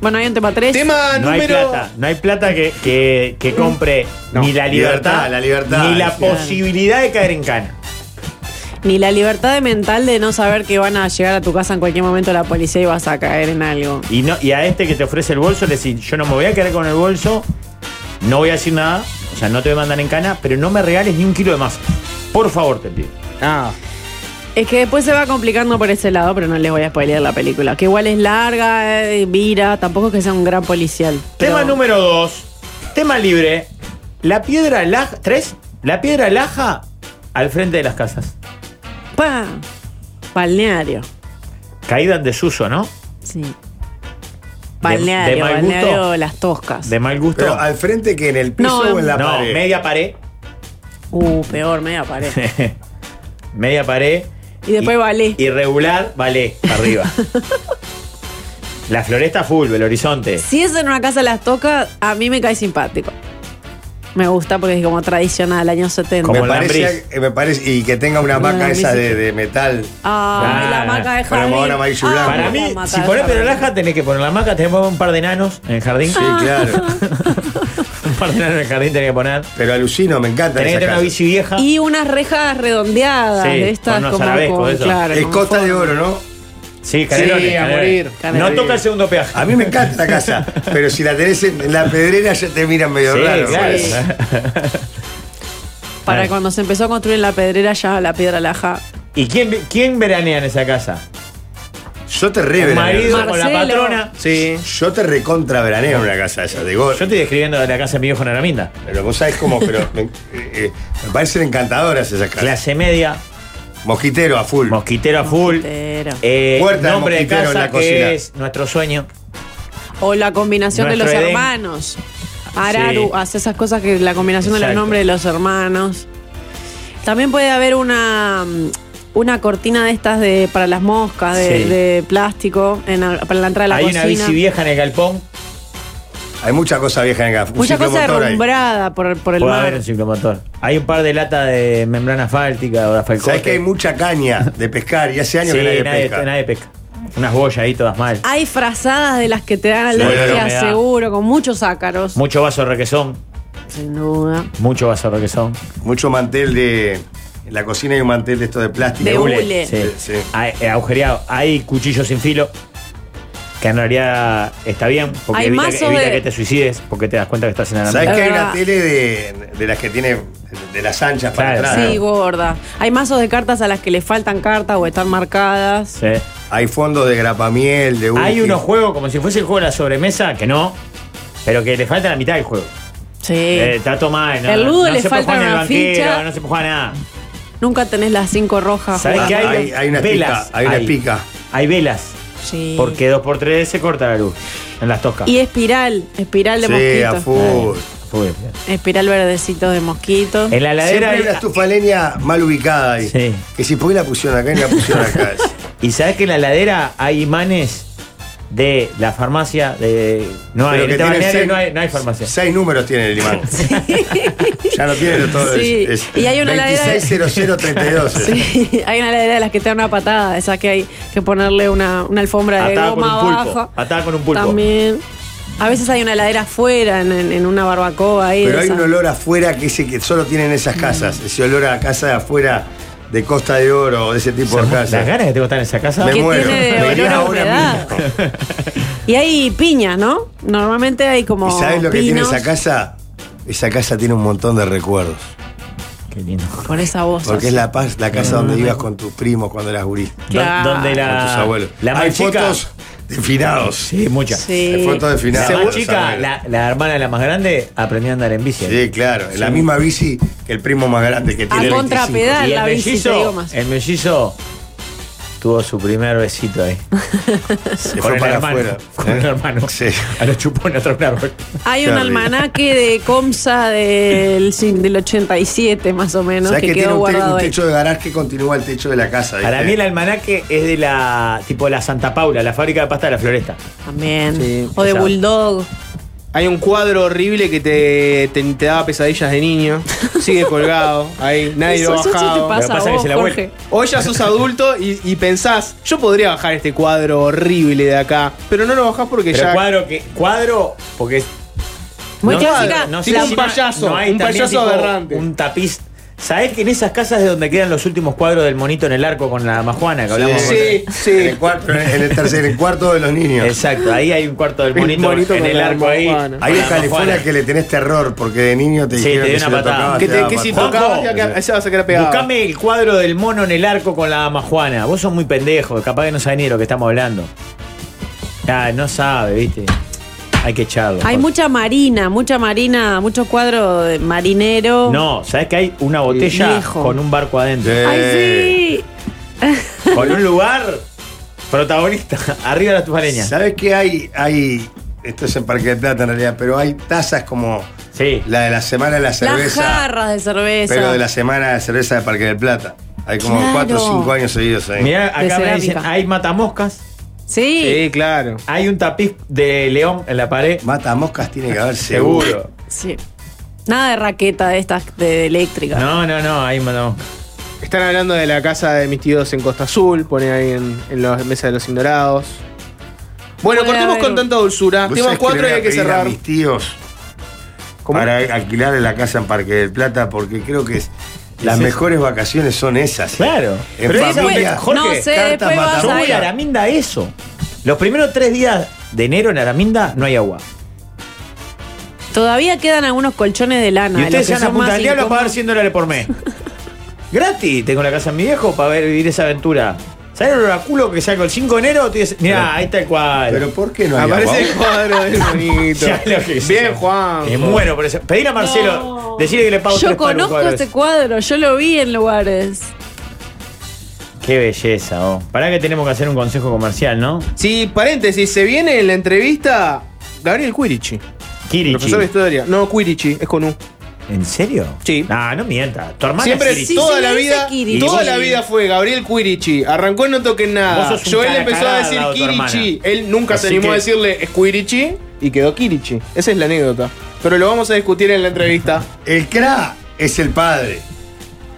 Bueno, hay un tema 3.
Ah,
Tema
No hay
número.
plata. No hay plata que, que- que compre
No.
ni la libertad,
Libertad, la libertad,
ni la
sí.
posibilidad de caer en cana.
Ni la libertad de mental de no saber que van a llegar a tu casa en cualquier momento la policía y vas a caer en algo.
Y, no, y a este que te ofrece el bolso le decís, yo no me voy a quedar con el bolso, no voy a decir nada, o sea, no te voy a mandar en cana, pero no me regales ni un kilo de más. Por favor, te pido.
Ah,
Es que después se va complicando por ese lado, pero no les voy a spoilear la película. Que igual es larga, eh, vira, tampoco es que sea un gran policial. pero-
Tema número 2. Tema libre. La piedra laja. 3. La piedra laja al frente de las casas.
Pa. Balneario.
Caída en desuso, ¿no?
Sí. Balneario,
de mal gusto.
balneario Las Toscas.
De mal gusto.
Pero al frente que en el piso
No,
o en la
no,
pared.
media pared.
Uh, peor, media pared.
media pared.
Y después ballet.
Irregular, ballet, arriba. la floresta full, el horizonte.
Si es en una casa Las Toscas, a mí me cae simpático. Me gusta porque es como tradicional, años 70.
Como
me,
el
parece,
lambris.
eh, me parece, y que tenga una
Como el
vaca esa
lambris.
de, de metal.
Ah,
Ah,
la maca de
para
jardín.
Madonna Maíz y
Ah,
Blanco.
Para
la
mí,
hamaca
si
de
ponés
jardín.
pedalaja, tenés que poner la hamaca, tenés que poner un par de enanos en el jardín.
Sí, claro.
Un par de enanos en el jardín tenés que poner.
Pero alucino, me encanta.
Tenés que
Esa
tener una
casa.
bici vieja.
Y unas rejas redondeadas
Sí,
de estas
con unos
como
arabescos,
con-
eso.
claro,
Es
con
Costa
fondo.
de Oro, ¿no?
Sí, canelones.
sí, a
canelones.
morir.
No
Canelones.
toca el segundo peaje.
A mí me encanta esta casa, pero si la tenés en la pedrera ya te miran medio
Sí,
raro. pues.
claro.
Sí.
Para
Ahí.
cuando se empezó a construir en la pedrera ya la piedra laja.
¿Y quién, quién veranea en esa casa?
Yo te
El
re
marido
veraneo.
con la
Marcelo.
patrona.
sí.
Yo te recontra veraneo en una casa esa, de gol.
Yo estoy describiendo la casa de mi viejo en Araminda.
Pero vos sabés cómo, pero me, eh, eh, me parecen encantadoras esas casas.
Clase media,
Mosquitero a full.
mosquitero a full.
Pero-
Eh,
Puerta de
nombre de
mosquitero en
casa
la cocina.
que es nuestro sueño.
O la combinación de los
Nuestro Edén.
hermanos. Araru
Sí.
hace esas cosas que la combinación de
Exacto.
los nombres de los hermanos. También puede haber una mm, una cortina de estas de para las moscas de,
Sí.
de plástico en la- para la entrada de la
Hay
cocina.
una bici vieja en el galpón.
Hay mucha cosa vieja en casa. Un
Mucha cosa
ciclomotor ahí.
derrumbrada por, por el
Puede haber
mar.
un ciclomotor. Hay un par de latas de membrana asfáltica o de asfalcote.
Sabés que hay mucha caña de pescar y hace años
Sí,
que nadie, pesca.
nadie pesca. Unas boyas ahí todas mal.
Hay frazadas de las que te dan
Sí,
alergia,
humedad.
seguro, con muchos ácaros.
Mucho vaso de requesón.
Sin duda.
Mucho vaso de requesón.
Mucho mantel de. En la cocina hay un mantel de esto de plástico.
De hule.
Sí.
Sí.
Hay- eh, agujereado. Hay cuchillos sin filo. Que en realidad está bien. Porque
Hay
evita, que,
mazos
evita
de-
que te suicides. Porque te das cuenta que estás en la
¿Sabés
Es
que hay
verdad.
una tele de, de las que tiene. de las anchas para
Claro.
atrás?
Sí, gorda. Hay mazos de cartas a las que le faltan cartas o están marcadas.
Sí.
Hay fondos de grapamiel, de
Hay
uji.
unos juegos como si fuese el juego de la sobremesa, que no, pero que le falta la mitad del juego.
Sí.
Eh, está todo mal, no,
El ludo
no
le
se puede
falta
jugar en el
una
banquero,
ficha.
no se puede jugar nada.
Nunca tenés las cinco rojas.
¿Sabés
Ah,
qué
jugadas.
hay?
hay- hay una
velas.
pica, hay una pica.
Hay velas,
Sí.
porque dos por tres se corta la luz en las toscas.
Y espiral, espiral de
Sí, a
mosquitos.
full.
Fue.
Espiral verdecito de mosquitos.
En la
Siempre
heladera
hay
hay-
una estufa de leña mal ubicada ahí.
Sí.
Que si por qué la pusieron acá y la pusieron acá.
y sabes que en la heladera hay imanes de la farmacia de. No hay,
Pero
en
que
este
tiene
balneario
seis-
no hay, no hay farmacia.
Seis números tiene el imán. ya no tiene todo
Sí,
es- es
y hay una heladera-
260032.
Sí, hay una heladera de las que te dan una patada, esa que hay que ponerle una, una alfombra de
Atada con
goma
un pulpo.
abajo.
Atada con un pulpo.
También. A veces hay una heladera afuera, en, en- en una barbacoa ahí.
Pero hay
esa.
un olor afuera que ese que solo tienen esas casas. Ese olor a casa de afuera de Costa de Oro o de ese tipo de casas.
Las ganas que tengo de estar en esa casa.
Me
que
muero.
tiene de
Me
olor
iría
a
ahora
humedad. Y hay piñas, ¿no? Normalmente hay como.
¿Y sabes lo que tiene
pinos
esa casa? Esa casa tiene un montón de recuerdos.
Qué lindo.
Con esa voz.
Porque es la, paz, la casa donde ibas con tus primos cuando eras gurí.
Do-
Claro.
Donde la.
Con tus abuelos.
La más
Hay
chica.
fotos de finados.
Sí, muchas.
Sí.
Hay fotos de
La
finados.
más
los
chica,
abuelos.
la, la hermana de la más grande, aprendió a andar en bici.
Sí, claro. en La misma bici que el primo más grande que tiene
A
25.
contrapedal
Y el
Ah, la bici, te digo
mellizo,
más.
el mellizo tuvo su primer besito ahí.
Se
Con
fue
el
para
hermano,
afuera.
Con el hermano.
Sí.
A los chupones atrás de un árbol.
Hay un
Claro.
almanaque de Comsa del, cin- del 87, más o menos,
¿Eh? ¿Sabes
que,
que, tiene
quedó
un, te-
guardado
un
ahí.
techo de garaje que continúa el techo de la casa? ¿viste?
Para mí el almanaque es de la tipo la Santa Paula, la fábrica de pasta de la floresta.
También.
Sí,
o de
esa.
Bulldog.
Hay un cuadro horrible que te, te, te daba pesadillas de niño. Sigue colgado. Ahí nadie
Eso-
lo ha
eso te
bajado.
pasa
Lo que pasa
a
es que
vos,
se la
Jorge.
vuelve.
Hoy ya sos adulto y, y pensás, yo podría bajar este cuadro horrible de acá, pero no lo bajás porque
Pero
ya.
cuadro que cuadro porque es
Muy
no,
clásica.
no sé
tipo
si
un payaso,
no hay
un
también,
payaso
tipo,
aberrante.
Un tapiz. ¿Sabés que en esas casas de donde quedan los últimos cuadros del monito en el arco con la majuana que hablamos?
Sí,
En
sí.
el, cuarto, en el tercer, en el cuarto de los niños.
Exacto, ahí hay un cuarto del
El
monito,
monito
en
con
el
la
arco ahí.
majuana.
Ahí
con
en
la
California
majuana.
que le tenés terror porque de niño te
Sí,
dijeron que
te dio
si
una
lo
patada.
tocabas
Que,
te
te,
daba
que si
patada.
tocabas,
Juanjo,
ya, que- ya vas a quedar pegado.
Buscame el cuadro del mono en el arco con la majuana. Vos sos muy pendejo, capaz que no sabés ni de lo que estamos hablando. Ah, no sabe, viste. Hay que echarlo.
Hay
Jorge.
mucha marina, mucha marina, muchos cuadros de marinero.
No, ¿sabés que hay una botella
Viejo.
con un barco adentro?
Sí.
Ay, sí.
Con un lugar protagonista. Arriba de la tufaleña.
¿Sabes qué hay? Hay. Esto es en Parque de Plata en realidad, pero hay tazas como
Sí.
la de la semana de la
Las
cerveza.
jarras de cerveza.
Pero de la semana de cerveza de Parque del Plata. Hay como
Claro.
4 o 5 años seguidos ahí.
De
Mirá, acá me
cerámica.
dicen, hay matamoscas,
Sí.
Sí, claro.
hay un tapiz de león en la pared.
Mata moscas tiene que haber seguro.
Seguro.
sí. Nada de raqueta de estas de eléctrica.
No, no, no, hay matamoscas.
Están hablando de la casa de mis tíos en Costa Azul, ponen ahí en, en la mesa de los ignorados. Bueno,
Puede
cortemos
haber
con
un-
tanta dulzura.
¿Vos
Tema
sabés
4
le
y
voy a
hay que
pedir A
cerrar.
mis tíos
¿Cómo?
para alquilar la casa en Parque del Plata porque creo que es- las
eso.
mejores vacaciones son esas. ¿eh?
Claro.
En
Pero esa-
familia.
Jorge,
no sé,
cartas
después vas
matamoscas.
Yo
a
voy
ir.
a Araminda a eso. Los primeros tres días de enero en Araminda no hay agua.
Todavía quedan algunos colchones de lana.
Y
de
ustedes se
los Ah, que
van a
son más
Punta del Diablo a
incómodos.
pagar 100 dólares por mes. Gratis tengo la casa de mi viejo para ver vivir esa aventura. ¿Sabes el oráculo que saco el 5 de enero? Tú dices, Mirá, ahí está el cuadro.
Pero ¿por qué no hay agua?
Aparece el cuadro del bonito.
Ya lo que
Bien,
sea.
Juan.
Me muero por eso. Pedir a Marcelo,
No.
decirle que le pago
Yo
tres palos
conozco
cuadros.
este cuadro, yo lo vi en lugares.
Qué belleza, oh. Pará que tenemos que hacer un consejo comercial, ¿no?
Sí, paréntesis, se viene en la entrevista Gabriel Quirichi,
Kirichi.
profesor de historia. No, Quirichi, es con U.
¿En serio?
Sí.
Ah, no mientas. Tu hermana
Siempre,
es Kirichi.
sí,
toda
sí,
la
me dice
vida,
Quirichi.
toda la vida fue Gabriel Quirichi. Arrancó en No Toquen Nada.
Vos sos un
Joel
cara
empezó a
cagada
decir
al lado de tu
Quirichi.
hermana.
Él nunca se
Así
animó
que-
a decirle es Quirichi y quedó Quirichi. Esa es la anécdota. Pero lo vamos a discutir en la entrevista.
El CRA es el padre,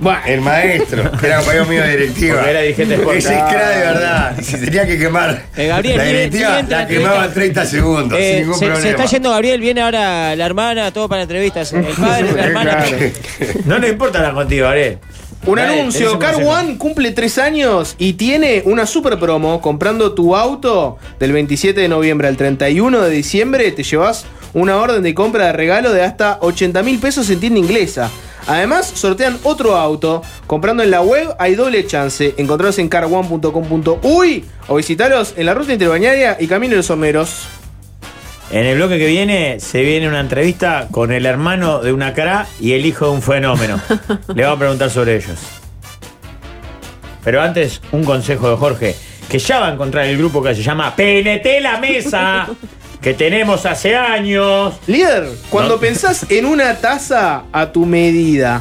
Bueno,
el maestro, que era compañero mío de directiva.
Porque era dirigente de Sport.
Ese es CRA de verdad. Y si tenía que quemar
Eh, Gabriel,
la
viene-
directiva,
siguiente
la
la
quemaba
entrevista.
en 30 segundos,
Eh,
sin ningún
se, se
problema.
está yendo Gabriel, viene ahora la hermana, todo para entrevistas. El padre, la hermana.
Claro.
todo.
No nos importa hablar contigo, Ariel.
Un
Dale, tenés
anuncio,
un
Car
consejo.
One cumple tres años y tiene una super promo. Comprando tu auto del 27 de noviembre al 31 de diciembre, te llevas una orden de compra de regalo de hasta 80 mil pesos en tienda inglesa. Además, sortean otro auto. Comprando en la web hay doble chance. Encontraros en carone.com.uy o visitaros en la ruta interbañaria y Camino de los Horneros.
En el bloque que viene se viene una entrevista con el hermano de una cara y el hijo de un fenómeno. Le va a preguntar sobre ellos. Pero antes, un consejo de Jorge, que ya va a encontrar el grupo que se llama PNT La Mesa, que tenemos hace años.
Líder, cuando
No.
pensás en una taza a tu medida,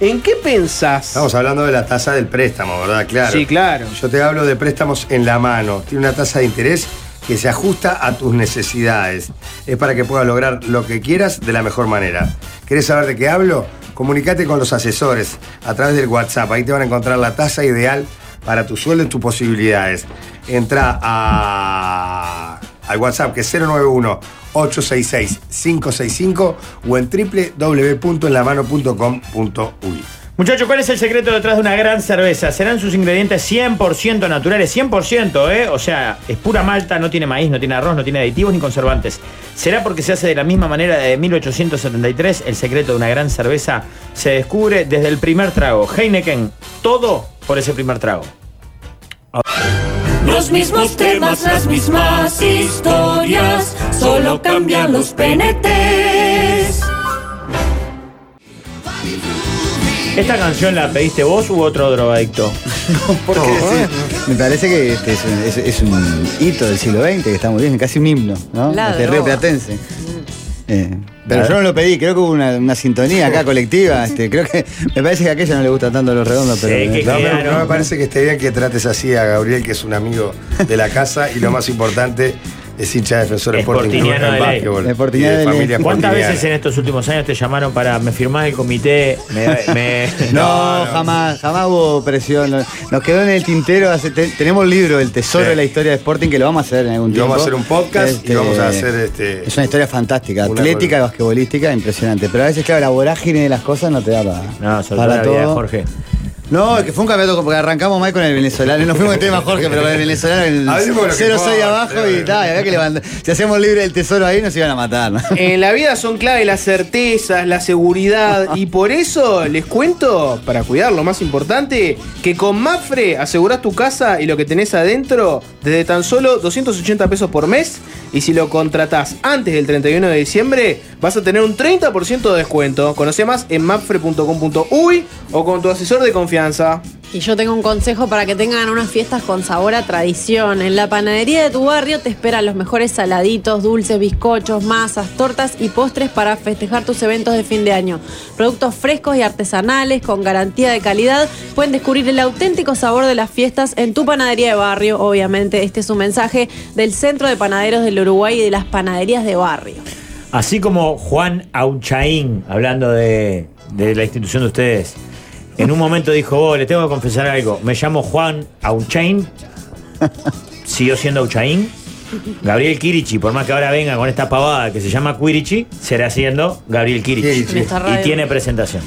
¿en qué pensás?
Estamos hablando de la tasa del préstamo, ¿verdad? Claro.
Sí, claro.
Yo te hablo de préstamos en la mano. Tiene una tasa de interés que se ajusta a tus necesidades. Es para que puedas lograr lo que quieras de la mejor manera. ¿Querés saber de qué hablo? Comunicate con los asesores a través del WhatsApp. Ahí te van a encontrar la tasa ideal para tu sueldo y tus posibilidades. Entra a- al WhatsApp que es 091-866-565 o en www.enlamano.com.uy.
Muchachos, ¿cuál es el secreto detrás de una gran cerveza? Serán sus ingredientes 100% naturales, 100%, ¿eh? O sea, es pura malta, no tiene maíz, no tiene arroz, no tiene aditivos ni conservantes. ¿Será porque se hace de la misma manera desde 1873? El secreto de una gran cerveza se descubre desde el primer trago. Heineken, todo por ese primer trago.
Los mismos temas, las mismas historias, solo cambian los PNTs.
¿Esta canción la pediste vos u otro drogadicto?
¿Por Me parece que este es, un- es- es un hito del siglo XX, que está muy bien, casi un himno, ¿no?
La
Este
droga.
río platense. Eh, pero
La-
yo no lo pedí, creo que hubo una, una sintonía acá colectiva. Este, creo que me parece que a aquella no le gusta tanto a los redondos, pero.
no, me- no me parece que esté bien que trates así a Gabriel, que es un amigo de la casa y lo más importante es hincha de defensor
Es
Sporting Club
portiniano
en
de ley.
básquetbol y de familia
¿Cuántas
portiniana.
veces en estos últimos años te llamaron para me firmás el comité? Me, me-
No, jamás, jamás hubo presión. Lo- Nos quedó en el tintero. hace- te- tenemos un libro, El Tesoro
Sí.
de la Historia de Sporting, que lo vamos a hacer en algún
Y
tiempo.
vamos a hacer un podcast
Este,
y vamos a hacer este.
Es una historia fantástica,
Una
atlética y basquetbolística, impresionante. Pero a veces, claro, la vorágine de las cosas no te da para,
No, sobre
para
todo la vida de Jorge.
No, es que fue un campeonato porque arrancamos mal con el venezolano. Nos fuimos de tema, Jorge, pero con el venezolano el
Hablemos de lo que
0-6
importa,
abajo y tal. Había que levantar. Si hacemos libre el tesoro ahí, nos iban a matar. ¿no?
En la vida son clave las certezas, la seguridad y por eso les cuento, para cuidar lo más importante, que con Mafre asegurás tu casa y lo que tenés adentro desde tan solo 280 pesos por mes y si lo contratás antes del 31 de diciembre vas a tener un 30% de descuento. Conoce más en mapfre.com.uy o con tu asesor de confianza.
Y yo tengo un consejo para que tengan unas fiestas con sabor a tradición. En la panadería de tu barrio te esperan los mejores saladitos, dulces, bizcochos, masas, tortas y postres para festejar tus eventos de fin de año. Productos frescos y artesanales con garantía de calidad. Pueden descubrir el auténtico sabor de las fiestas en tu panadería de barrio. Obviamente, este es un mensaje del Centro de Panaderos del Uruguay y de las panaderías de barrio.
Así como Juan Auchaín, hablando de, de la institución de ustedes, en un momento dijo, vos, les tengo que confesar algo, me llamo Juan Auchaín, siguió siendo Auchaín, Gabriel Kirichi, por más que ahora venga con esta pavada que se llama Quirichi, será siendo Gabriel
Kirichi.
Kirichi.
En esta radio.
Y tiene presentación.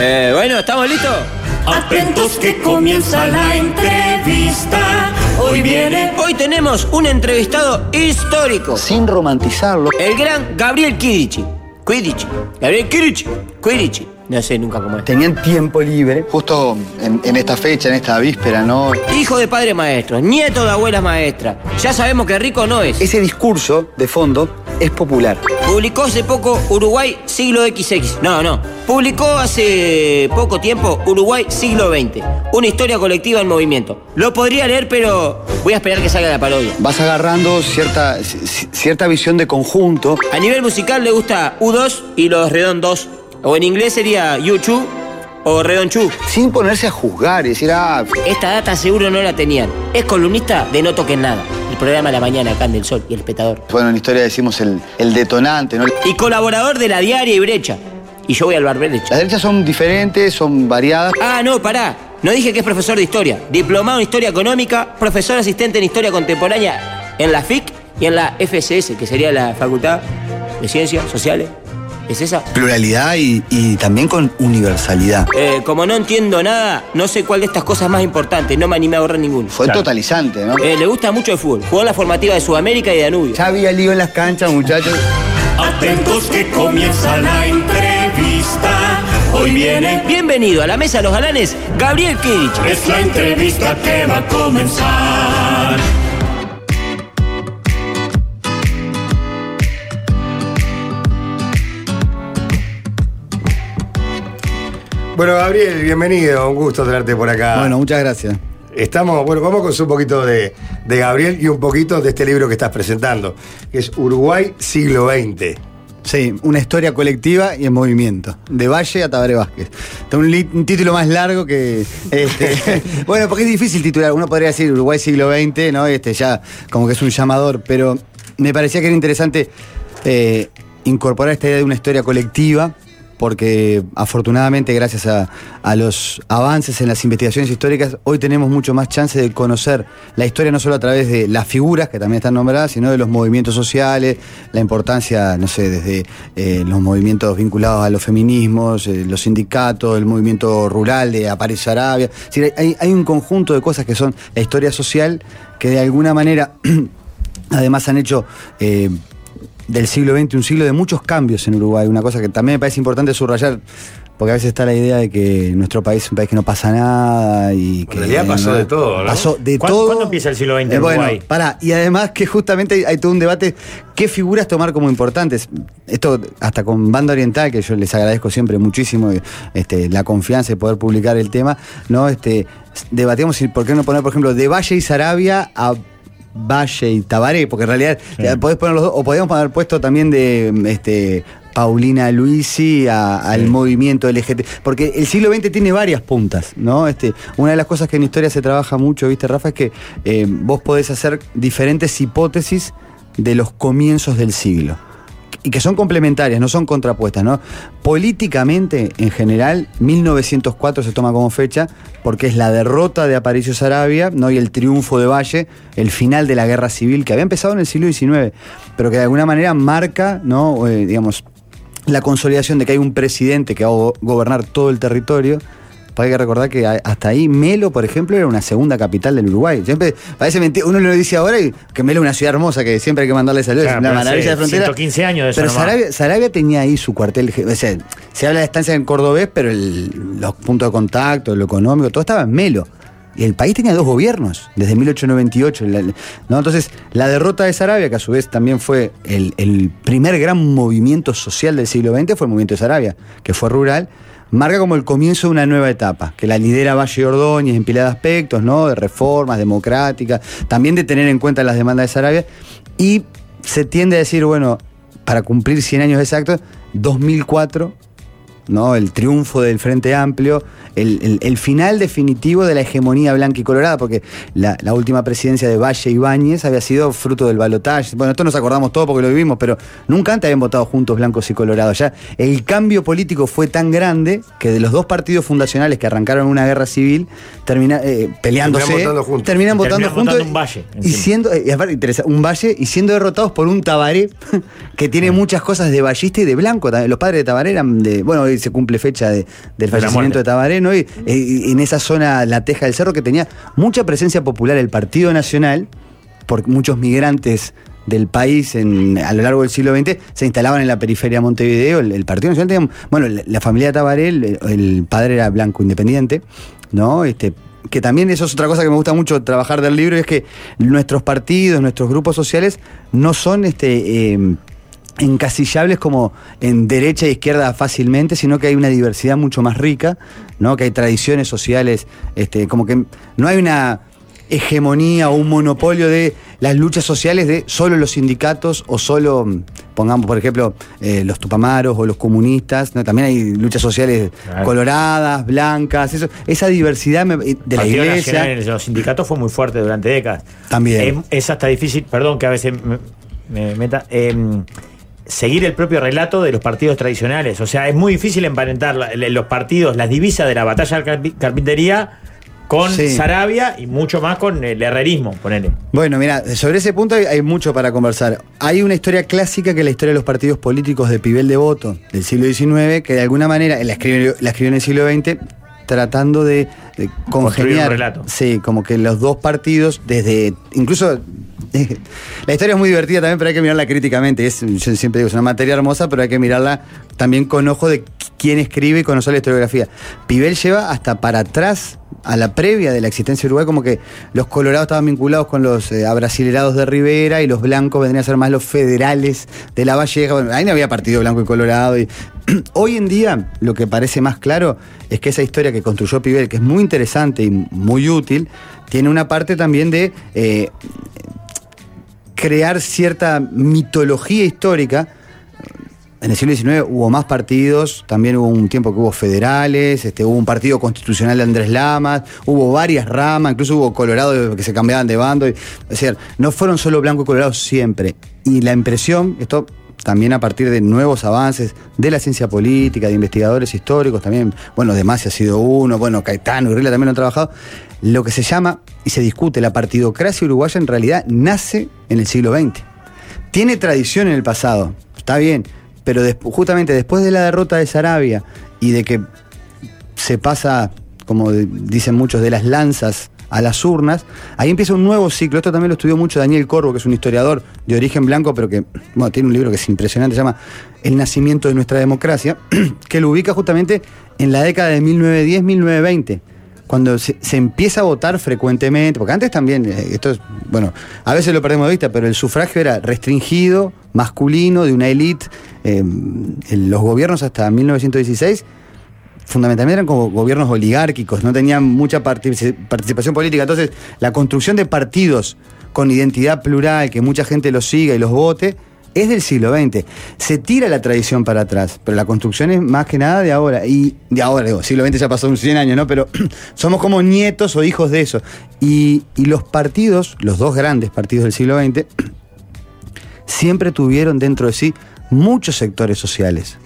Eh, bueno, ¿estamos listos?
Atentos que comienza la entrevista. Hoy viene.
Hoy tenemos un entrevistado histórico.
Sin romantizarlo.
El gran Gabriel Kirichi. Kirichi. Gabriel Kirichi. Kirichi. No sé nunca cómo es.
Tenían tiempo libre, justo en, en esta fecha, en esta víspera, ¿no?
Hijo de padre maestro, nieto de abuelas maestras. Ya sabemos que rico no es.
Ese discurso de fondo es popular.
Publicó hace poco Uruguay siglo XX. No, no. Publicó hace poco tiempo Uruguay siglo XX. Una historia colectiva en movimiento. Lo podría leer, pero voy a esperar que salga la parodia.
Vas agarrando cierta, ci- ci- cierta visión de conjunto.
A nivel musical le gusta U2 y los Redondos. O en inglés sería U2 o Redonchu.
Sin ponerse a juzgar y decir, ah,
Esta data seguro no la tenían. Es columnista de No Toquen Nada. El programa de la mañana acá en Del Sol y El Petador.
bueno, en historia decimos el, el detonante, ¿no?
Y colaborador de la diaria y Brecha. Y yo voy al bar Brecha.
Las derechas son diferentes, son variadas.
Ah, no, pará. No dije que es profesor de historia. Diplomado en historia económica, profesor asistente en historia contemporánea en la FIC y en la FSS, que sería la Facultad de Ciencias Sociales. ¿Es esa?
Pluralidad y, y también con universalidad.
Eh, como no entiendo nada, no sé cuál de estas cosas es más importante. No me animé a borrar ninguno.
Fue totalizante, ¿no?
Eh, le gusta mucho el fútbol. Jugó en la formativa de Sudamérica y Danubio.
Ya había lío en las canchas, muchachos.
Atentos que comienza la entrevista. Hoy viene.
Bienvenido a la mesa de los galanes, Gabriel Kirich.
Es la entrevista que va a comenzar.
Bueno, Gabriel, bienvenido. Un gusto tenerte por acá.
Bueno, muchas gracias.
Estamos, bueno, vamos con un poquito de, de Gabriel y un poquito de este libro que estás presentando, que es Uruguay siglo XX.
Sí, una historia colectiva y en movimiento. De Valle a Tabaré Vázquez. Está un, li- un título más largo que. este, bueno, porque es difícil titular. Uno podría decir Uruguay siglo XX, ¿no? Este ya como que es un llamador, pero me parecía que era interesante eh, incorporar esta idea de una historia colectiva. Porque afortunadamente, gracias a, a los avances en las investigaciones históricas, hoy tenemos mucho más chance de conocer la historia no solo a través de las figuras que también están nombradas, sino de los movimientos sociales, la importancia, no sé, desde eh, los movimientos vinculados a los feminismos, eh, los sindicatos, el movimiento rural de Aparez Arabia. Es decir, hay, hay un conjunto de cosas que son la historia social que de alguna manera además han hecho eh, del siglo XX un siglo de muchos cambios en Uruguay. Una cosa que también me parece importante subrayar, porque a veces está la idea de que nuestro país es un país que no pasa nada y que.
En realidad pasó de todo, ¿no?
Pasó de
¿Cuándo-
todo.
cuándo empieza el siglo XX en
Eh, bueno,
Uruguay?
pará, y además que justamente hay, hay todo un debate qué figuras tomar como importantes. Esto hasta con Banda Oriental, que yo les agradezco siempre muchísimo eh, este, la confianza de poder publicar el tema, ¿no? Este, debatíamos si por qué no poner, por ejemplo, de Valle y Sarabia a Valle y Tabaré, porque en realidad eh, podés poner los dos, o podríamos haber puesto también de mm, este, Paulina Luisi a- al movimiento LGT, porque el siglo XX tiene varias puntas, ¿no? Este, una de las cosas que en historia se trabaja mucho, ¿viste, Rafa? Es que eh, vos podés hacer diferentes hipótesis de los comienzos del siglo. Y que son complementarias, no son contrapuestas, ¿no? Políticamente, en general, 1904 se toma como fecha porque es la derrota de Aparicio Sarabia, ¿no? Y el triunfo de Valle, el final de la guerra civil que había empezado en el siglo XIX, pero que de alguna manera marca, ¿no? Eh, digamos, la consolidación de que hay un presidente que va a go- gobernar todo el territorio. Porque Hay que recordar que a- hasta ahí Melo, por ejemplo, era una segunda capital del Uruguay. Siempre parece mentira. Uno lo dice ahora y que Melo es una ciudad hermosa que siempre hay que mandarle saludos.
Claro,
es una
pero
maravilla
hace
de frontera.
115 años de eso
Pero
nomás.
Sarabia, Sarabia tenía ahí su cuartel. ge- O sea, se habla de estancia en cordobés, pero el- los puntos de contacto, lo económico, todo estaba en Melo. Y el país tenía dos gobiernos desde 1898. la- ¿no? Entonces, la derrota de Sarabia, que a su vez también fue el, el primer gran movimiento social del siglo XX, fue el movimiento de Sarabia, que fue rural, marca como el comienzo de una nueva etapa, que la lidera Valle y Ordóñez en pila de aspectos, ¿no? de reformas democráticas, también de tener en cuenta las demandas de Sarabia. Y se tiende a decir, bueno, para cumplir 100 años exactos, 2004 ¿no? El triunfo del Frente Amplio, el, el- el final definitivo de la hegemonía blanca y colorada, porque la, la última presidencia de Valle Ibáñez había sido fruto del balotaje. Bueno, esto nos acordamos todo porque lo vivimos, pero nunca antes habían votado juntos blancos y colorados. Ya el cambio político fue tan grande que de los dos partidos fundacionales que arrancaron una guerra civil, termina, eh, peleándose,
Terminan votando juntos.
terminan votando
Terminan
juntos
votando un valle,
y
encima.
siendo, eh, y aparte, interesa- un valle y siendo derrotados por un tabaré que tiene muchas cosas de ballista y de blanco. también. Los padres de tabaré eran de. Bueno, hoy se cumple fecha de- del
la
fallecimiento de tabaré, ¿no? Y, eh, en esa zona, la Teja del Cerro, que tenía mucha presencia popular el Partido Nacional, porque muchos migrantes del país en- a lo largo del siglo XX se instalaban en la periferia de Montevideo. El, el Partido Nacional tenía. Bueno, la, la familia de Tabaré, el, el padre era blanco independiente, ¿no? Este, que también eso es otra cosa que me gusta mucho trabajar del libro, y es que nuestros partidos, nuestros grupos sociales no son este. eh, encasillables como en derecha e izquierda fácilmente, sino que hay una diversidad mucho más rica, ¿no? Que hay tradiciones sociales, este, como que no hay una hegemonía o un monopolio de las luchas sociales de solo los sindicatos o solo, mm, pongamos por ejemplo, eh, los tupamaros o los comunistas, ¿no? también hay luchas sociales
Claro.
coloradas, blancas, eso, esa diversidad me- de la
Partido
iglesia.
Nacional en los sindicatos fue muy fuerte durante décadas. Em,
También.
Es, es hasta difícil, perdón que a veces me, me meta, eh, seguir el propio relato de los partidos tradicionales. O sea, es muy difícil emparentar la- la- los partidos, las divisas de la batalla de la carpi- carpintería con
Sí.
Sarabia y mucho más con el herrerismo, ponele.
Bueno, mira, sobre ese punto hay, hay mucho para conversar. Hay una historia clásica que es la historia de los partidos políticos de Pibel Devoto del siglo XIX, que de alguna manera eh, la escribió, la escribió en el siglo XX tratando de, de
Construir un
congeniar.
relato.
Sí, como que los dos partidos, desde. incluso. La historia es muy divertida también, pero hay que mirarla críticamente. Es, yo siempre digo, es una materia hermosa, pero hay que mirarla también con ojo de quién escribe y conocer la historiografía. Pibel lleva hasta para atrás, a la previa de la existencia de Uruguay, como que los colorados estaban vinculados con los eh, abrasilerados de Rivera y los blancos vendrían a ser más los federales de la Valleja. Bueno, ahí no había partido blanco y colorado. y- Hoy en día, lo que parece más claro es que esa historia que construyó Pibel, que es muy interesante y muy útil, tiene una parte también de eh, crear cierta mitología histórica en el siglo XIX hubo más partidos, también hubo un tiempo que hubo federales, este, hubo un partido constitucional de Andrés Lamas, hubo varias ramas, incluso hubo Colorado que se cambiaban de bando. y- o sea, no fueron solo blanco y colorado siempre. Y la impresión, esto también a partir de nuevos avances de la ciencia política, de investigadores históricos también, bueno, de Masi ha sido uno, bueno, Caetano y Rila también lo han trabajado, lo que se llama y se discute la partidocracia uruguaya en realidad nace en el siglo XX tiene tradición en el pasado, está bien, pero des- justamente después de la derrota de Sarabia y de que se pasa, como de- dicen muchos, de las lanzas a las urnas, ahí empieza un nuevo ciclo. Esto también lo estudió mucho Daniel Corvo, que es un historiador de origen blanco, pero que bueno, tiene un libro que es impresionante, se llama El nacimiento de nuestra democracia, que lo ubica justamente en la década de 1910-1920 cuando se, se empieza a votar frecuentemente, porque antes también, eh, esto es, bueno, a veces lo perdemos de vista, pero el sufragio era restringido, masculino, de una élite. eh, en los gobiernos hasta 1916 fundamentalmente eran como gobiernos oligárquicos, no tenían mucha parti- participación política. Entonces, la construcción de partidos con identidad plural, que mucha gente los siga y los vote, es del siglo XX. Se tira la tradición para atrás, pero la construcción es más que nada de ahora. Y de ahora, digo, siglo XX ya pasó un 100 años, ¿no? Pero somos como nietos o hijos de eso. Y, y los partidos, los dos grandes partidos del siglo XX, siempre tuvieron dentro de sí muchos sectores sociales.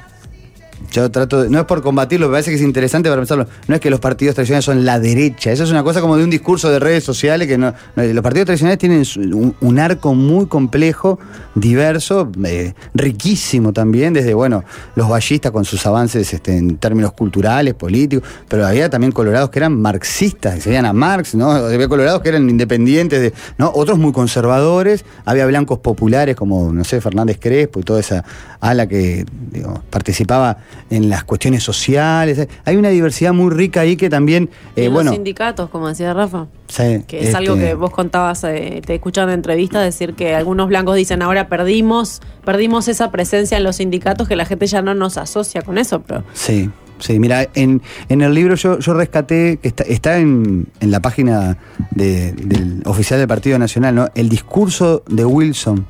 Yo trato, de- no es por combatirlo, me parece que es interesante para pensarlo. No es que los partidos tradicionales son la derecha. Eso es una cosa como de un discurso de redes sociales que no. no, los partidos tradicionales tienen su- un, un arco muy complejo, diverso, eh, riquísimo también, desde, bueno, los vallistas con sus avances este, en términos culturales, políticos, pero había también colorados que eran marxistas, que seguían a Marx, ¿no? Había colorados que eran independientes, de, ¿no? Otros muy conservadores, había blancos populares como, no sé, Fernández Crespo y toda esa ala que digo, participaba en las cuestiones sociales. Hay una diversidad muy rica ahí que también, eh,
Y los
bueno,
sindicatos, como decía Rafa.
sí,
Que es algo
este,
que vos contabas, eh, te escucharon en entrevistas, decir que algunos blancos dicen ahora perdimos, perdimos esa presencia en los sindicatos que la gente ya no nos asocia con eso, pero
Sí, sí, mira, en, en el libro yo, yo rescaté, que está, está en, en la página de- del oficial del Partido Nacional, ¿no? El discurso de Wilson,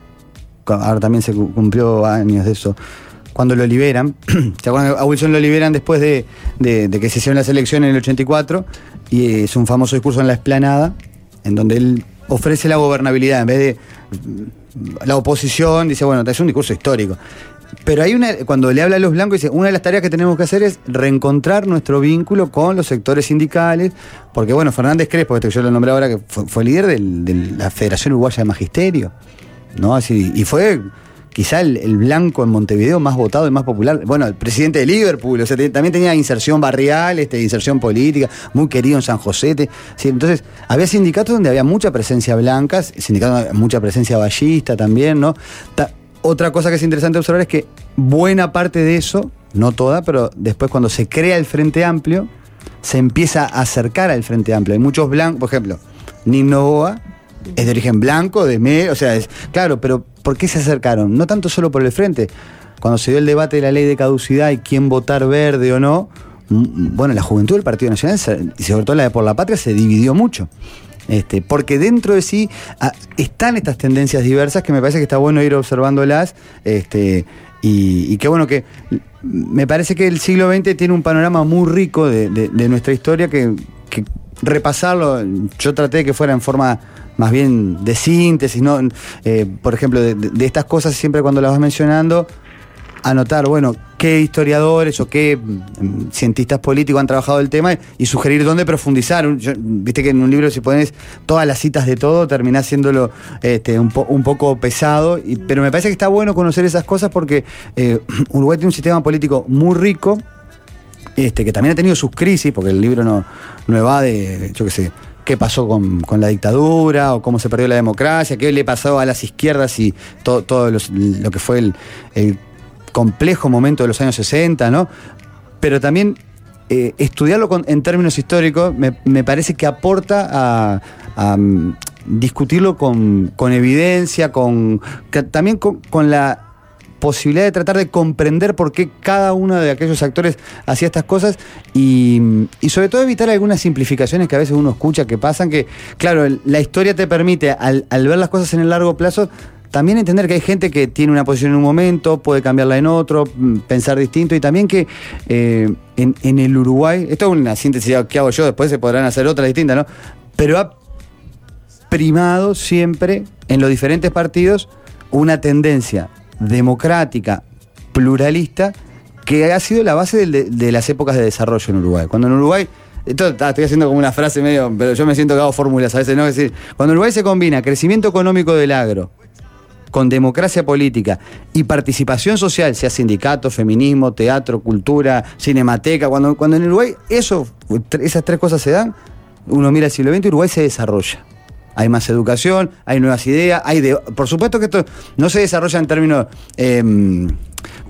cu- ahora también se cu- cumplió años de eso, cuando lo liberan, ¿se acuerdan? A Wilson lo liberan después de, de- de que se hicieron las elecciones en el 84, y es un famoso discurso en la explanada, en donde él ofrece la gobernabilidad, en vez de mm, la oposición, dice, bueno, es un discurso histórico. Pero hay una, cuando le habla a los blancos, dice, una de las tareas que tenemos que hacer es reencontrar nuestro vínculo con los sectores sindicales, porque bueno, Fernández Crespo, este que yo lo nombré ahora, que fue, fue líder del- de la Federación Uruguaya de Magisterio, ¿no? Así, y fue quizá el, el blanco en Montevideo más votado y más popular. Bueno, el presidente de Liverpool, o sea, te- también tenía inserción barrial, este, inserción política, muy querido en San José. te- sí, entonces, había sindicatos donde había mucha presencia blanca, sindicatos donde había mucha presencia ballista también, ¿no? Ta- otra cosa que es interesante observar es que buena parte de eso, no toda, pero después cuando se crea el Frente Amplio, se empieza a acercar al Frente Amplio. Hay muchos blancos, por ejemplo, Nino Boa es de origen blanco, de me, o sea, es, claro, pero ¿por qué se acercaron? No tanto solo por el Frente. Cuando se dio el debate de la ley de caducidad y quién votar verde o no, mm, bueno, la juventud del Partido Nacional, se- y sobre todo la de Por la Patria, se dividió mucho. Este, porque dentro de sí ah, están estas tendencias diversas que me parece que está bueno ir observándolas. Este, y, y qué bueno que. Me parece que el siglo XX tiene un panorama muy rico de, de- de nuestra historia que, que repasarlo. Yo traté de que fuera en forma más bien de síntesis, ¿no? Eh, por ejemplo, de- de- de estas cosas siempre cuando las vas mencionando, anotar, bueno, qué historiadores o qué mm, cientistas políticos han trabajado el tema y sugerir dónde profundizar. Un- yo- Viste que en un libro si pones todas las citas de todo, terminás siéndolo este, un, po- un poco pesado, y- pero me parece que está bueno conocer esas cosas porque eh, Uruguay tiene un sistema político muy rico, este, que también ha tenido sus crisis, porque el libro no, no va de, yo qué sé, qué pasó con, con la dictadura o cómo se perdió la democracia, qué le pasó a las izquierdas y todo, todo los- lo que fue el, el complejo momento de los años 60, ¿no? Pero también eh, estudiarlo con- en términos históricos me, me parece que aporta a, a, mm, discutirlo con, con evidencia, con, que también con- con la posibilidad de tratar de comprender por qué cada uno de aquellos actores hacía estas cosas y, y sobre todo evitar algunas simplificaciones que a veces uno escucha que pasan, que claro, el- la historia te permite al, al ver las cosas en el largo plazo también entender que hay gente que tiene una posición en un momento, puede cambiarla en otro, mm, pensar distinto y también que eh, en, en el Uruguay, esto es una síntesis que hago yo, después se podrán hacer otras distintas, ¿no? Pero ha primado siempre en los diferentes partidos una tendencia democrática, pluralista, que ha sido la base del- de, las épocas de desarrollo en Uruguay. Cuando en Uruguay, esto ah, estoy haciendo como una frase medio, pero yo me siento que hago fórmulas a veces, ¿no? Es decir, cuando en Uruguay se combina crecimiento económico del agro, con democracia política y participación social, sea sindicato, feminismo, teatro, cultura, cinemateca, cuando, cuando en Uruguay eso, esas tres cosas se dan, uno mira el siglo XX, Uruguay se desarrolla. Hay más educación, hay nuevas ideas, hay de, por supuesto que esto no se desarrolla en términos em,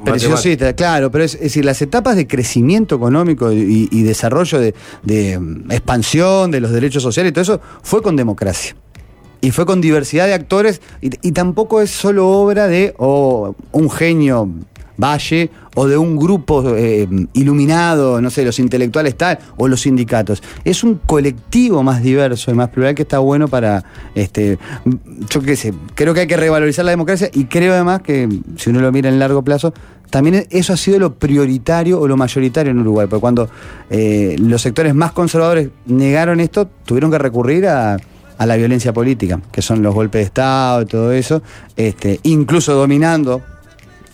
preciosistas, claro, pero es, es decir, las etapas de crecimiento económico y, y desarrollo de, de, em, expansión de los derechos sociales y todo eso fue con democracia. Y fue con diversidad de actores y, y tampoco es solo obra de o un genio Valle o de un grupo eh, iluminado, no sé, los intelectuales tal o los sindicatos. Es un colectivo más diverso y más plural que está bueno para, este, yo qué sé, creo que hay que revalorizar la democracia y creo además que si uno lo mira en largo plazo, también eso ha sido lo prioritario o lo mayoritario en Uruguay, porque cuando eh, los sectores más conservadores negaron esto, tuvieron que recurrir a a la violencia política, que son los golpes de Estado y todo eso, este, incluso dominando,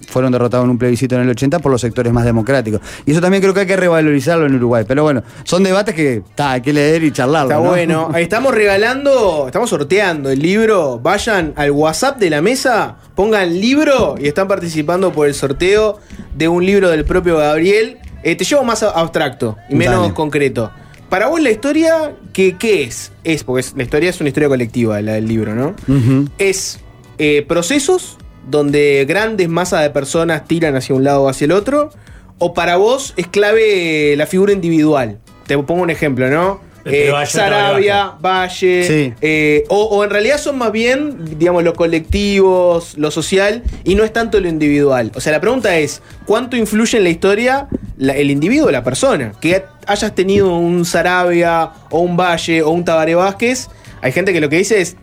fueron derrotados en un plebiscito en el 80 por los sectores más democráticos. Y eso también creo que hay que revalorizarlo en Uruguay. Pero bueno, son debates que ta, hay que leer y charlarlo.
Está
¿no?
bueno. Estamos regalando, estamos sorteando el libro. Vayan al WhatsApp de la mesa, pongan libro y están participando por el sorteo de un libro del propio Gabriel. Eh, te llevo más a- abstracto y menos
Dale.
concreto. Para vos la historia, ¿qué, qué es? Es, porque es- la historia es una historia colectiva, la del libro, ¿no?
Ujú.
es eh, procesos donde grandes masas de personas tiran hacia un lado o hacia el otro, o para vos es clave eh, la figura individual. Te pongo un ejemplo, ¿no?
Pero
Eh,
Valle,
Sarabia, Valle,
Sí.
eh, o, o en realidad son más bien, digamos, los colectivos, lo social, y no es tanto lo individual. O sea, la pregunta es, ¿cuánto influye en la historia la- el individuo, la persona? Que hayas tenido un Sarabia, o un Valle, o un Tabaré Vázquez, hay gente que lo que dice es,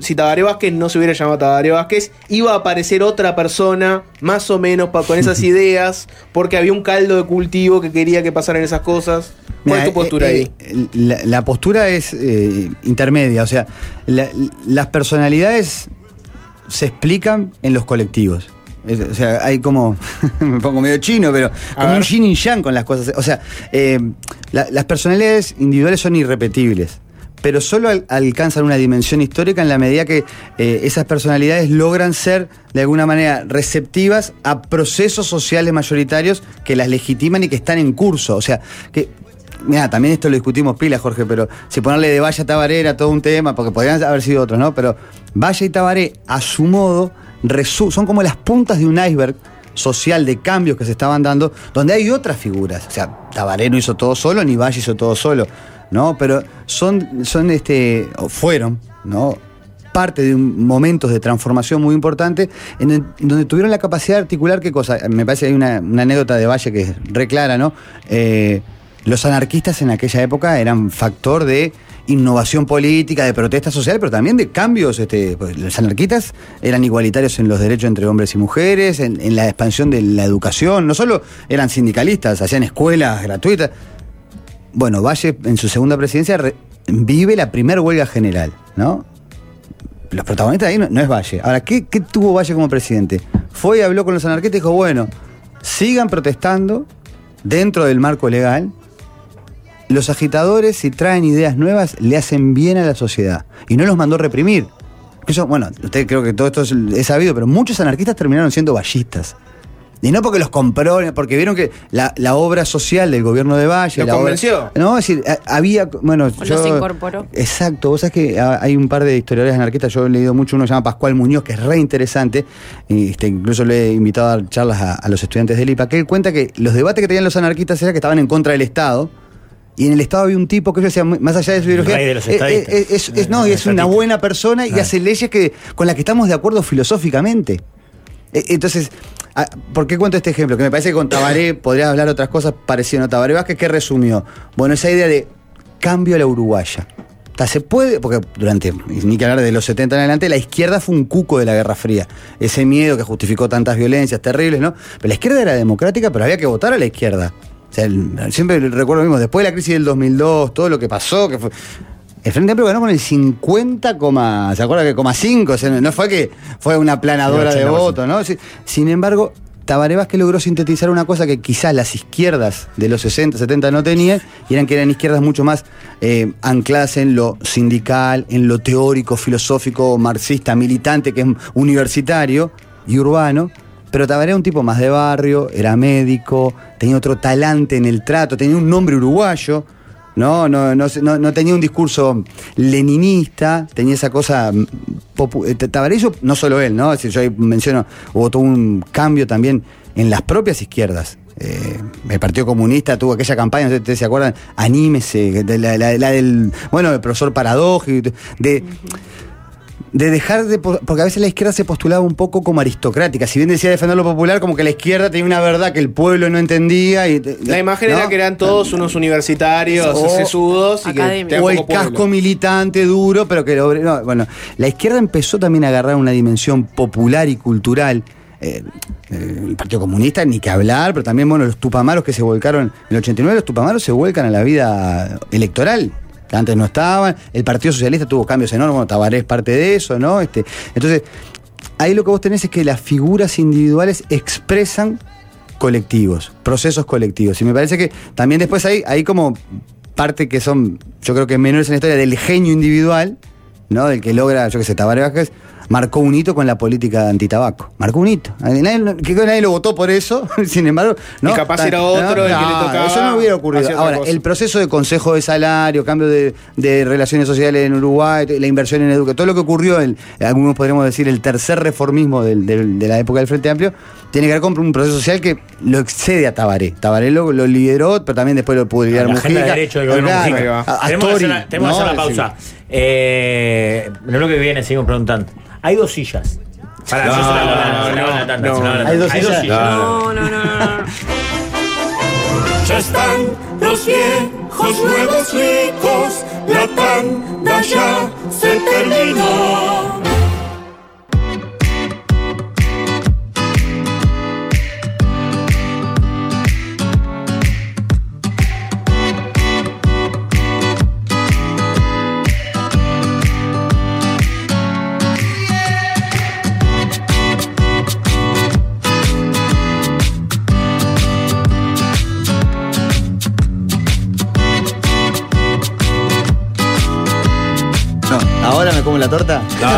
si Tabaré Vázquez no se hubiera llamado Tabaré Vázquez, iba a aparecer otra persona, más o menos, pa- con esas ideas, porque había un caldo de cultivo que quería que pasaran esas cosas. ¿Cuál
Mira,
es tu
eh,
postura ahí?
eh, La, la postura es eh, intermedia, o sea, la- las personalidades se explican en los colectivos. Es- o sea, hay como, me pongo medio chino, pero como un yin y yang con las cosas. O sea, eh, la- las personalidades individuales son irrepetibles, pero solo al- alcanzan una dimensión histórica en la medida que eh, esas personalidades logran ser, de alguna manera, receptivas a procesos sociales mayoritarios que las legitiman y que están en curso. O sea, que Mira, también esto lo discutimos pila, Jorge, pero si ponerle de Valla a Tabaré era todo un tema, porque podrían haber sido otros, ¿no? Pero Valla y Tabaré, a su modo, resu- son como las puntas de un iceberg social de cambios que se estaban dando, donde hay otras figuras. O sea, Tabaré no hizo todo solo, ni Valle hizo todo solo, ¿no? Pero son, son este, o fueron, ¿no? parte de un- momentos de transformación muy importante, en, el- en donde tuvieron la capacidad de articular qué cosa. Me parece que hay una, una anécdota de Valle que es re clara, ¿no? Eh, los anarquistas en aquella época eran factor de innovación política, de protesta social, pero también de cambios. Este, pues, los anarquistas eran igualitarios en los derechos entre hombres y mujeres, en, en la expansión de la educación. No solo eran sindicalistas, hacían escuelas gratuitas. Bueno, Valle en su segunda presidencia re- vive la primera huelga general, ¿no? los protagonistas ahí no, no es Valle. Ahora, ¿qué, qué tuvo Valle como presidente? Fue y habló con los anarquistas y dijo, bueno, sigan protestando dentro del marco legal. Los agitadores, si traen ideas nuevas, le hacen bien a la sociedad. Y no los mandó reprimir. Eso, bueno, usted creo que todo esto es, es sabido, pero muchos anarquistas terminaron siendo vallistas. Y no porque los compró, porque vieron que la, la obra social del gobierno de Valle...
Lo
la obra-
convenció.
no, es decir, a- había... Bueno,
O
yo-
los incorporó.
Exacto, vos sabés que ah, hay un par de historiadores anarquistas, yo he leído mucho, uno se llama Pascual Muñoz, que es re interesante, y, este, incluso le he invitado a dar charlas a, a los estudiantes del IPA, que él cuenta que los debates que tenían los anarquistas era que estaban en contra del Estado, y en el Estado había un tipo que yo decía, más allá de su ideología,
rey de los
eh, eh,
estadistas.
es- es- es- no,
El
y es una
estatista.
buena persona y
Ah.
hace leyes que, con las que estamos de acuerdo filosóficamente. E- Entonces, ah, ¿por qué cuento este ejemplo? Que me parece que con Tabaré podrías hablar otras cosas parecidas a Tabaré Vázquez, que resumió. Bueno, esa idea de cambio a la uruguaya. Hasta se puede, porque durante, y ni que hablar de los 70 en adelante, la izquierda fue un cuco de la Guerra Fría. Ese miedo que justificó tantas violencias terribles, ¿no? Pero la izquierda era democrática, pero había que votar a la izquierda. O sea, el- siempre recuerdo lo mismo, después de la crisis del 2002, todo lo que pasó, que fue... El Frente Amplio ganó con el 50, coma- ¿se acuerda que coma 5? O sea, no fue que fue una planadora de
80%.
votos, ¿no? Si- Sin embargo, Tabaré Vázquez logró sintetizar una cosa que quizás las izquierdas de los 60, 70 no tenían, y eran que eran izquierdas mucho más eh, ancladas en lo sindical, en lo teórico, filosófico, marxista, militante, que es universitario y urbano. Pero Tabaré era un tipo más de barrio, era médico, tenía otro talante en el trato, tenía un nombre uruguayo. No, no, no, se- no, no tenía un discurso leninista, tenía esa cosa mm, popu- eh, Ta- Tabaré hizo, no solo él, ¿no? Es decir, yo ahí menciono, hubo todo un cambio también en las propias izquierdas. Eh, el Partido Comunista tuvo aquella campaña, no sé si ustedes se acuerdan, anímese, de la, la- la del, bueno, el profesor Paradójico, de, de dejar de. po- Porque a veces la izquierda se postulaba un poco como aristocrática. Si bien decía defender lo popular, como que la izquierda tenía una verdad que el pueblo no entendía. Y,
La imagen
¿no?
era que eran todos unos universitarios,
O-
sesudos y que tenían
o el
poco pueblo.
casco militante duro, pero que el obre- no, bueno, la izquierda empezó también a agarrar una dimensión popular y cultural. Eh, eh, el Partido Comunista, ni que hablar, pero también, bueno, los tupamaros que se volcaron en el 89, los tupamaros se vuelcan a la vida electoral. que Antes no estaban, el Partido Socialista tuvo cambios enormes, bueno, Tabaré es parte de eso, ¿no? Este, entonces, ahí lo que vos tenés es que las figuras individuales expresan colectivos, procesos colectivos. Y me parece que también después hay, hay como parte que son, yo creo que menores en la historia, del genio individual, ¿no? Del que logra, yo qué sé, Tabaré Vázquez, marcó un hito con la política antitabaco. Marcó un hito. Nadie, lo- que nadie lo votó por eso, sin embargo. ¿no?
Y capaz
Tan-
era otro el que le tocaba,
Eso no hubiera ocurrido.
hacía otra
Ahora,
cosa.
el proceso de consejo de salario, cambio de, de relaciones sociales en Uruguay, la inversión en educación, todo lo que ocurrió, el- algunos podríamos decir el tercer reformismo del- del- de la época del Frente Amplio, tiene que ver con un proceso social que lo excede a Tabaré. Tabaré lo, lo lideró, pero también después lo pudo liderar
La agenda
Mujica.
de derecho del gobierno
Claro,
Mujica.
a- a
Tenemos que hacer
Astori,
una, tenemos que
¿no?
hacer una pausa. Eh, en el bloque que viene seguimos preguntando. Hay dos sillas. Pará,
No,
yo se la hago a la-
no,
se la hago a la
no,
tanda,
no.
se la hago a la
Hay
tanda.
dos sillas.
No, no, no.
Ya están los viejos nuevos ricos, la tanda ya se terminó.
No, ahora me como la torta.
No,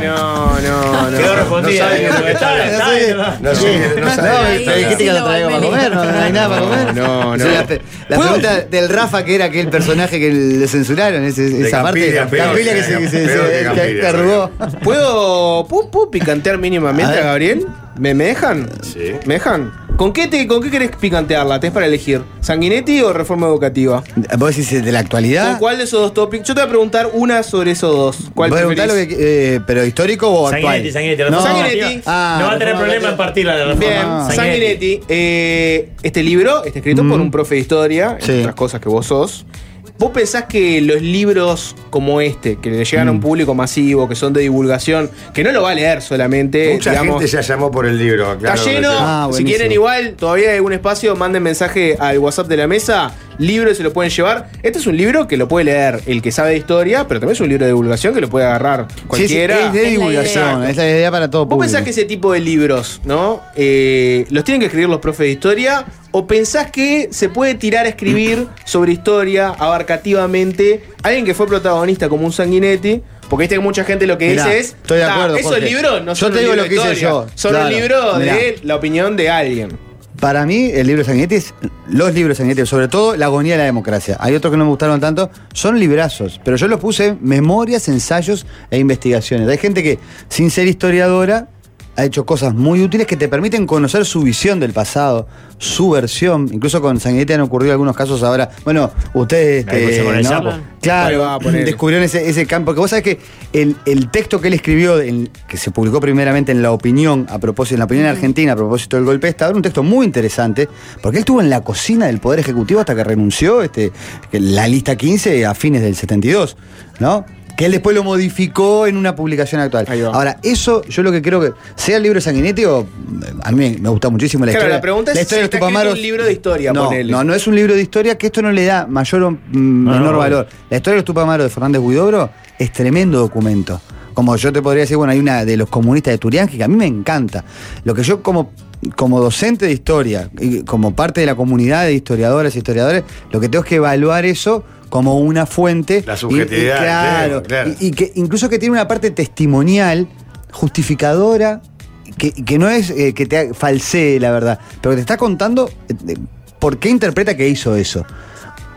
no, no. no.
Quedó
No saben de lo que está hablando.
No, me dijiste que lo traigo para comer, no, no hay nada para comer.
No, no.
O sea, La, pe- la pregunta del Rafa, que era aquel personaje que le censuraron, ese- esa parte. Campilia que se, que se- se- que- que arrugó.
¿Puedo, puedo- puedo picantear mínimamente a, Gabriel? ¿Me, me dejan? Sí. ¿Me dejan? ¿Con qué, te, ¿Con qué querés picantearla? ¿Tenés para elegir? ¿Sanguinetti o reforma educativa?
¿Vos decís eh, de la
¿Con
actualidad?
cuál de esos dos tópicos? Yo te voy a preguntar una sobre esos dos. ¿Cuál
Voy a preguntar
preferís?
lo que- eh, ¿Pero histórico o actual?
Sanguinetti, Sanguinetti.
No,
Sanguinetti.
Ah,
no va a tener
reforma
problema en partirla de la reforma.
Bien, Sanguinetti. eh, este libro está escrito
Mm.
por un profe de historia, entre otras cosas que vos sos. ¿Vos pensás que los libros como este, que le llegan a
Mm.
un público masivo, que son de divulgación, que no lo va a leer solamente,
Mucha
Eh, digamos,
gente ya llamó por el libro.
Está
claro,
lleno. Ah,
no
Ah,
sé.
si quieren igual, todavía hay algún espacio, manden mensaje al WhatsApp de la mesa. Libro se lo pueden llevar. Este es un libro que lo puede leer el que sabe de historia, pero también es un libro de divulgación que lo puede agarrar
Sí, sí,
cualquiera.
es de divulgación, es la idea para todo
¿Vos
público.
pensás que ese tipo de libros, ¿no? Eh, ¿Los tienen que escribir los profes de historia? ¿O pensás que se puede tirar a escribir sobre historia abarcativamente alguien que fue protagonista como un sanguinetti? Porque viste que mucha gente lo que
Mirá,
dice es.
estoy de
"Ah,
acuerdo,
Esos
Jorge.
libros no
Yo
son
te
un
digo
libro
lo
de
que hice
historia,
yo.
Son un
Claro,
libro
mirá.
de la opinión de alguien.
Para mí, el libro de Sanguinetti es los libros de Sanguinetti, sobre todo La agonía de la democracia. Hay otros que no me gustaron tanto, son librazos, pero yo los puse en memorias, ensayos e investigaciones. Hay gente que, sin ser historiadora, ha hecho cosas muy útiles que te permiten conocer su visión del pasado, su versión. Incluso con Sanguinetti han ocurrido algunos casos ahora. Bueno, ustedes.
La escuché con el sapo. Ahí
Claro,
va, ponele.
descubrieron ese, ese campo. Porque vos sabés que el, el texto que él escribió, en- que se publicó primeramente en La Opinión, a propósito, en La Opinión Argentina, a propósito del golpe de Estado, era un texto muy interesante, porque él estuvo en la cocina del Poder Ejecutivo hasta que renunció, este, que la lista 15 a fines del 72, ¿no? Que él después lo modificó en una publicación actual. Ahora, eso yo lo que creo que, sea el libro de Sanguinetti o. A mí me gusta muchísimo la
claro,
historia.
la pregunta es
la
si
historia de
está escrito
Tupamaros-
un libro de historia,
no,
ponele.
No, no es un libro de historia que esto no le da mayor o mm, menor
no.
valor. La historia de los Tupamaros de Fernández Huidobro es tremendo documento. Como yo te podría decir, bueno, hay una de los comunistas de Turianqui que a mí me encanta. Lo que yo como, como docente de historia, y como parte de la comunidad de historiadores e historiadores, lo que tengo es que evaluar eso como una fuente.
La subjetividad,
Y- y claro,
claro, claro.
Y, y que incluso que tiene una parte testimonial, justificadora, que, que no es eh, que te falsee la verdad, pero que te está contando eh, eh, por qué interpreta que hizo eso.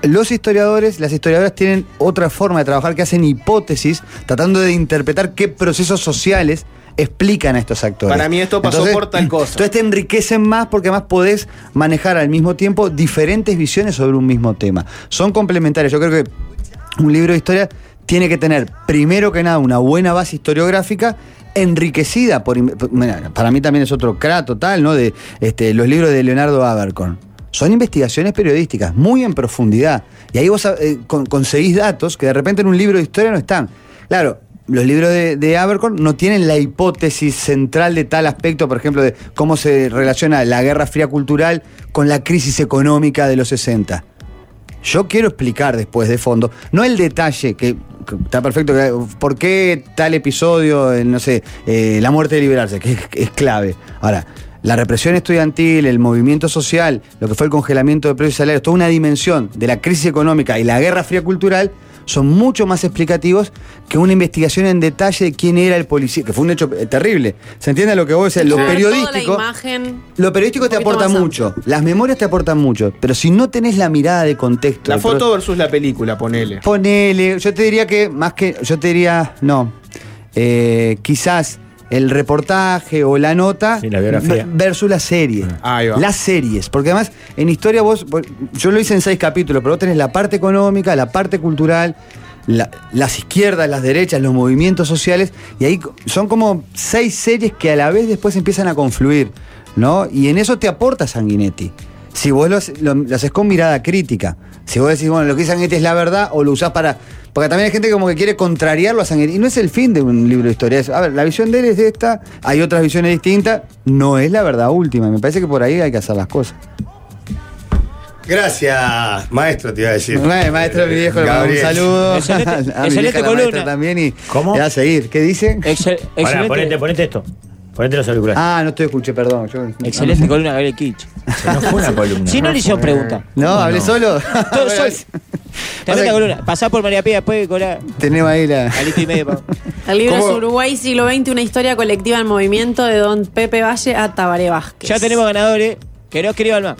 Los historiadores, las historiadoras tienen otra forma de trabajar que hacen hipótesis tratando de interpretar qué procesos sociales explican a estos actores.
Para mí esto pasó por tal cosa.
Entonces te enriquecen más porque además podés manejar al mismo tiempo diferentes visiones sobre un mismo tema. Son complementarias. Yo creo que un libro de historia tiene que tener, primero que nada, una buena base historiográfica enriquecida por... in- por- mira, Para mí también es otro crato tal, ¿no? De este, los libros de Leonardo Abercorn. Son investigaciones periodísticas, muy en profundidad. Y ahí vos eh, con- conseguís datos que de repente en un libro de historia no están. Claro, los libros de, de Abercorn no tienen la hipótesis central de tal aspecto, por ejemplo, de cómo se relaciona la Guerra Fría Cultural con la crisis económica de los 60. Yo quiero explicar después de fondo, no el detalle, que, que está perfecto, que, por qué tal episodio, eh, no sé, eh, la muerte de liberarse, que es, es clave. Ahora, la represión estudiantil, el movimiento social, lo que fue el congelamiento de precios y salarios, toda una dimensión de la crisis económica y la guerra fría cultural son mucho más explicativos que una investigación en detalle de quién era el policía, que fue un hecho eh, terrible. ¿Se entiende lo que vos decías? Lo
Toda la
periodístico...
imagen.
Lo periodístico te
Un poquito
aporta
más
mucho, las memorias te aportan mucho, pero si no tenés la mirada de contexto.
La
de
foto
pro-
versus la película, ponele.
Ponele, yo te diría que más que, yo te diría, no, Eh, quizás el reportaje o la nota
la
v-
biografía.
versus la serie.
Ah. Ahí va.
Las series, porque además en historia vos, vos- yo lo hice en seis capítulos, pero vos tenés la parte económica, la parte cultural, la- las izquierdas, las derechas, los movimientos sociales, y ahí co- son como seis series que a la vez después empiezan a confluir, ¿no? Y en eso te aporta Sanguinetti. Si vos lo, haces- lo- lo haces con mirada crítica, si vos decís, bueno, lo que dice Sanguinetti es la verdad o lo usás para... Porque también hay gente que como que quiere contrariarlo a Sanguinetti. Y no es el fin de un libro de historia. Es, a ver, la visión de él es esta, hay otras visiones distintas. No es la verdad última. Me parece que por ahí hay que hacer las cosas.
Gracias, maestro, te iba a decir.
Bueno, maestro, mi viejo, le mando un
Gabriel.
saludo. A mi vieja,
excelente
la
columna.
maestra también y,
¿Cómo?
y a seguir. ¿Qué dicen?
Eh.
Pará, ponete, ponete esto. Ponete los auriculares.
Ah, no te escuché, perdón. Yo-
Excelente columna, Gabriel Kitsch.
No fue una columna.
Si no le hicieron pregunta.
No, hablé solo.
Todo sol. Tremenda columna. Pasá por María Pía después de cobrar.
Tenemos ahí la.
Alito y medio, pa.
El libro
¿Cómo?
es Uruguay siglo XX, una historia colectiva en movimiento de don Pepe Valle a Tabaré Vázquez.
Ya tenemos ganadores. Que no escriban más.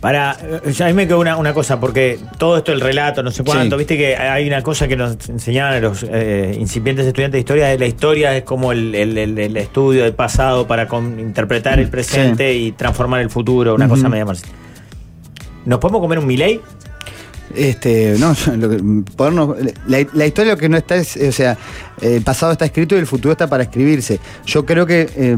Para, eh, a mí me quedó una, una cosa, porque todo esto, el relato, no sé cuánto,
Sí.
viste que hay una cosa que nos enseñaban a los eh, incipientes estudiantes de historia, es la historia es como el, el- el- el estudio del pasado para con- interpretar el presente y transformar el futuro, una
Ujú.
cosa media marxista. ¿Nos podemos comer un Milei?
Este, no, yo- lo que- ponernos- la, la historia lo que no está es, o sea, el pasado está escrito y el futuro está para escribirse. Yo creo que, eh,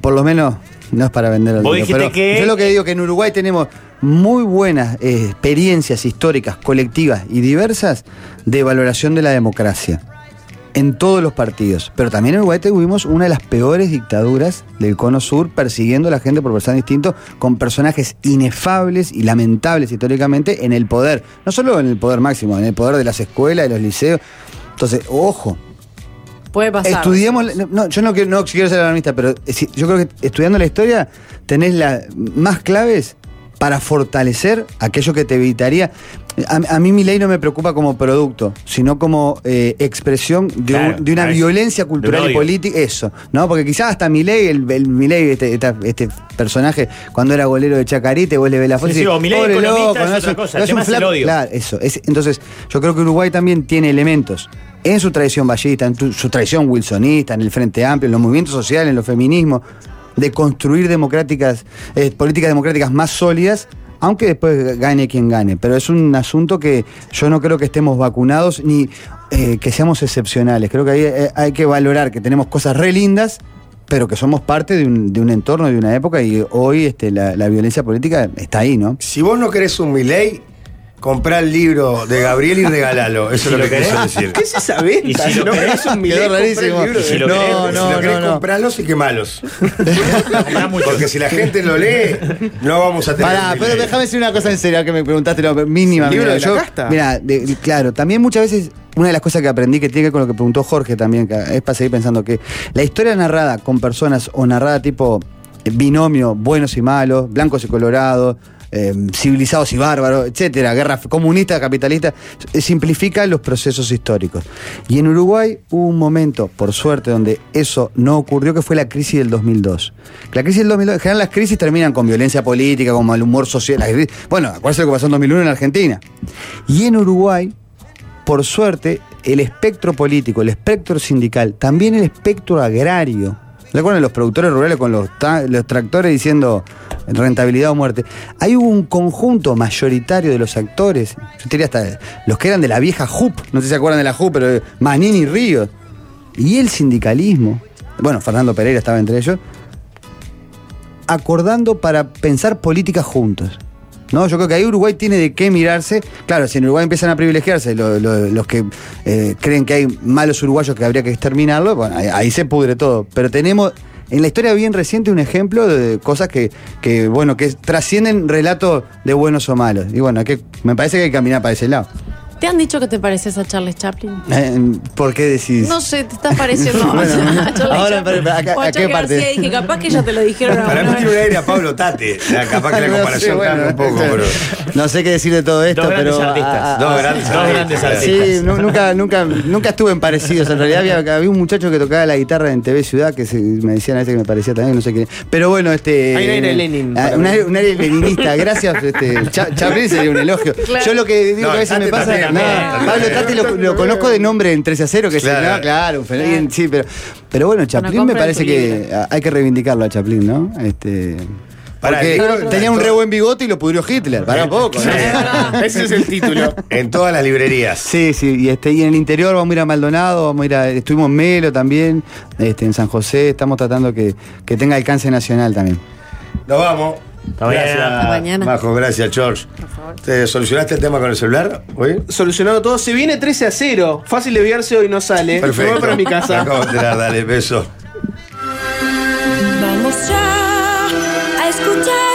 por lo menos, no es para vender al
Vos
libro,
dijiste
pero
que- eh,
Yo lo que digo que en Uruguay tenemos muy buenas eh, experiencias históricas, colectivas y diversas de valoración de la democracia en todos los partidos. Pero también en Uruguay tuvimos una de las peores dictaduras del Cono Sur, persiguiendo a la gente por pensar distinto, con personajes inefables y lamentables históricamente en el poder. No solo en el poder máximo, en el poder de las escuelas, de los liceos. Entonces, ojo,
Puede pasar.
Estudiamos. no, no, yo no quiero, no quiero ser alarmista, pero eh, si- yo creo que estudiando la historia tenés las más claves para fortalecer aquello que te evitaría. A, a mí mi ley no me preocupa como producto, sino como eh, expresión de, un-
Claro,
de una
ahí.
violencia
De
cultural
un
y
odio.
política. Eso, ¿no? Porque quizás hasta mi ley, el, el Milei, este, esta- este personaje, cuando era golero de Chacarite, vos le ves la foto. y
Sí, sí,
decís,
o Milei
"Pobre
economista es
no
otra
un-
cosa,
no
el tema es el
flaco".
odio.
Claro, eso. Es- entonces, yo creo que Uruguay también tiene elementos en su tradición vallista, en tu- su tradición wilsonista, en el Frente Amplio, en los movimientos sociales, en los feminismos, de construir democráticas, eh, políticas democráticas más sólidas, aunque después gane quien gane. Pero es un asunto que yo no creo que estemos vacunados ni eh, que seamos excepcionales. Creo que ahí eh, hay que valorar que tenemos cosas re lindas, pero que somos parte de un, de un entorno, de una época, y hoy este, la, la violencia política está ahí, ¿no?
Si vos no querés un Milei, comprá el libro de Gabriel y regalalo. Eso
¿Y
es
lo
lo que
querés?
quiso decir.
¿Qué es esa venta?
Y si lo querés un Milei,
Quedó
comprá el
rarísimo.
libro.
Y si
de-
lo
no,
querés-
no,
si
no,
lo querés
no, compralos y quemalos. Porque si la gente lo lee, no vamos a tener.
Pará,
un
pero
Milei.
déjame decir una cosa en serio que me preguntaste lo mínima.
El libro
mira,
de la casta.
Mira, de- claro, también muchas veces una de las cosas que aprendí que tiene que ver con lo que preguntó Jorge también, que es para seguir pensando que la historia narrada con personas o narrada tipo eh, binomio, buenos y malos, blancos y colorados, eh, civilizados y bárbaros, etcétera, guerra comunista, capitalista, eh, simplifica los procesos históricos. Y en Uruguay hubo un momento, por suerte, donde eso no ocurrió, que fue la crisis del 2002. La crisis del 2002, en general las crisis terminan con violencia política, con mal humor social. las crisis- Bueno, acuérdense lo que pasó en 2001 en Argentina. Y en Uruguay, por suerte, el espectro político, el espectro sindical, también el espectro agrario. ¿Recuerdan los productores rurales con los, ta- los tractores diciendo rentabilidad o muerte? Ahí hubo un conjunto mayoritario de los actores, yo diría hasta los que eran de la vieja JUP, no sé si se acuerdan de la JUP, pero eh, Manini Ríos, y el sindicalismo, bueno, Fernando Pereira estaba entre ellos, acordando para pensar políticas juntos. ¿No? Yo creo que ahí Uruguay tiene de qué mirarse. Claro, si en Uruguay empiezan a privilegiarse lo- lo- los que eh, creen que hay malos uruguayos que habría que exterminarlo, bueno, ahí, ahí se pudre todo. Pero tenemos en la historia bien reciente un ejemplo de cosas que, que bueno, que trascienden relatos de buenos o malos. Y bueno, hay que, me parece que hay que caminar para ese lado.
¿Te han dicho que te pareces a Charles Chaplin?
Eh, ¿Por qué decís?
No sé, te estás pareciendo a
Bueno,
Charles
ahora,
Chaplin.
pero, ¿a- a-
O
a qué
Charlie
parte?
García, dije, capaz que ya te lo dijeron
Para mí
alguna
tiene
vez.
un aire a Pablo Tate. Ya, capaz que la
No sé,
comparación
bueno,
cambia un poco,
claro.
pero.
No sé qué decir de todo esto,
grandes
pero. Ah,
artistas. Dos grandes Dos grandes artistas.
Sí, nu- nunca, nunca, nunca estuve en parecidos. En realidad había, había un muchacho que tocaba la guitarra en TV Ciudad que se- me decían a veces que me parecía también, no sé quién. Pero bueno, este.
Hay un aire
eh,
Lenin
ah,
para
Un
mí.
aire, un aire leninista. Gracias, este. Cha- Chaplin sería un elogio.
Claro.
Yo lo que digo
No,
que a veces
Tate
me pasa.
también,
no,
también.
Pablo Tati lo, lo conozco de nombre en 13 a 0, que
Claro.
sí, no, claro, un fenómeno. Sí, pero. Pero bueno, Chaplin me
compra
parece
tu
que
libro.
a- hay que reivindicarlo a Chaplin, ¿no? Este.
Pará,
porque
el libro-
tenía un re buen bigote y lo pudrió Hitler. Para un poco.
Ese es el título. En todas las librerías.
Sí, sí, y, este, y en el interior vamos a ir a Maldonado, vamos a ir a, estuvimos en Melo también, este, en San José, estamos tratando que, que tenga alcance nacional también.
Nos vamos.
mañana.
Gracias,
Hasta mañana.
Majo, gracias, George. ¿Te solucionaste el tema con el celular hoy?
Solucionado todo. Se viene 13 a 0. Fácil desviarse hoy no sale. Me
Perfecto.
voy para mi casa.
Me acabo de enterar, dale, beso.
Vamos ya a escuchar